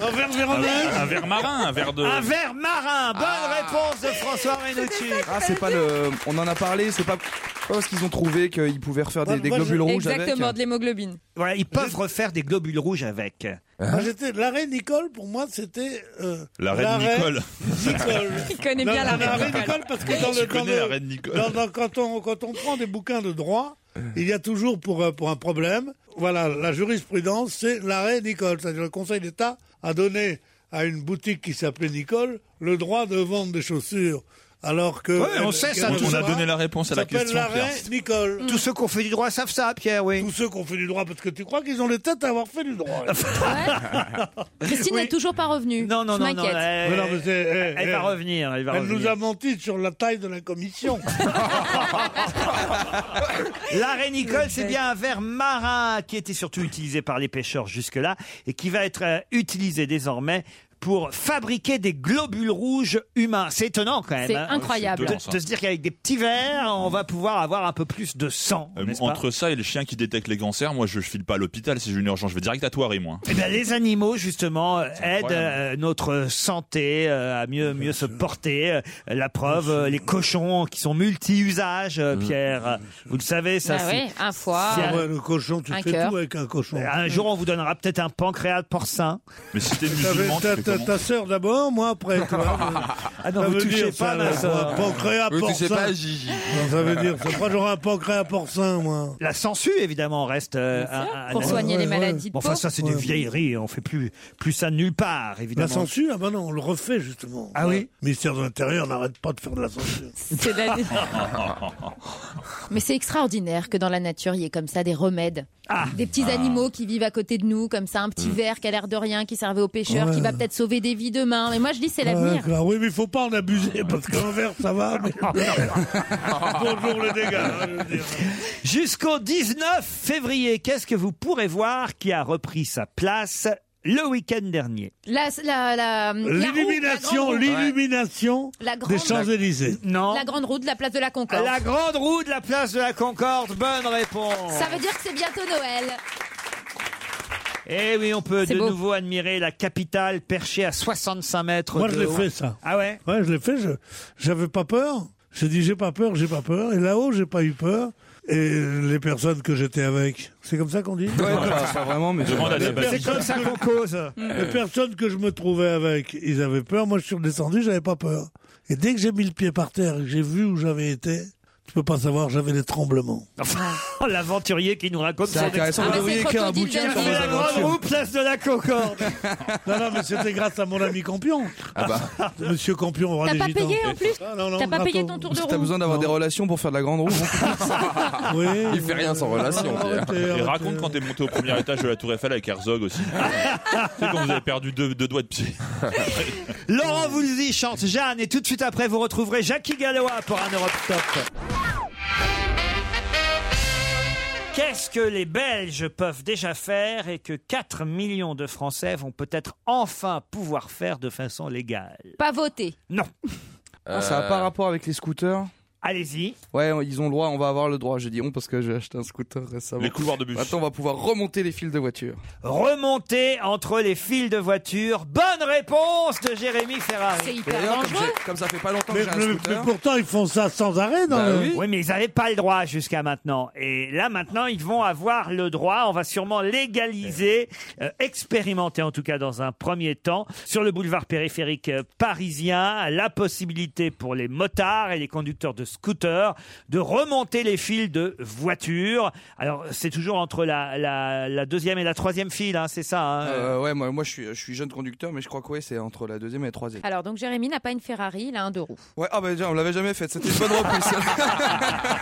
S10: Un verre- un verre marin, un verre de.
S3: Un verre marin. Bonne réponse de François Renucci.
S8: Ah, c'est pas le. On en a parlé, c'est pas. pas parce qu'ils ont trouvé qu'ils pouvaient refaire des, des globules rouges avec. hein.
S5: Exactement, de l'hémoglobine.
S3: Voilà, ils peuvent refaire des globules rouges avec.
S7: Moi, j'étais- L'arrêt Nicole, pour moi, c'était. euh,
S3: L'arrêt de Nicole.
S7: Nicole.
S5: Il connaît bien
S7: Non,
S5: l'arrêt de Nicole.
S7: Nicole parce que dans
S10: Je
S7: le, dans
S10: connais
S7: le-
S10: l'arrêt de Nicole.
S7: dans- dans- quand, on, quand on prend des bouquins de droit, il y a toujours pour, euh, pour un problème. Voilà, la jurisprudence, c'est l'arrêt Nicole. C'est-à-dire le Conseil d'État a donné à une boutique qui s'appelait Nicole le droit de vendre des chaussures. Alors que.
S10: Ouais, on sait ça,
S7: qu'elle
S10: tout ça. On a
S7: soit-
S10: donné la réponse à la
S7: s'appelle
S10: question,
S7: l'arrêt
S10: Pierre.
S7: Nicole.
S3: Tous ceux qu'on fait du droit savent ça, Pierre, oui.
S7: Tous ceux qu'on fait du droit, parce que tu crois qu'ils ont les têtes à avoir fait du droit.
S5: Christine
S7: Oui.
S5: n'est toujours pas revenue.
S3: Non, non,
S5: Je
S3: non, non,
S5: m'inquiète.
S3: elle-
S7: Mais non, mais c'est-
S3: elle-
S7: eh,
S3: elle
S7: eh.
S3: va revenir, elle va
S7: Elle
S3: revenir.
S7: nous a menti sur la taille de la commission.
S3: L'arrêt Nicole,
S7: Eh.
S3: c'est bien un verre marin qui était surtout utilisé par les pêcheurs jusque-là et qui va être euh, utilisé désormais pour fabriquer des globules rouges humains. C'est étonnant quand même.
S5: C'est
S3: hein.
S5: incroyable.
S3: De,
S10: C'est étonnant, ça.
S3: de se dire qu'avec des petits verres, on va pouvoir avoir un peu plus de sang.
S10: Euh,
S3: n'est-ce pas
S10: entre ça et le chien qui détecte les cancers, moi je file pas à l'hôpital si j'ai une urgence, je vais direct à toi, moi.
S3: Eh ben, les animaux, justement, euh, aident
S10: incroyable.
S3: euh, notre santé euh, à mieux, mieux se porter. Euh, La preuve, euh, les cochons qui sont multi-usages, euh, Pierre. Euh, Vous le savez, ça.
S5: Bah
S3: si-
S5: Ah ouais, un foie.
S3: si un-
S7: Ouais, le cochon, tu
S5: Un
S7: fais
S5: cœur. Mm.
S7: tout avec un cochon.
S3: Un jour, on vous donnera peut-être un pancréas de porcin.
S10: Mais si t'es
S7: T'avais-
S10: musulman, tu
S7: t'as-
S10: fais
S7: t'as- ta, ta sœur d'abord, moi après. tu vois.
S3: Ah non,
S7: Ça
S3: vous
S7: veut
S3: touchez
S7: dire,
S3: pas
S7: ça,
S3: ma
S7: là,
S3: sœur.
S7: un Pancréas
S3: Vous
S7: porcin.
S3: touchez pas à Gigi.
S7: Non, ça veut dire, ça fera j'aurai un pancréas porcin, moi.
S3: La sangsue, évidemment, reste. euh, un- un-
S7: Pour
S3: un-
S7: soigner les maladies de
S3: Bon, Enfin,
S7: peau.
S3: ça, c'est
S7: Ouais.
S3: des vieilleries. On fait plus, plus ça nulle part, évidemment.
S7: La censure, ah ben non, on le refait justement.
S3: Ah oui
S7: Le ministère de l'Intérieur n'arrête pas de faire de la censure.
S5: C'est de la- Mais c'est extraordinaire que dans la nature, il y ait comme ça des remèdes. Des petits
S7: Ah.
S5: animaux qui vivent à côté de nous, comme ça, un petit ver qui a l'air de rien, qui servait aux pêcheurs,
S7: Ouais.
S5: qui va peut-être sauver des vies demain. Mais moi, je dis, c'est
S7: Ouais,
S5: l'avenir.
S7: d'accord. oui, mais il faut pas en abuser, parce qu'en verre, ça va, mais... Bonjour les dégâts. hein, je veux dire.
S3: Jusqu'au 19 février, qu'est-ce que vous pourrez voir qui a repris sa place le week-end dernier
S5: La, la, la, la roue, la grande
S7: L'illumination,
S5: roue.
S7: l'illumination
S5: La grande-
S7: des Champs-Élysées.
S3: Non.
S5: La grande roue de la place de la Concorde.
S3: La grande roue de la place de la Concorde, bonne réponse.
S5: Ça veut dire que c'est bientôt Noël.
S3: Eh oui, on peut
S5: C'est
S3: de
S5: beau.
S3: nouveau admirer la capitale perchée à 65 mètres.
S7: Moi,
S3: de
S7: je l'ai
S3: haut.
S7: fait, ça.
S3: Ah ouais
S7: Ouais, je l'ai fait, je- j'avais pas peur. J'ai dit, j'ai pas peur, j'ai pas peur. Et là-haut, j'ai pas eu peur. Et les personnes que j'étais avec, c'est comme ça qu'on dit
S8: pas, pas vraiment, mais
S7: Demande à
S8: Les
S7: Zabavi.
S8: personnes-
S7: C'est comme ça qu'on cause.
S5: Mm.
S7: Les personnes que je me trouvais avec, ils avaient peur. Moi, je suis redescendu, j'avais pas peur. Et dès que j'ai mis le pied par terre et que j'ai vu où j'avais été, tu peux pas savoir, j'avais des tremblements.
S3: Oh, L'aventurier qui nous raconte
S7: C'est
S3: son
S7: intéressant,
S3: expérience.
S5: Ah,
S7: vous devriez écrire un bouquin sur vos
S3: la grande
S7: aventures.
S3: roue, place de la Concorde.
S7: non, non, mais c'était grâce à mon ami Campion.
S8: Ah bah.
S7: Monsieur Campion aura
S5: T'as
S7: des
S5: pas
S7: gitans.
S5: payé, en plus
S3: Ah,
S5: T'as pas payé ton tour de
S8: Si
S5: roue
S8: t'as besoin d'avoir des relations pour faire de la grande roue.
S7: Il
S4: fait rien sans
S3: Ah,
S4: relation.
S10: Et raconte quand t'es monté au premier étage de la Tour Eiffel avec Herzog aussi. c'est quand vous avez perdu deux, deux doigts de pied.
S3: Laurent Voulzy chante Jeanne et tout de suite après vous retrouverez Jackie Gallois pour un Europe Top. Qu'est-ce que les Belges peuvent déjà faire et que 4 millions de Français vont peut-être enfin pouvoir faire de façon légale
S5: Pas voter.
S3: Non.
S7: Euh,
S8: Ah, Ça n'a pas rapport avec les scooters
S3: Allez-y.
S8: Ouais, ils ont le droit, on va avoir le droit. Je dis on parce que j'ai acheté un scooter récemment.
S10: Les couloirs de bus.
S8: Maintenant, on va pouvoir remonter les fils de voiture.
S3: Remonter entre les fils de voiture. Bonne réponse de Jérémy Ferrari.
S5: C'est
S8: hyper D'ailleurs, comme dangereux. j'ai- comme ça fait pas longtemps
S7: Mais, mais- mais pourtant, ils font ça sans arrêt dans le...
S3: oui. mais ils n'avaient pas le droit jusqu'à maintenant. Et là, maintenant, ils vont avoir le droit. On va sûrement
S8: Eh
S3: légaliser, euh, expérimenter en tout cas dans un premier temps, sur le boulevard périphérique euh, parisien, la possibilité pour les motards et les conducteurs de scooters de remonter les fils de voiture. Alors, c'est toujours entre la, la- la deuxième et la troisième file, hein, c'est ça hein
S8: Euh, ouais, moi, moi je, suis, je suis jeune conducteur, mais je crois que ouais, c'est entre la deuxième et la troisième.
S3: Ah.
S5: Alors, donc Jérémy n'a pas une Ferrari, il a un deux roues.
S8: Ouais, ah bah déjà, on l'avait jamais fait. C'était une bonne reprise.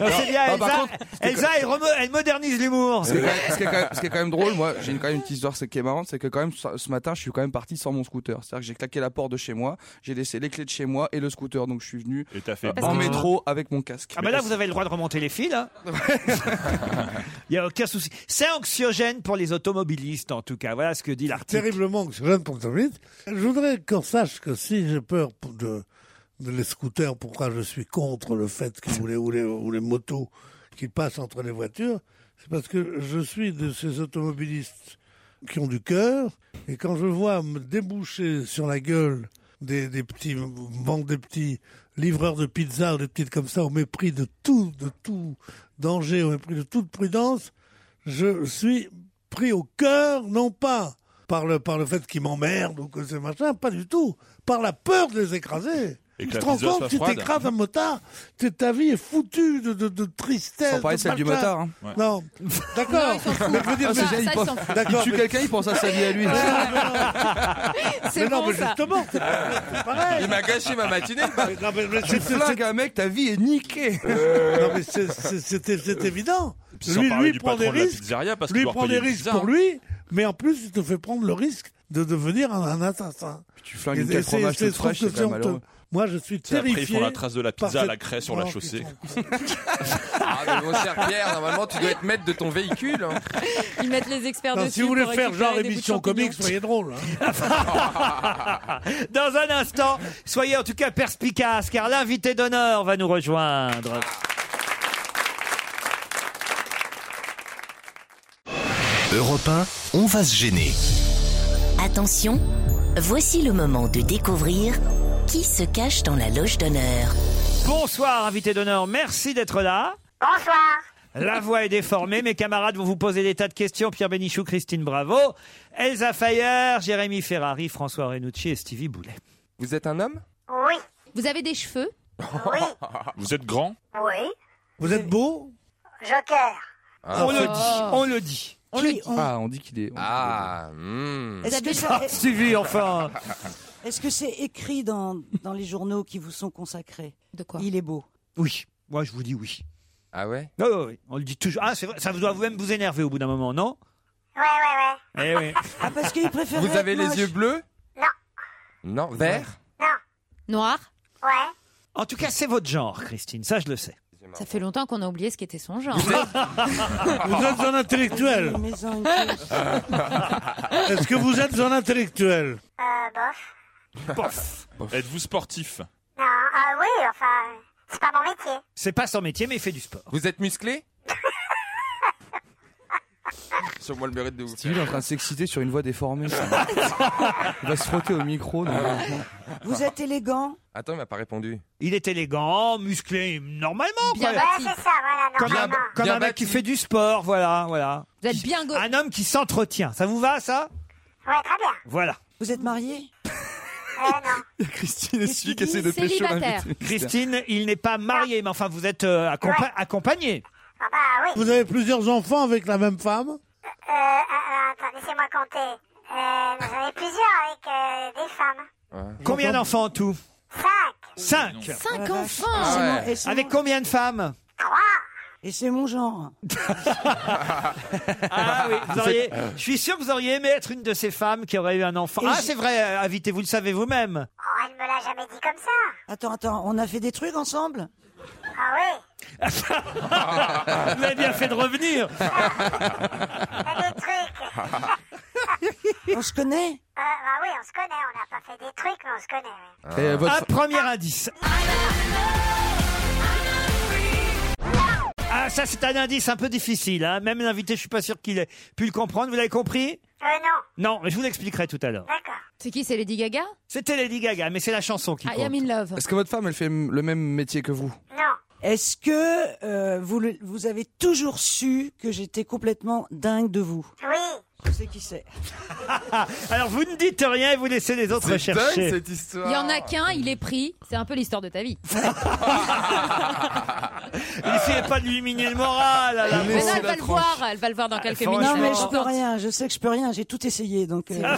S3: Non, c'est bien,
S8: Ah,
S3: Elsa,
S8: par contre, ce qui est
S3: Elsa, elle, remo- elle modernise l'humour.
S8: Ce qui, est quand même, ce qui est quand même- ce qui est quand même drôle, moi, j'ai une- quand même une petite histoire c'est- qui est marrante, c'est que quand même ce ce matin, je suis quand même parti sans mon scooter. C'est-à-dire que j'ai claqué la porte de chez moi, j'ai laissé les clés de chez moi et le scooter, donc je suis venu euh,
S10: Parce
S8: en
S10: que-
S8: métro avec mon casque.
S3: Ah bah là, vous avez le droit de remonter les fils. hein. Il n'y a aucun souci. C'est anxiogène pour les automobilistes, en tout cas. Voilà ce que dit l'article.
S7: terriblement anxiogène pour le vite. Je voudrais qu'on sache que si j'ai peur pour de, de les scooters, pourquoi je suis contre le fait que vous les, ou les, ou les motos qui passent entre les voitures, c'est parce que je suis de ces automobilistes qui ont du cœur, et quand je vois me déboucher sur la gueule des, des petits bandes, des petits livreurs de pizza ou des petites comme ça, au mépris de tout, de tout danger, au mépris de toute prudence, je suis pris au cœur, non pas par le, par le fait qu'ils m'emmerdent ou que c'est machin, pas du tout, par la peur de les écraser.
S10: Et
S7: Tu
S10: que
S7: te
S10: la
S7: rends
S10: pizza
S7: compte,
S10: soit
S7: si
S10: froide.
S7: t'écrases un motard, t'es- ta vie est foutue de, de, de tristesse.
S8: Sans parler
S7: de
S8: celle du
S7: machin.
S8: motard, hein. Ouais.
S7: Non, d'accord. Mais je veux dire,
S8: Ah, c'est
S7: mais-
S8: génial, il, pense- il
S7: D'accord,
S8: tue
S7: mais-
S8: quelqu'un, il pense à sa vie à lui.
S7: C'est Mais non, bon, mais ça. justement,
S8: Ah,
S4: Il m'a gâché ma matinée.
S8: Tu flingues hein. un mec, ta vie est niquée.
S7: Non, mais c'est- c'est c'est- c'est évident.
S10: Et Euh, puis sans
S7: Lui,
S10: parler
S7: lui
S10: du
S7: prend
S10: patron
S7: des
S10: de la
S7: risques.
S10: pizzeria, parce qu'il
S7: lui
S10: doit
S7: prend des
S10: repayer les
S7: risques
S10: pizzas,
S7: pour
S10: hein.
S7: lui, mais en plus, il te fait prendre le risque de devenir un, un assassin.
S8: tu flingues
S7: Et-
S8: une
S7: et
S8: cale
S7: c'est-
S8: fromage
S7: c'est-
S8: toute
S7: je trouve
S8: fraîche,
S7: que
S8: c'est quand même
S7: honteux.
S8: malheureux.
S7: Moi, je suis
S10: Et après,
S7: terrifié.
S10: ils font la trace de la
S7: par
S10: pizza à
S7: cette-
S10: la craie sur la
S7: Oh,
S10: chaussée.
S4: Ah, mais mon cher Pierre, normalement, tu dois être maître de ton véhicule. hein.
S5: Ils mettent les experts
S7: Non,
S5: dessus.
S7: si vous voulez
S5: pour
S7: faire
S5: récupérer
S7: genre
S5: des bouts de
S7: émission
S5: champignons.
S7: comique, soyez drôle. hein.
S3: Dans un instant, soyez en tout cas perspicaces, car l'invité d'honneur va nous rejoindre.
S2: Europe 1, on va se gêner.
S17: Attention, voici le moment de découvrir qui se cache dans la loge d'honneur.
S3: Bonsoir, invité d'honneur. Merci d'être là.
S13: Bonsoir.
S3: La voix est déformée. Mes camarades vont vous poser des tas de questions. Pierre Bénichou, Christine Bravo, Elsa Fayer, Jérémy Ferrari, François Renucci et Stevie Boulet. Vous êtes un homme
S5: Oui. Vous avez des cheveux
S3: Ah, Vous êtes grand
S13: Oui.
S3: Vous êtes beau
S13: Joker.
S3: On le dit, on le dit.
S8: On
S6: Ah. Qui- on- hmm.
S8: Ah, on dit qu'il est. Ah,
S6: Est-ce que ça-
S3: Stevie, enfin
S6: Est-ce que c'est écrit dans, dans les journaux qui vous sont consacrés
S5: De quoi
S6: Il est beau.
S3: Oui, moi je vous dis oui.
S4: Ah ouais
S3: Oui, oui, oui. On le dit toujours. Ah, c'est vrai, ça doit même vous énerver au bout d'un moment, non Eh oui.
S6: Ah, parce qu'il préfère.
S4: Vous avez les yeux bleus Non. Non, vert
S5: Noir Ouais.
S3: En tout cas, c'est votre genre, Christine, ça je le sais.
S5: Ça fait longtemps qu'on a oublié ce qu'était son genre.
S7: Vous êtes un intellectuel. Est-ce que vous êtes un intellectuel
S13: Euh,
S10: Pof. Êtes-vous sportif
S13: Non, ah oui, enfin, c'est pas mon métier.
S3: C'est pas son métier, mais il fait du sport.
S4: Vous êtes musclé
S8: Sur moi le mérite de vous. Stevie est en train de s'exciter sur une voix déformée. ça. Il va se frotter au micro. non, non, non.
S6: Vous
S3: Ah.
S6: êtes élégant
S4: Attends, il m'a pas répondu.
S3: Il est élégant, musclé, normalement.
S13: Bien
S3: quoi.
S6: Ah,
S13: bâti. Ouais, Oh, bah, c'est ça, voilà,
S3: Comme un,
S13: normalement.
S3: comme
S13: Bien
S3: un mec
S13: bâti.
S3: qui fait du sport, voilà, voilà.
S5: Vous êtes bien
S3: Un homme qui s'entretient, ça vous va ça
S13: Ouais, très bien.
S3: Voilà.
S6: Ah, Vous êtes marié
S3: Christine
S6: est celui qui essaie de pécho Célibataire. l'invité.
S3: Christine, il n'est pas marié, mais enfin vous êtes euh, accompa- accompagné.
S13: Bah,
S7: Vous avez plusieurs enfants avec la même femme
S13: Euh, euh, attends, laissez-moi compter. Euh, j'en ai plusieurs avec euh, des femmes.
S3: Combien d'enfants en tout Cinq. Cinq.
S13: Cinq Ah, la enfants. vache.
S6: Ah Oh, ouais. Et c'est mon- et c'est
S3: Avec combien de femmes
S6: Et c'est mon genre.
S3: Ah oui, vous auriez- je suis sûr que vous auriez aimé être une de ces femmes qui aurait eu un enfant.
S6: Et
S3: ah,
S6: j'ai-
S3: c'est vrai, euh, invité, vous le savez vous-même.
S13: Oh, elle me l'a jamais dit comme ça.
S6: Attends, attends, on a fait des trucs ensemble
S13: Ah oui
S3: vous avez bien fait de revenir.
S13: Euh,
S6: Ah, On se connaît
S13: Euh, bah oui, on se connaît, on n'a pas fait des trucs, mais on se connaît. oui.
S3: Et euh, votre- Un premier indice. Ah, ça, c'est un indice un peu difficile. hein. Même l'invité, je suis pas sûr qu'il ait pu le comprendre. Vous l'avez compris
S13: Euh, non.
S3: Non, mais je vous l'expliquerai tout à l'heure.
S5: C'est qui C'est Lady Gaga
S3: C'était Lady Gaga, mais c'est la chanson qui
S5: Ah, I am in love.
S8: Est-ce que votre femme, elle fait m- le même métier que vous
S6: Est-ce que euh, vous, le- vous avez toujours su que j'étais complètement dingue de vous
S13: Oui.
S6: Je sais qui c'est.
S3: Ah, Alors, vous ne dites rien et vous laissez les autres
S6: C'est
S3: chercher.
S6: dingue, cette
S5: Il y en a qu'un, il est pris. C'est un peu l'histoire de ta vie.
S3: Essayez pas de lui miner le moral. à la
S5: Mais non,
S3: pauvre.
S5: elle va le voir. Elle va le
S7: Ah,
S5: voir dans quelques minutes.
S6: Non
S5: elle
S6: mais
S5: va
S6: je
S5: le
S6: peux
S5: voir.
S6: rien, je sais que je peux rien, j'ai tout essayé donc. euh,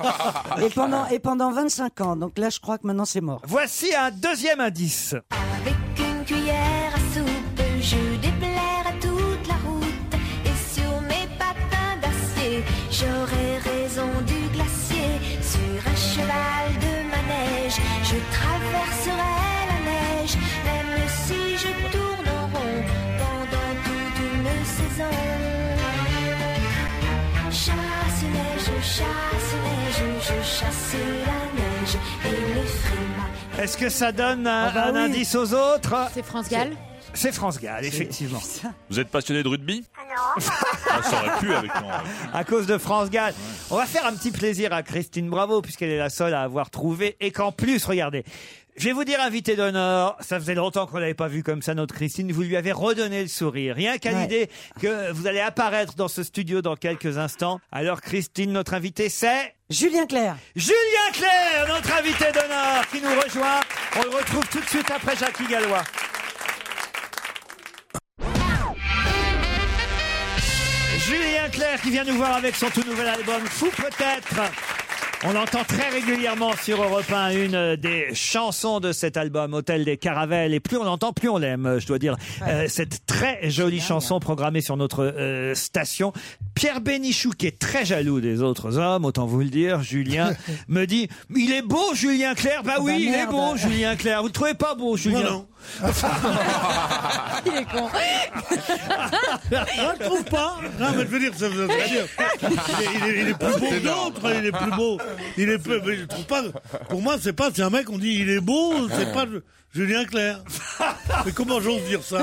S6: et pendant et pendant 25 ans, donc là je crois que maintenant c'est mort.
S3: Voici un deuxième indice.
S18: Avec une cuillère à soupe, je déplaire à toute la route. Et sur mes patins d'acier, j'aurais raison du glacier. Sur un cheval de manège, je traverserai la neige. Même si je tourne en rond pendant toute une saison. Chasse neige, chasse neige, je chasse la neige et les frimas.
S3: Est-ce que ça donne un,
S18: Ah bah
S3: un
S18: oui.
S3: indice aux autres
S5: C'est France Gall
S3: C'est France Gall, effectivement.
S10: Vous êtes passionné de rugby Ah, ça aurait pu avec moi.
S3: À cause de France Gall. On va faire un petit plaisir à Christine Bravo, puisqu'elle est la seule à avoir trouvé. Et qu'en plus, regardez. Je vais vous dire, invité d'honneur, ça faisait longtemps qu'on l'avait pas vu comme ça, notre Christine. Vous lui avez redonné le sourire. Rien qu'à
S6: Ouais.
S3: l'idée que vous allez apparaître dans ce studio dans quelques instants. Alors, Christine, notre invité, c'est
S6: Julien Clerc.
S3: Julien Clerc, notre invité d'honneur, qui nous rejoint. On le retrouve tout de suite après Jackie Gallois. Julien Clerc qui vient nous voir avec son tout nouvel album Fou peut-être. On entend très régulièrement sur Europe 1 une euh, des chansons de cet album Hôtel des Caravelles et plus on l'entend plus on l'aime euh, je dois dire Euh, cette très jolie chanson programmée sur notre euh, station Pierre Bénichou qui est très jaloux des autres hommes autant vous le dire Julien me dit il est beau Julien Clerc bah oui
S6: Bah,
S3: il est
S6: merde.
S3: beau Julien Clerc vous le trouvez pas beau Julien
S7: Non,
S5: Il est con.
S3: Oh.
S7: Je ne trouve pas. Non, mais je veux dire, ça vous intéresse. Il est, il est- il est
S3: Ah,
S7: plus beau
S13: C'est
S7: que
S13: énorme.
S7: d'autres. hein, Il est plus beau. Il est plus. mais je trouve pas. Pour moi, c'est pas. C'est un mec. On dit, il est beau. C'est pas Julien Clerc. Mais comment j'ose dire ça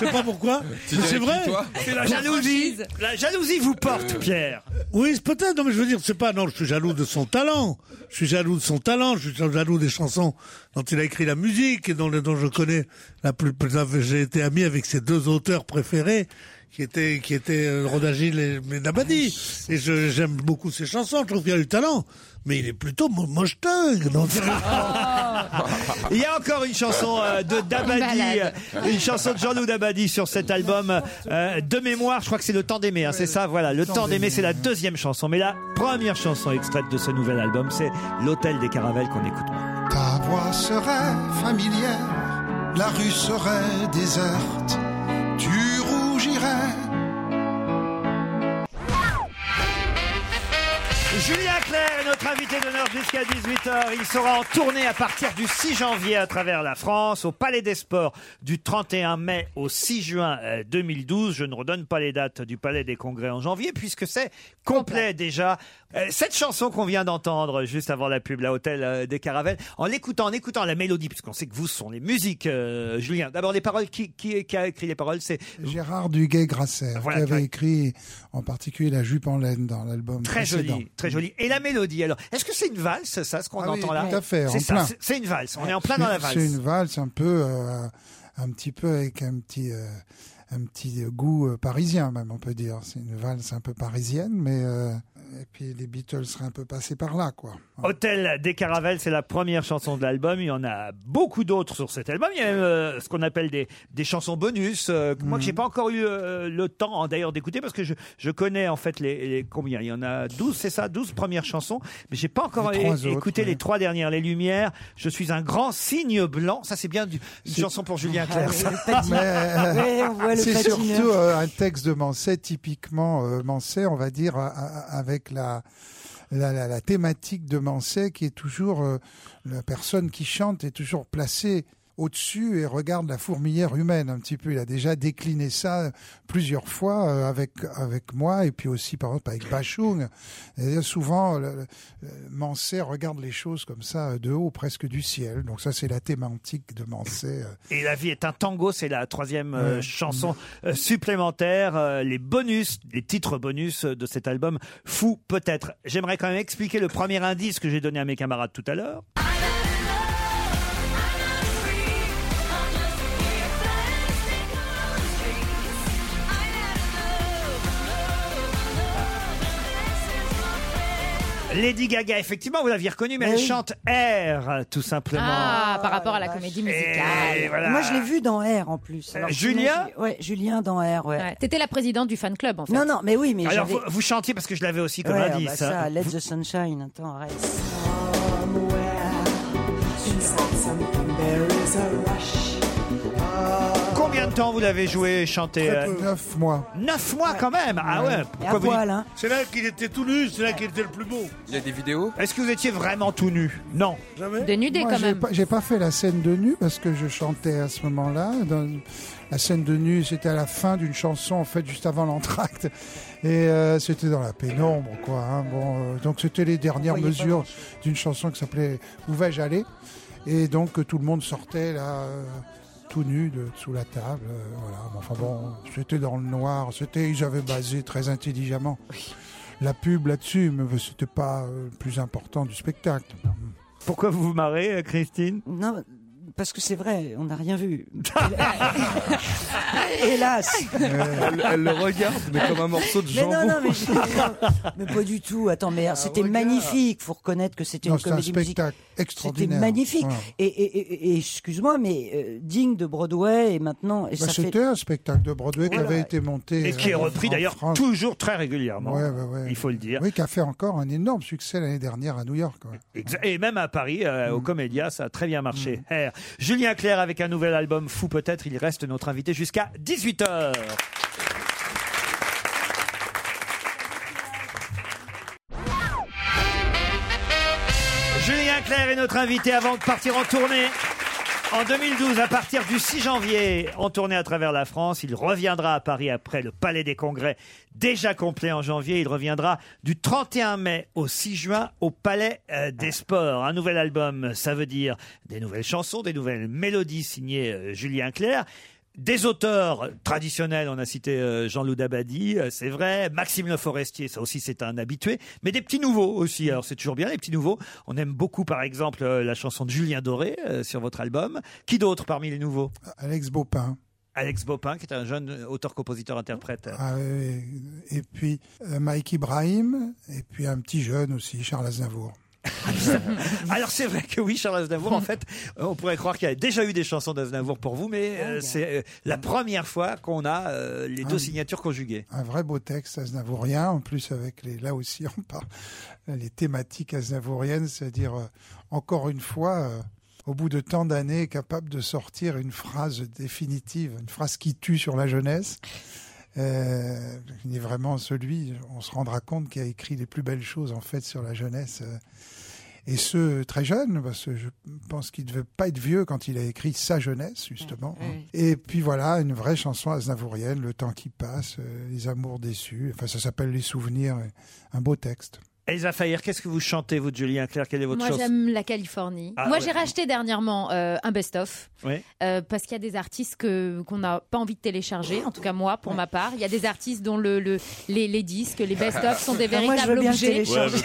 S7: Je sais pas pourquoi.
S3: Tu
S7: Mais
S3: dirais
S7: c'est
S3: qui, Euh,
S7: vrai.
S3: toi C'est la jalousie. La jalousie vous porte, Pierre.
S7: Oui, c'est peut-être, non, mais je veux dire, c'est pas, non, je suis jaloux de son talent. Je suis jaloux de son talent, je suis jaloux des chansons dont il a écrit la musique et dont, dont je connais la plus, plus- j'ai été ami avec ses deux auteurs préférés qui étaient, qui étaient euh, Rodagil et Nabadi. Et je, j'aime beaucoup ses chansons, je trouve qu'il a du talent. Mais il est plutôt mo- mocheting. donc-
S3: Il y a encore une chanson euh, de Dabadi,
S7: Balade.
S3: euh, une chanson de Jean-Loup Dabadi sur cet album euh, de mémoire. Je crois que c'est Le Temps d'aimer, hein, c'est ça, voilà. Le Temps d'aimer, c'est la deuxième chanson. Mais la première chanson extraite de ce nouvel album, c'est L'Hôtel des Caravelles qu'on écoute.
S19: Ta voix serait familière, la rue serait déserte, tu rougirais.
S3: Julien Clerc est notre invité d'honneur jusqu'à 18h. Il sera en tournée à partir du 6 janvier à travers la France, au Palais des Sports, du 31 mai au 6 juin euh, 2012. Je ne redonne pas les dates du Palais des Congrès en janvier, puisque c'est complet déjà. Euh, Cette chanson qu'on vient d'entendre juste avant la pub, la Hôtel euh, des Caravelles, en l'écoutant, en écoutant la mélodie, puisqu'on sait que vous ce sont les musiques, euh, Julien. D'abord les paroles, qui, qui, qui a écrit les paroles C'est
S20: Gérard Duguay-Grasser,
S3: Voilà,
S20: qui
S3: ouais.
S20: avait écrit en particulier La jupe en laine dans l'album
S3: Très
S20: précédent.
S3: joli, très joli. Et la mélodie, alors, est-ce que c'est une valse, ça, ce qu'on
S20: Ah oui,
S3: entend là
S20: tout à fait,
S3: C'est
S20: en
S3: ça,
S20: plein.
S3: c'est- c'est une valse. On est en plein dans
S20: C'est-
S3: la valse.
S20: C'est une valse un peu, euh, un petit peu avec un petit, euh, un petit goût euh, parisien même, on peut dire. C'est une valse un peu parisienne, mais euh, et puis les Beatles seraient un peu passés par là, quoi.
S3: Hôtel des Caravelles, c'est la première chanson de l'album. Il y en a beaucoup d'autres sur cet album. Il y a même euh, ce qu'on appelle des, des chansons bonus. euh, que
S20: Mm.
S3: Moi, que j'ai pas encore eu euh, le temps en- d'ailleurs d'écouter parce que je, je connais en fait les, les- combien. Il y en a 12, c'est ça, 12 premières chansons. Mais j'ai pas encore
S20: Les
S3: é-
S20: trois autres,
S3: écouté les trois dernières. Les Lumières, Je suis un grand signe blanc. Ça, c'est bien du- une chanson pour
S20: Ah,
S3: Julien Clerc. ça.
S20: Mais, euh, c'est surtout euh, un texte de Manset, typiquement euh, Manset, on va dire, à- à- avec la, la, la- la thématique de Manset qui est toujours, euh, la personne qui chante est toujours placée au-dessus et regarde la fourmilière humaine un petit peu. Il a déjà décliné ça euh, plusieurs fois euh, avec, avec moi et puis aussi par exemple avec Bachung. Et souvent, le, le- le- Manset regarde les choses comme ça euh, de haut, presque du ciel. Donc ça, c'est la thématique de Manset. euh,
S3: Et la vie est un tango, c'est la troisième euh,
S20: Ouais.
S3: chanson euh, supplémentaire. euh, les bonus, les titres bonus euh, de cet album, fou peut-être. J'aimerais quand même expliquer le premier indice que j'ai donné à mes camarades tout à l'heure. Lady Gaga, effectivement, vous l'aviez reconnue, mais elle chante R, tout simplement.
S5: Ah, par rapport à la comédie musicale.
S3: Et voilà. Euh,
S6: Moi, je l'ai vu dans R en plus. Alors,
S3: Julien
S6: sinon, j'ai- Ouais, Julien dans R, ouais.
S5: Ouais. T'étais la présidente du fan club, en fait.
S6: Non, non, mais oui, mais
S3: Alors,
S6: j'avais-
S3: vous, vous chantiez parce que je l'avais aussi comme
S6: Ouais,
S3: indice.
S20: ah
S6: bah ça,
S3: hein.
S6: Let the Sunshine, attends, arrête.
S3: Combien de temps vous l'avez joué et chanté euh,
S20: Neuf mois.
S3: Neuf mois quand même Ah ouais, pourquoi vous dites-
S20: hein.
S7: C'est là qu'il était tout nu, c'est là qu'il était le plus beau.
S3: Il y a des vidéos Est-ce que vous étiez vraiment tout nu Non.
S7: Jamais
S20: Moi, j'ai pas- J'ai pas fait la scène de nu parce que je chantais à ce moment-là. Dans- La scène de nu, c'était à la fin d'une chanson, en fait, juste avant l'entracte. Et euh, c'était dans la pénombre, quoi. hein. Bon, euh, donc c'était les dernières
S7: voyait pas
S20: mesures d'une chanson qui s'appelait Où vais-je aller Et donc euh, tout le monde sortait là. euh, tout nu de, sous la table, euh, voilà. Mais Enfin bon, c'était dans le noir. C'était, ils avaient basé très intelligemment la pub là-dessus, mais c'était pas euh, le plus important du spectacle.
S3: Pourquoi vous vous marrez, euh, Christine
S6: Non, parce que c'est vrai, on n'a rien vu. Hélas
S20: Elle- elle le regarde, mais comme un morceau de
S6: Mais non,
S20: jambon.
S6: non, mais, j'ai- non, mais pas du tout. Attends, mais alors, c'était magnifique. Faut reconnaître que c'était
S20: Ah, Non,
S6: une
S20: c'était un
S6: comédie musicale.
S20: spectacle extraordinaire.
S6: C'était magnifique.
S20: Voilà.
S6: Et, et- et- et excuse-moi, mais euh, digne de Broadway et maintenant. Et ça
S20: Bah,
S6: fait-
S20: c'était un spectacle de Broadway qui
S6: Voilà.
S20: avait été monté.
S3: Et qui est
S20: euh,
S3: repris
S20: en
S3: d'ailleurs
S20: France.
S3: toujours très régulièrement.
S20: Ouais, ouais, ouais.
S3: Il faut le dire.
S20: Oui, qui a fait encore un énorme succès l'année dernière à New York. ouais.
S3: Exa- Et même à Paris, euh,
S20: Mm.
S3: au Comédia, ça a très bien marché. Air. Julien Clerc avec un nouvel album fou peut-être, il reste notre invité jusqu'à 18h. Julien Clerc est notre invité avant de partir en tournée. En 2012, à partir du 6 janvier, en tournée à travers la France, il reviendra à Paris après le Palais des Congrès, déjà complet en janvier. Il reviendra du 31 mai au 6 juin au Palais euh, des Sports. Un nouvel album, ça veut dire des nouvelles chansons, des nouvelles mélodies signées euh, Julien Clerc. des auteurs traditionnels, on a cité euh, Jean-Loup Dabadi, euh, c'est vrai, Maxime Le Forestier, ça aussi c'est un habitué, mais des petits nouveaux aussi. Alors c'est toujours bien les petits nouveaux. On aime beaucoup par exemple euh, la chanson de Julien Doré euh, sur votre album. Qui d'autre parmi les nouveaux
S20: Alex Baupin.
S3: Alex Bopin, qui est un jeune auteur-compositeur-interprète.
S20: Ah, oui, oui. et puis euh, Mike Ibrahim, et puis un petit jeune aussi, Charles Aznavour.
S3: Alors c'est vrai que oui, Charles Aznavour, en fait, euh, on pourrait croire qu'il y a déjà eu des chansons d'Aznavour pour vous, mais euh, c'est euh, la première fois qu'on a euh, les
S20: Oh, Ah
S3: deux
S20: oui.
S3: signatures conjuguées.
S20: Un vrai beau texte aznavourien, en plus avec les, là aussi on parle les thématiques aznavouriennes, c'est-à-dire euh, encore une fois, euh, au bout de tant d'années, capable de sortir une phrase définitive, une phrase qui tue sur la jeunesse. Euh, il est vraiment celui, on se rendra compte, qui a écrit les plus belles choses en fait sur la jeunesse. euh, et ce, très jeune, parce que je pense qu'il ne devait pas être vieux quand il a écrit Sa jeunesse, justement. hein. Et puis voilà, une vraie chanson aznavourienne, Le temps qui passe, euh, Les amours déçus. Enfin, ça s'appelle Les souvenirs, et un beau texte.
S3: Elsa Fayer, qu'est-ce que vous chantez, vous, de Julien Clerc Quelle est votre
S5: Moi,
S3: chanson
S5: j'aime la Californie.
S3: Ah,
S5: Moi,
S3: ouais.
S5: j'ai racheté dernièrement euh, un best-of.
S3: Oui.
S5: Euh, parce qu'il y a des artistes que qu'on n'a pas envie de télécharger, en tout cas moi pour ma part. Il y a des artistes dont le, le- les, les disques, les best-of sont des
S6: Ah, moi,
S5: véritables
S6: je veux bien le
S5: objets.
S6: télécharger.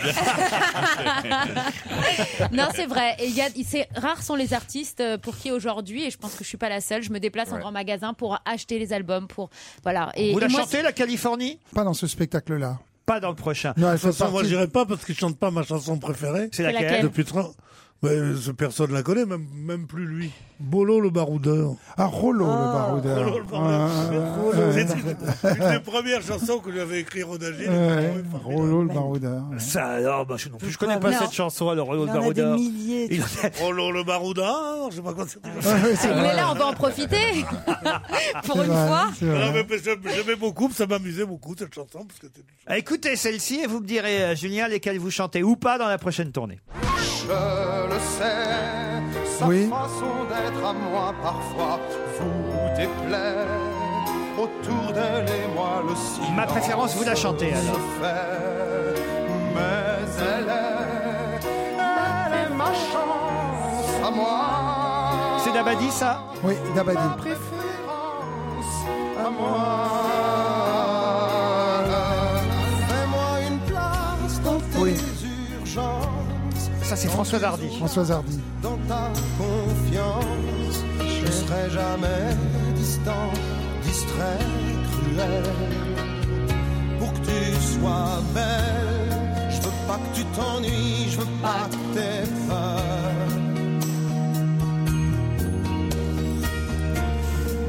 S5: non, c'est vrai. Et il y a- c'est rares sont les artistes euh, pour qui aujourd'hui, et je pense que je suis pas la seule, je me déplace en
S20: Ouais.
S5: grand magasin pour acheter les albums, pour voilà. Et,
S20: Vous
S5: et
S20: la
S5: moi,
S20: chantez,
S5: c'est-
S3: la Californie
S20: Pas dans ce spectacle-là.
S3: Pas dans le prochain.
S20: Non, elle
S7: de
S20: fait
S7: toute façon, moi,
S20: partie-
S7: j'irai pas parce qu'il chante pas ma chanson préférée.
S3: C'est laquelle laquelle
S7: Depuis 30 mais euh, ce- personne la connaît, même, même plus lui. Bolo le baroudeur.
S20: Ah, Rollo le baroudeur. Ah,
S7: Rollo le baroudeur.
S20: Ouais, ouais, ouais.
S7: C'est une- une des premières chansons que j'avais écrite Rodagé.
S20: Euh, Ouais, Rollo le baroudeur.
S3: Ça alors, bah, je, non plus, je connais
S7: Ah,
S3: pas
S7: non.
S3: cette chanson, alors Rollo le
S7: Il en a des
S3: Baroudeur.
S7: milliers, tu
S3: Il en a-
S7: Rollo le baroudeur, je sais pas quoi c'était.
S5: Mais là, on va en profiter pour une fois.
S7: Non, mais parce que J'aimais beaucoup, ça m'amusait beaucoup cette chanson. Parce que
S3: Ah, Écoutez celle-ci et vous me direz, euh, Julien, lesquelles vous chantez ou pas dans la prochaine tournée.
S9: Je le sais, sa
S3: Oui.
S9: façon d'être à moi parfois vous déplaît. Autour d'elle et moi le silence.
S3: Ma préférence, vous la chantez, alors.
S9: se fait. Mais elle est, elle est ma chance à moi.
S3: C'est Dabadi, ça
S20: Oui,
S9: Ma
S20: Dabadi.
S9: préférence à moi. Fais-moi une place dans tes
S20: Oui.
S9: urgences.
S3: Ça, c'est Françoise Hardy.
S20: Françoise Hardy.
S9: dans ta confiance. Je ne serai jamais distant, distrait, cruel. Pour que tu sois belle, je veux pas que tu t'ennuies, je veux pas que t'aies peur.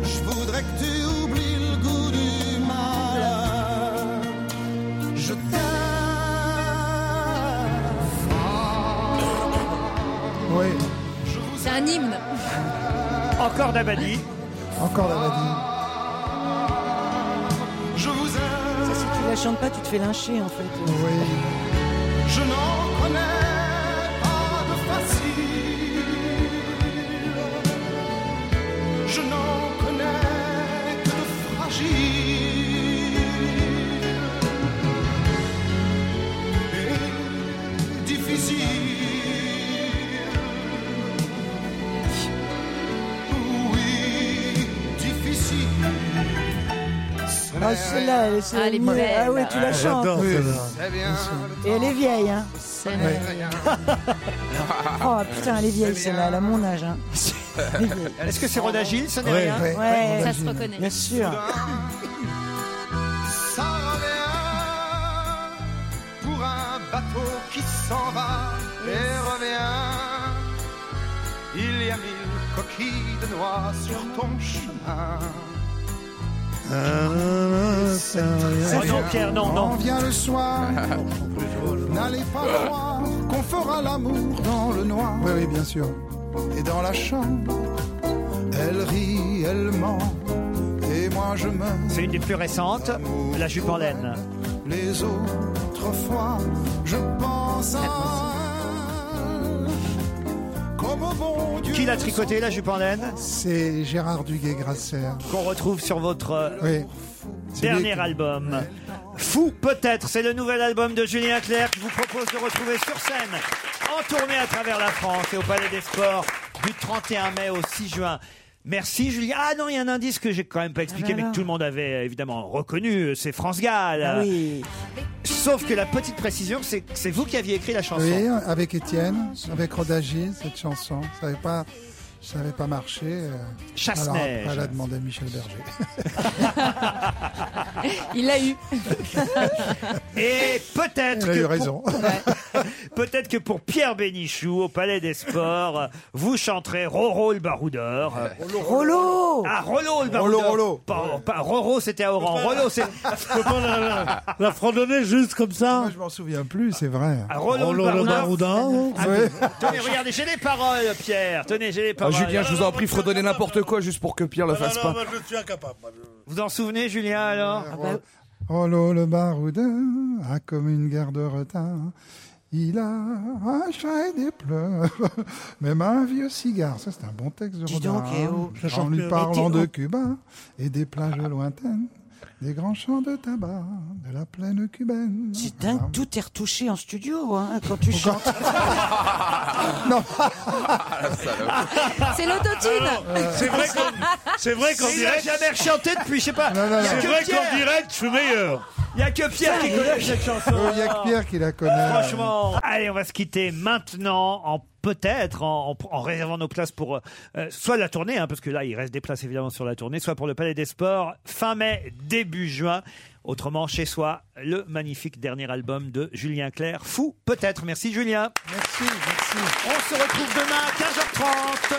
S9: Je voudrais que tu oublies le goût du malheur. Je t'aime fort.
S20: Oui,
S5: C'est un hymne.
S3: Encore Dabadi.
S20: encore Dabadi.
S9: Je vous aime.
S6: Ça, si tu la chantes pas, tu te fais lyncher en fait.
S9: Je n'en connais pas de facile. Je n'en connais que de fragile. Et difficile. Oui, difficile.
S6: Ah, celle-là, elle est
S9: Ah, elle est
S6: mais-
S9: belle.
S6: Ah oui, tu la
S9: Ah,
S6: chantes.
S9: j'adore
S6: Oui.
S9: celle-là. C'est
S3: Oh
S9: bien.
S6: Et elle est vieille, hein.
S9: n'est rien.
S6: Oh putain, elle est vieille celle-là, elle a mon âge. Hein.
S3: Est-ce que c'est Rodagil Ce n'est
S6: Ouais,
S3: rien.
S6: ouais, Ouais, ouais. ça se reconnaît. Bien sûr.
S9: Ça revient pour un bateau qui s'en va et revient. Il y a mille coquilles de noix sur ton chemin.
S20: Ah,
S3: Oh non, Pierre, non, non.
S20: On vient le soir,
S9: N'allez pas croire qu'on fera l'amour dans le noir.
S20: oui, oui, bien sûr.
S9: Et dans la chambre, elle rit, elle ment. Et moi je me
S3: C'est une des plus récentes, La jupe en laine.
S9: les autres fois, je pense à elle. comme au bon Dieu.
S3: Qui l'a tricoté, la jupe en laine
S20: C'est Gérard Duguay-Grasser.
S3: Qu'on retrouve sur votre euh,
S20: Oui. C'est lui
S3: dernier
S20: qui-
S3: album. Fou peut-être, c'est le nouvel album de Julien Clerc qui vous propose de retrouver sur scène, en tournée à travers la France et au Palais des Sports du 31 mai au 6 juin. Merci Julien. Ah non, il y a un indice que j'ai quand même pas
S20: Ah
S3: expliqué,
S21: bah
S3: mais que
S21: alors.
S3: tout le monde avait euh, évidemment reconnu, euh, c'est France Gall.
S20: Ah oui.
S3: Sauf que la petite précision, c'est que c'est vous qui aviez écrit la chanson.
S20: Oui, avec Étienne, avec Rodagier, cette chanson. Ça n'avait pas, ça avait pas marché. euh.
S3: Chasse-neige.
S20: Alors, après, elle a demandé à Michel Berger.
S5: Il l'a eu.
S3: Et peut-être
S20: Elle a
S3: que
S20: eu
S3: pour-
S20: raison.
S3: peut-être que pour Pierre Bénichou au Palais des Sports, euh, vous chanterez Roro le baroudeur. Euh,
S6: Rolo
S3: Ah Rolo le baroudeur. Pas- pas- Roro c'était à Oran. Rolo c'est
S20: la,
S7: fredonner juste comme ça Ah,
S20: Moi, je m'en souviens plus, c'est vrai.
S3: Rolo le
S20: le
S3: baroudeur.
S20: Oui.
S3: Tenez, regardez, j'ai les paroles, Pierre. Tenez, j'ai les
S8: Ah,
S3: paroles.
S8: Julien, je vous en prie, fredonnez n'importe quoi juste pour que
S7: Ah,
S8: Pierre le fasse pas. Ah, bah,
S7: je suis incapable.
S3: Vous en souvenez, Julien, alors
S20: Rollo Oh, le baroudeur a comme une guerre de retard. Il a un chat et des pleurs, même un vieux cigare. Ça, c'est un bon texte de
S7: Dis donc,
S20: Rodin.
S7: eh
S20: hein.
S7: oh, je
S20: en
S7: chante
S20: lui
S7: mieux.
S20: parlant
S7: Mais dis-
S20: de
S7: oh.
S20: Cuba et des plages lointaines, des grands champs de tabac, de la plaine cubaine. Oh, C'est
S6: dingue, tout est retouché en studio hein, quand tu chantes.
S20: non.
S6: C'est l'autotune.
S7: C'est vrai qu'en- c'est vrai qu'en
S3: Il
S7: direct.
S3: a jamais chanté depuis, je sais pas. Il y a
S7: C'est
S3: que
S7: vrai
S3: Pierre.
S7: qu'en direct, je suis meilleur.
S3: Il n'y a que Pierre
S6: eh.
S3: qui connaît cette chanson.
S20: Oh, Il n'y a que Pierre qui la connaît.
S3: Franchement, allez, on va se quitter maintenant en peut-être en, en- en réservant nos places pour euh, soit la tournée, hein, parce que là il reste des places évidemment sur la tournée, soit pour le Palais des Sports fin mai début juin. Autrement chez soi, le magnifique dernier album de Julien Clerc, Fou peut-être. Merci Julien.
S20: Merci, merci.
S3: On se retrouve demain à 15h30.